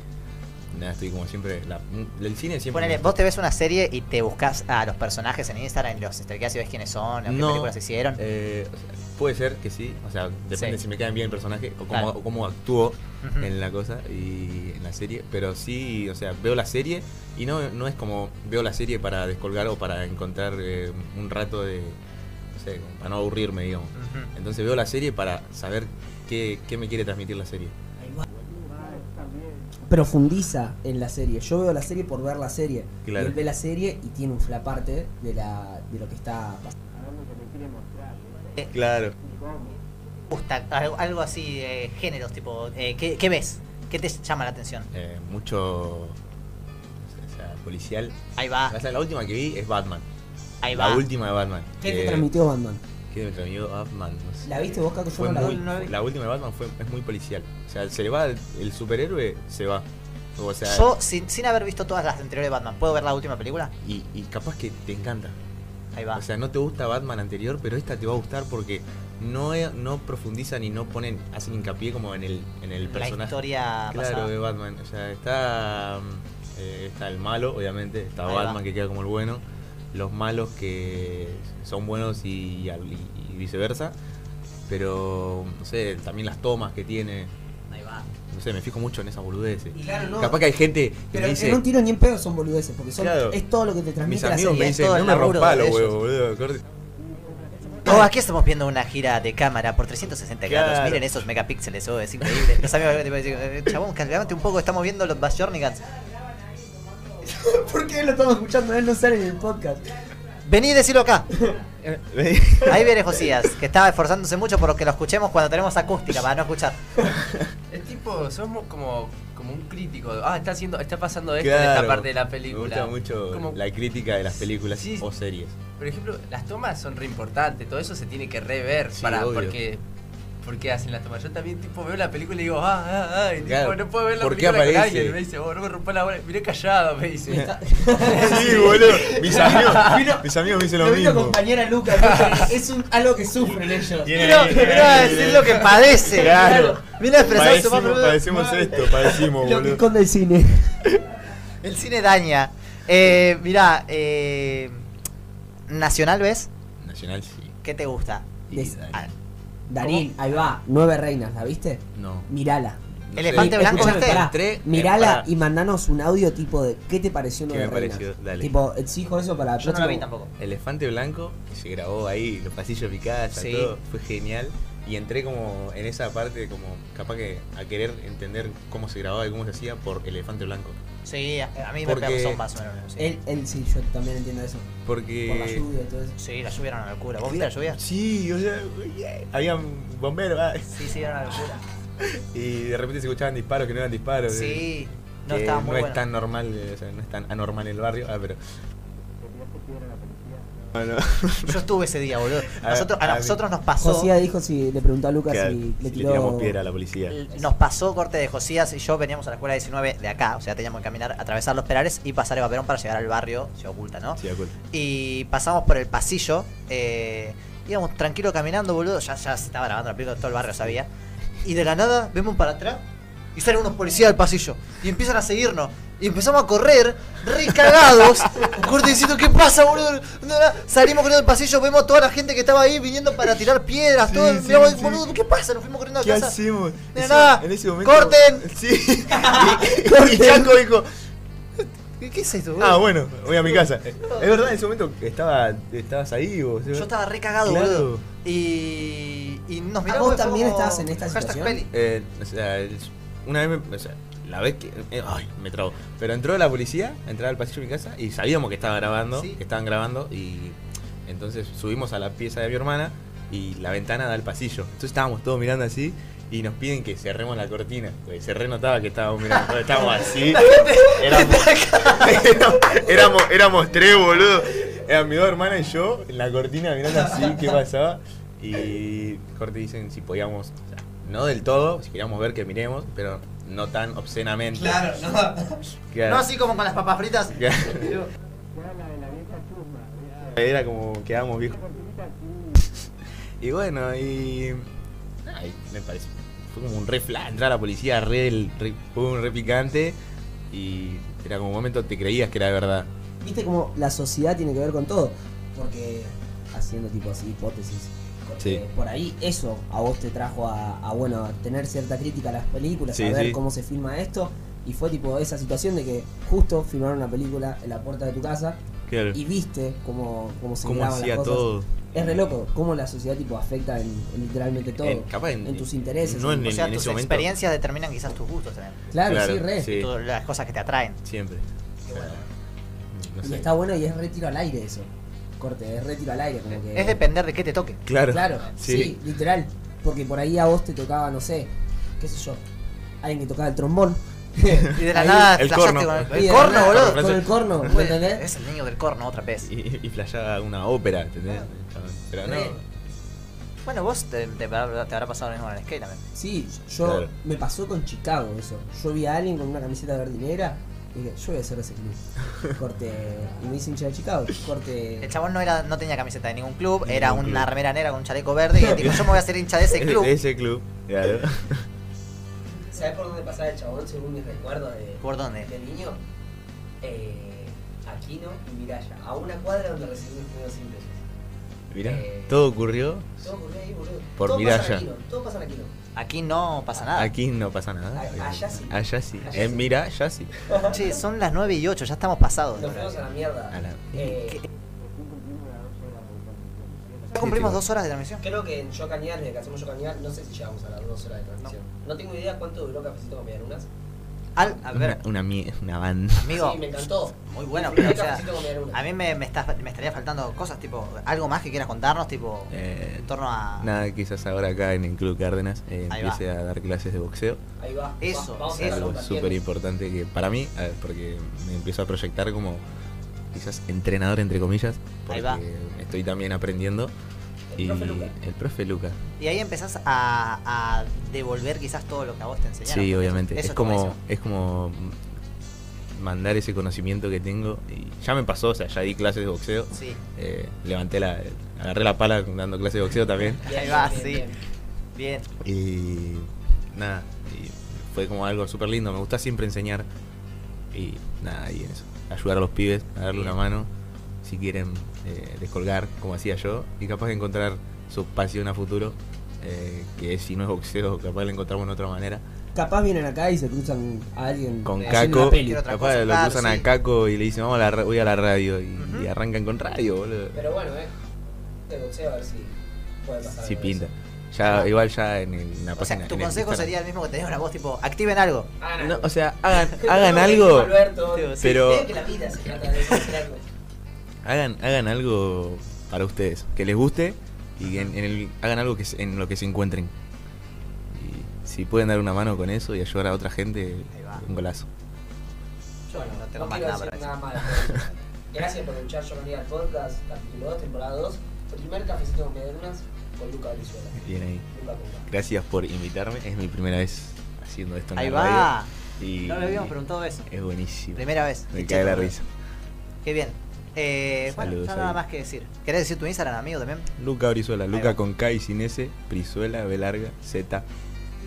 Nada, estoy como siempre. la- el cine siempre.
Ponele,
me
vos te ves una serie y te buscas a los personajes en Instagram, los stalkeás y ves quiénes son, o qué
No,
películas hicieron.
eh, o sea, puede ser que sí, o sea, depende
Sí.
si me quedan bien el personaje o cómo,
Claro.
o cómo actúo
Ujú.
en la cosa y en la serie, pero sí, o sea, veo la serie y no, no es como veo la serie para descolgar o para encontrar eh, un rato de, no sé, como para no aburrirme, digamos.
Ujú.
Entonces veo la serie para saber qué, qué me quiere transmitir la serie.
profundiza en la serie. Yo veo la serie por ver la serie.
Claro.
Y él ve la serie y tiene un flaparte de, la, de lo que está pasando.
Claro.
gusta? Algo, algo así, eh, géneros, tipo, eh, ¿qué, qué ves? ¿Qué te llama la atención?
Eh, mucho o sea, policial.
Ahí va.
O sea, la última que vi es Batman.
Ahí
La
va.
última de Batman.
¿Qué te
que-
transmitió Batman?
¿Qué me transmitió Batman? No sé.
¿La viste vos, Caco? Yo
Fue
no la
muy-
vi.
la, última de Batman fue, es muy policial. O sea, se le va, el superhéroe se va. O sea,
Yo, sin, sin haber visto todas las anteriores de Batman, ¿puedo ver la última película?
y, y capaz que te encanta.
Ahí va.
O sea, no te gusta Batman anterior, pero esta te va a gustar porque no, e- no profundizan y no ponen, hacen hincapié como en el, en el
La
personaje.
historia
claro,
pasada.
de Batman. O sea, está, mm, eh, está el malo, obviamente. Está
Ahí va.
Batman que queda como el bueno. Los malos que son buenos y, y al- y viceversa. Pero, no sé, también las tomas que tiene.
Ahí va.
No sé, me fijo mucho en esas boludeces.
claro, no.
Capaz que hay gente que
Pero
me dice...
en un tiro ni en pedo son boludeces, porque son,
Claro.
es todo lo que te
Mis
transmite la
amigos
serie.
me
es
dicen,
todo
no
el
me
laburo
rompa
de
los
ellos".
huevos, boludo. corte".
Oh, aquí estamos viendo una gira de cámara por 360 grados.
Claro.
Miren esos megapíxeles, oh, es increíble. Los amigos me dicen, eh, chabón, calmate un poco, estamos viendo los Bajornigans.
¿Por qué lo estamos escuchando? Él no sale en el podcast.
Vení y decilo acá. Ahí viene Josías, que estaba esforzándose mucho por lo que lo escuchemos cuando tenemos acústica para no escuchar.
Es tipo, somos como, como un crítico. Ah, está haciendo, está pasando esto en
Claro,
esta parte de la película.
Me gusta mucho
Como,
la crítica de las películas
Sí.
o series.
por ejemplo, las tomas son re importantes, todo eso se tiene que rever para
obvio.
porque porque hacen las tomas. Yo también tipo veo la película y digo, ah, ah, ah, y tipo,
Claro,
no puedo ver la
¿por qué
película con
aparece?
alguien. Me dice,
"Oh,
vos no me rompas la bola, miré callado, me dice.
Sí, boludo. Mis amigos, mis amigos me dicen lo,
Lo vi tu
mismo.
compañera Lucas, es un, algo que sufren ellos.
Tiene- Mirá, tiene- mirá, decir lo que padece. Claro. Mirá expresar su Padecimos- propio- padecemos esto, padecimos,
Lo que
boludo.
esconde el cine.
El cine daña. Eh, mirá, eh, Nacional, ¿ves?
Nacional sí.
¿Qué te gusta?
Des- Ah, Darín, ahí va. Nueve reinas, ¿la viste?
No.
Mirala.
No Elefante sé. blanco,
Escuchame,
¿viste?
pará.
Entré, eh,
Mirala
pará.
y mandanos un audio tipo de ¿qué te pareció
¿Qué
Nueve
me
reinas?
pareció? Dale.
Tipo, exijo eso para
Yo no la vi tampoco.
Elefante Blanco, que se grabó ahí, los pasillos de mi casa,
Sí.
todo, fue genial. Y entré como en esa parte, como capaz que a querer entender cómo se grababa y cómo se hacía por Elefante Blanco.
Sí, a, a mí
Porque-
me son más o menos. sí.
Él, él sí, yo también entiendo eso.
Porque.
Por la lluvia y todo eso.
Sí, la lluvia era una locura. ¿Vos viste la lluvia?
Sí, o sea, había bomberos. ah.
Sí, sí, era una locura.
Y de repente se escuchaban disparos que no eran disparos.
Sí,
eh,
no,
que
estaba muy
No
bueno.
es tan normal, eh, o sea, no es tan anormal el barrio. Ah, pero.
Yo estuve ese día, boludo. Nosotros, a,
a mí-
nosotros nos pasó.
Josía dijo si le preguntó a Lucas
Que
si le
le
tiró.
tiramos piedra a la policía.
Nos pasó corte de Josías y yo veníamos a la escuela 19 de acá, o sea, teníamos que caminar, atravesar los perales y pasar Eva Perón para llegar al barrio se Oculta, ¿no?
Sí, de acuerdo.
Y pasamos por el pasillo, eh, íbamos tranquilo caminando, boludo, ya, ya se estaba grabando la película, todo el barrio sabía. Y de la nada vemos para atrás y salen unos policías del pasillo y empiezan a seguirnos. Y empezamos a correr, re cagados, corte diciendo, ¿qué pasa, boludo? No, no". Salimos corriendo del pasillo, vemos toda la gente que estaba ahí viniendo para tirar piedras, todo,
sí,
miramos,
sí.
boludo, ¿qué pasa? Nos fuimos corriendo a
¿Qué
casa.
hacemos?
De
Encima,
nada.
En ese momento.
¡Corten!
Sí. Y, y Chaco dijo.
¿Qué, qué es esto,
Ah, bueno, voy a mi casa. Es verdad, en ese momento estaba, estabas ahí vos.
Yo estaba re cagado,
Claro.
boludo. Y, y nos miramos.
vos también
como-
estabas en esta
hashtag
situación?
peli.
Eh, o sea, es- una vez me. o sea, la vez que. eh, ay, me trabo. Pero entró la policía, entraba al pasillo de mi casa y sabíamos que estaba grabando, que estaban grabando y. Entonces subimos a la pieza de mi hermana y la ventana da al pasillo. Entonces estábamos todos mirando así y nos piden que cerremos la cortina. porque se renotaba que estábamos mirando. Entonces estábamos así. Éramos, éramos, éramos tres, boludo. Eran mi dos hermanas y yo en la cortina mirando así qué pasaba. Y corte dicen si podíamos, o sea, no del todo, si queríamos ver que miremos, pero no tan obscenamente.
Claro, no.
Claro.
No así como con las papas fritas.
Claro. Era como quedamos viejos. Y bueno, y. ay, me parece. Fue como un re fla, entrar a la policía, re, re- fue un re picante. Y era como un momento te creías que era de verdad.
Viste como la sociedad tiene que ver con todo. Porque haciendo tipo así hipótesis.
Sí.
eh, Por ahí eso a vos te trajo a, a, bueno a tener cierta crítica a las películas,
Sí,
a ver
sí.
cómo se filma esto. Y fue tipo esa situación de que justo filmaron una película en la puerta de tu casa
Claro.
y viste cómo, cómo se
Cómo
graban las
hacía
cosas.
todo.
Es re loco, cómo la sociedad tipo afecta en, en literalmente todo.
En- capaz en-
tus intereses.
no en-
o sea,
en
tus
ese momento.
experiencias determinan quizás tus gustos también.
Claro, Claro, Ah, sí, re. sí.
Y todas las cosas que te atraen.
Siempre. No
Y
sé.
está bueno y es retiro al aire eso. Corte, es retiro al aire. Como que...
Es depender de qué te toque.
Claro,
Claro, sí.
sí.
literal. Porque por ahí a vos te tocaba, no sé, qué sé yo, alguien que tocaba el trombón.
Y de la nada
El
flashaste
corno.
con el,
El
el corno,
corno,
boludo.
con el
corno,
¿me entendés? Es el niño del corno otra vez.
Y, y flashaba una ópera, ¿entendés? Pero no.
Re. Bueno, vos te, te- te habrá pasado lo mismo en el skate también.
Sí, yo
Claro.
me pasó con Chicago eso. Yo vi a alguien con una camiseta verdinera y dije, yo voy a hacer ese club. Corte, y me hice hincha de Chicago. Corte.
El chabón no era, no tenía camiseta de ningún club, era
ningún
una
club.
remera negra con un chaleco verde y él dijo, yo me voy a hacer hincha de ese club.
De ese club, claro.
¿Sabes por dónde pasaba el chabón según mis recuerdos de,
¿Por dónde?
de niño? Eh, Aquino y Miraya, a una cuadra donde recibí mis primeros ingresos.
Mirá, todo ocurrió.
Todo ocurrió ahí, boludo.
Por
todo pasa en
Miraya.
Aquino, todo pasa en Aquino.
Aquí no pasa nada.
Aquí no pasa nada. Eh,
A- allá sí.
Allá sí.
Ah. Allá
En
sí.
mira, allá sí.
Che, son las 9 y 8, ya estamos pasados.
Nos fuimos a la mierda.
A la-
Eh,
Ya cumplimos dos horas de transmisión.
Creo que en Yocañar, desde que hacemos Yocañar, no sé si llegamos a las dos horas de transmisión. No, tengo idea cuánto duró Cafecito con Medialunas.
Al, a ver,
Una, una, mie- una banda.
amigo.
Sí, me encantó.
Muy bueno,
Me
pero o
encanta
sea,
Cafecito con medialunas.
a mí me, me, está- me estaría faltando cosas, tipo, algo más que quieras contarnos, tipo,
Eh,
en torno a...
Nada, quizás ahora acá en el Club Cárdenas eh,
Ahí
empiece a dar clases de boxeo.
Ahí va.
Eso,
Va- vamos a
algo
darle
súper importante que para mí, a ver, porque me empiezo a proyectar como quizás entrenador entre comillas,
Ahí
porque
va.
estoy también aprendiendo. y
profe Luca.
el profe Luca.
Y ahí empezás a, a devolver quizás todo lo que a vos te enseñaron.
Sí, obviamente.
Eso
es
está
como
buenísimo.
es como mandar ese conocimiento que tengo y ya me pasó, o sea, ya di clases de boxeo.
Sí.
Eh, levanté la agarré la pala dando clases de boxeo también.
Ahí va, sí. Bien.
Y nada, y fue como algo súper lindo. Me gusta siempre enseñar. Y nada, y en eso. Ayudar a los pibes, a darle una mano. Si quieren eh, descolgar, como hacía yo. Y capaz de encontrar su pasión a futuro. eh, que si no es boxeo, capaz la encontramos de otra manera.
Capaz vienen acá y se cruzan a alguien
Con
haciendo
Caco,
una peli.
capaz lo cruzan a Caco y le dicen, vamos a la, ra- voy a la radio. Y, y arrancan con radio, boludo.
Pero bueno, eh. De boxeo a ver si puede pasar.
Si
algo de
pinta. Ya, igual ya en, el- en la
O
página.
sea, tu
en este el
consejo
Instagram.
sería el mismo que tenías una voz, tipo, activen algo.
No, o sea, hagan, hagan algo. Pero. hagan, hagan algo para ustedes, que les guste y en, en el- hagan algo que, se- en lo que se encuentren. Y si pueden dar una mano con eso y ayudar a otra gente, un golazo.
Yo no, tengo
No
más
quiero
nada
decir
para decir.
nada malo. Gracias por escuchar Yo Manía al Podcast, capítulo 2, temporada 2. Primer cafecito con Medialunas con Luca Brizuela.
Bien ahí.
Luca Puma.
Gracias por invitarme. Es mi primera vez haciendo esto en
Ahí
la
va.
radio. Y
No le habíamos preguntado eso.
Es buenísimo.
Primera vez.
Me
Qué
cae la
cheto.
risa.
Qué bien. Eh, bueno,
Saludos
no nada
ahí.
más que decir. ¿Querés decir tu Instagram, amigo, también?
Luca Brizuela. Luca con K y sin S. Brizuela, B larga, Z.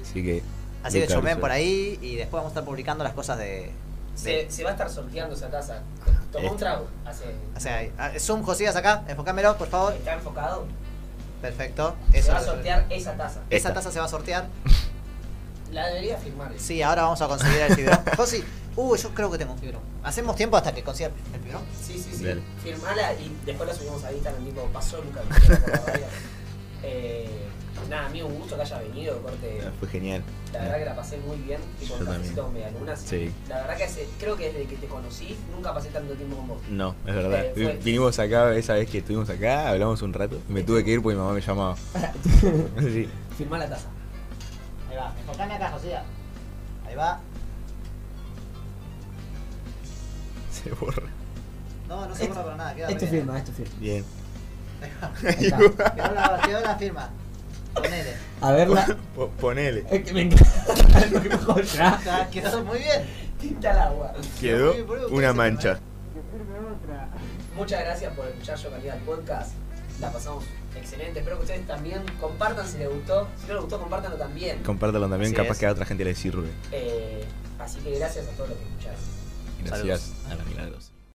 Así que.
Así que
Luca
chomen
Brizuela.
por ahí y después vamos a estar publicando las cosas de...
Se, se va a estar sorteando esa taza. Tomó
Este.
un trago. Hace,
O sea, ah, Zoom, Josías, acá. Enfocámelo, por favor.
está enfocado.
Perfecto.
se
Eso
va a sortear esa taza.
Esa taza se va a sortear.
La debería firmar. él.
Sí, ahora vamos a conseguir el fibrón. Josi, uh, yo creo que tengo un fibrón. ¿Hacemos tiempo hasta que consiga el fibrón?
Sí, sí,
Dale.
sí. Firmala y después la subimos a Instagram, tipo, pasó Luca Brizuela por la radio. Eh, nada, amigo, un gusto que haya venido, corte.
Ah, Fue genial.
La verdad que la pasé muy bien, tipo el
Yo también.
cafecito con medialunas.
Sí.
La verdad que ese- creo que desde que te conocí nunca pasé tanto tiempo con vos.
No, es verdad.
Eh, fue-
Vinimos acá, esa vez que estuvimos acá, hablamos un rato. Me tuve que ir porque mi mamá me llamaba. Sí.
Firmá la taza.
Ahí va, enfocame acá, Josías. Ahí va.
Se borra.
No, no se borra para nada. Queda
esto
re bien.
firma, esto firma.
Bien.
Ahí va. Quedó la- Quedó la firma. Ponele.
A verla.
Po- Ponele.
Es que me encanta. Lo mejor
Está- Quedó muy bien.
Tinta al agua.
Quedó una mancha.
Muchas gracias por escuchar Yo Calidad el Podcast. La pasamos excelente. Espero que ustedes también compartan si les gustó. Si no les gustó, compártanlo también.
Compártalo también,
Así
capaz
es.
que a otra gente le sirve.
Eh, así que gracias a todos los que escucharon.
Gracias a la Milagros.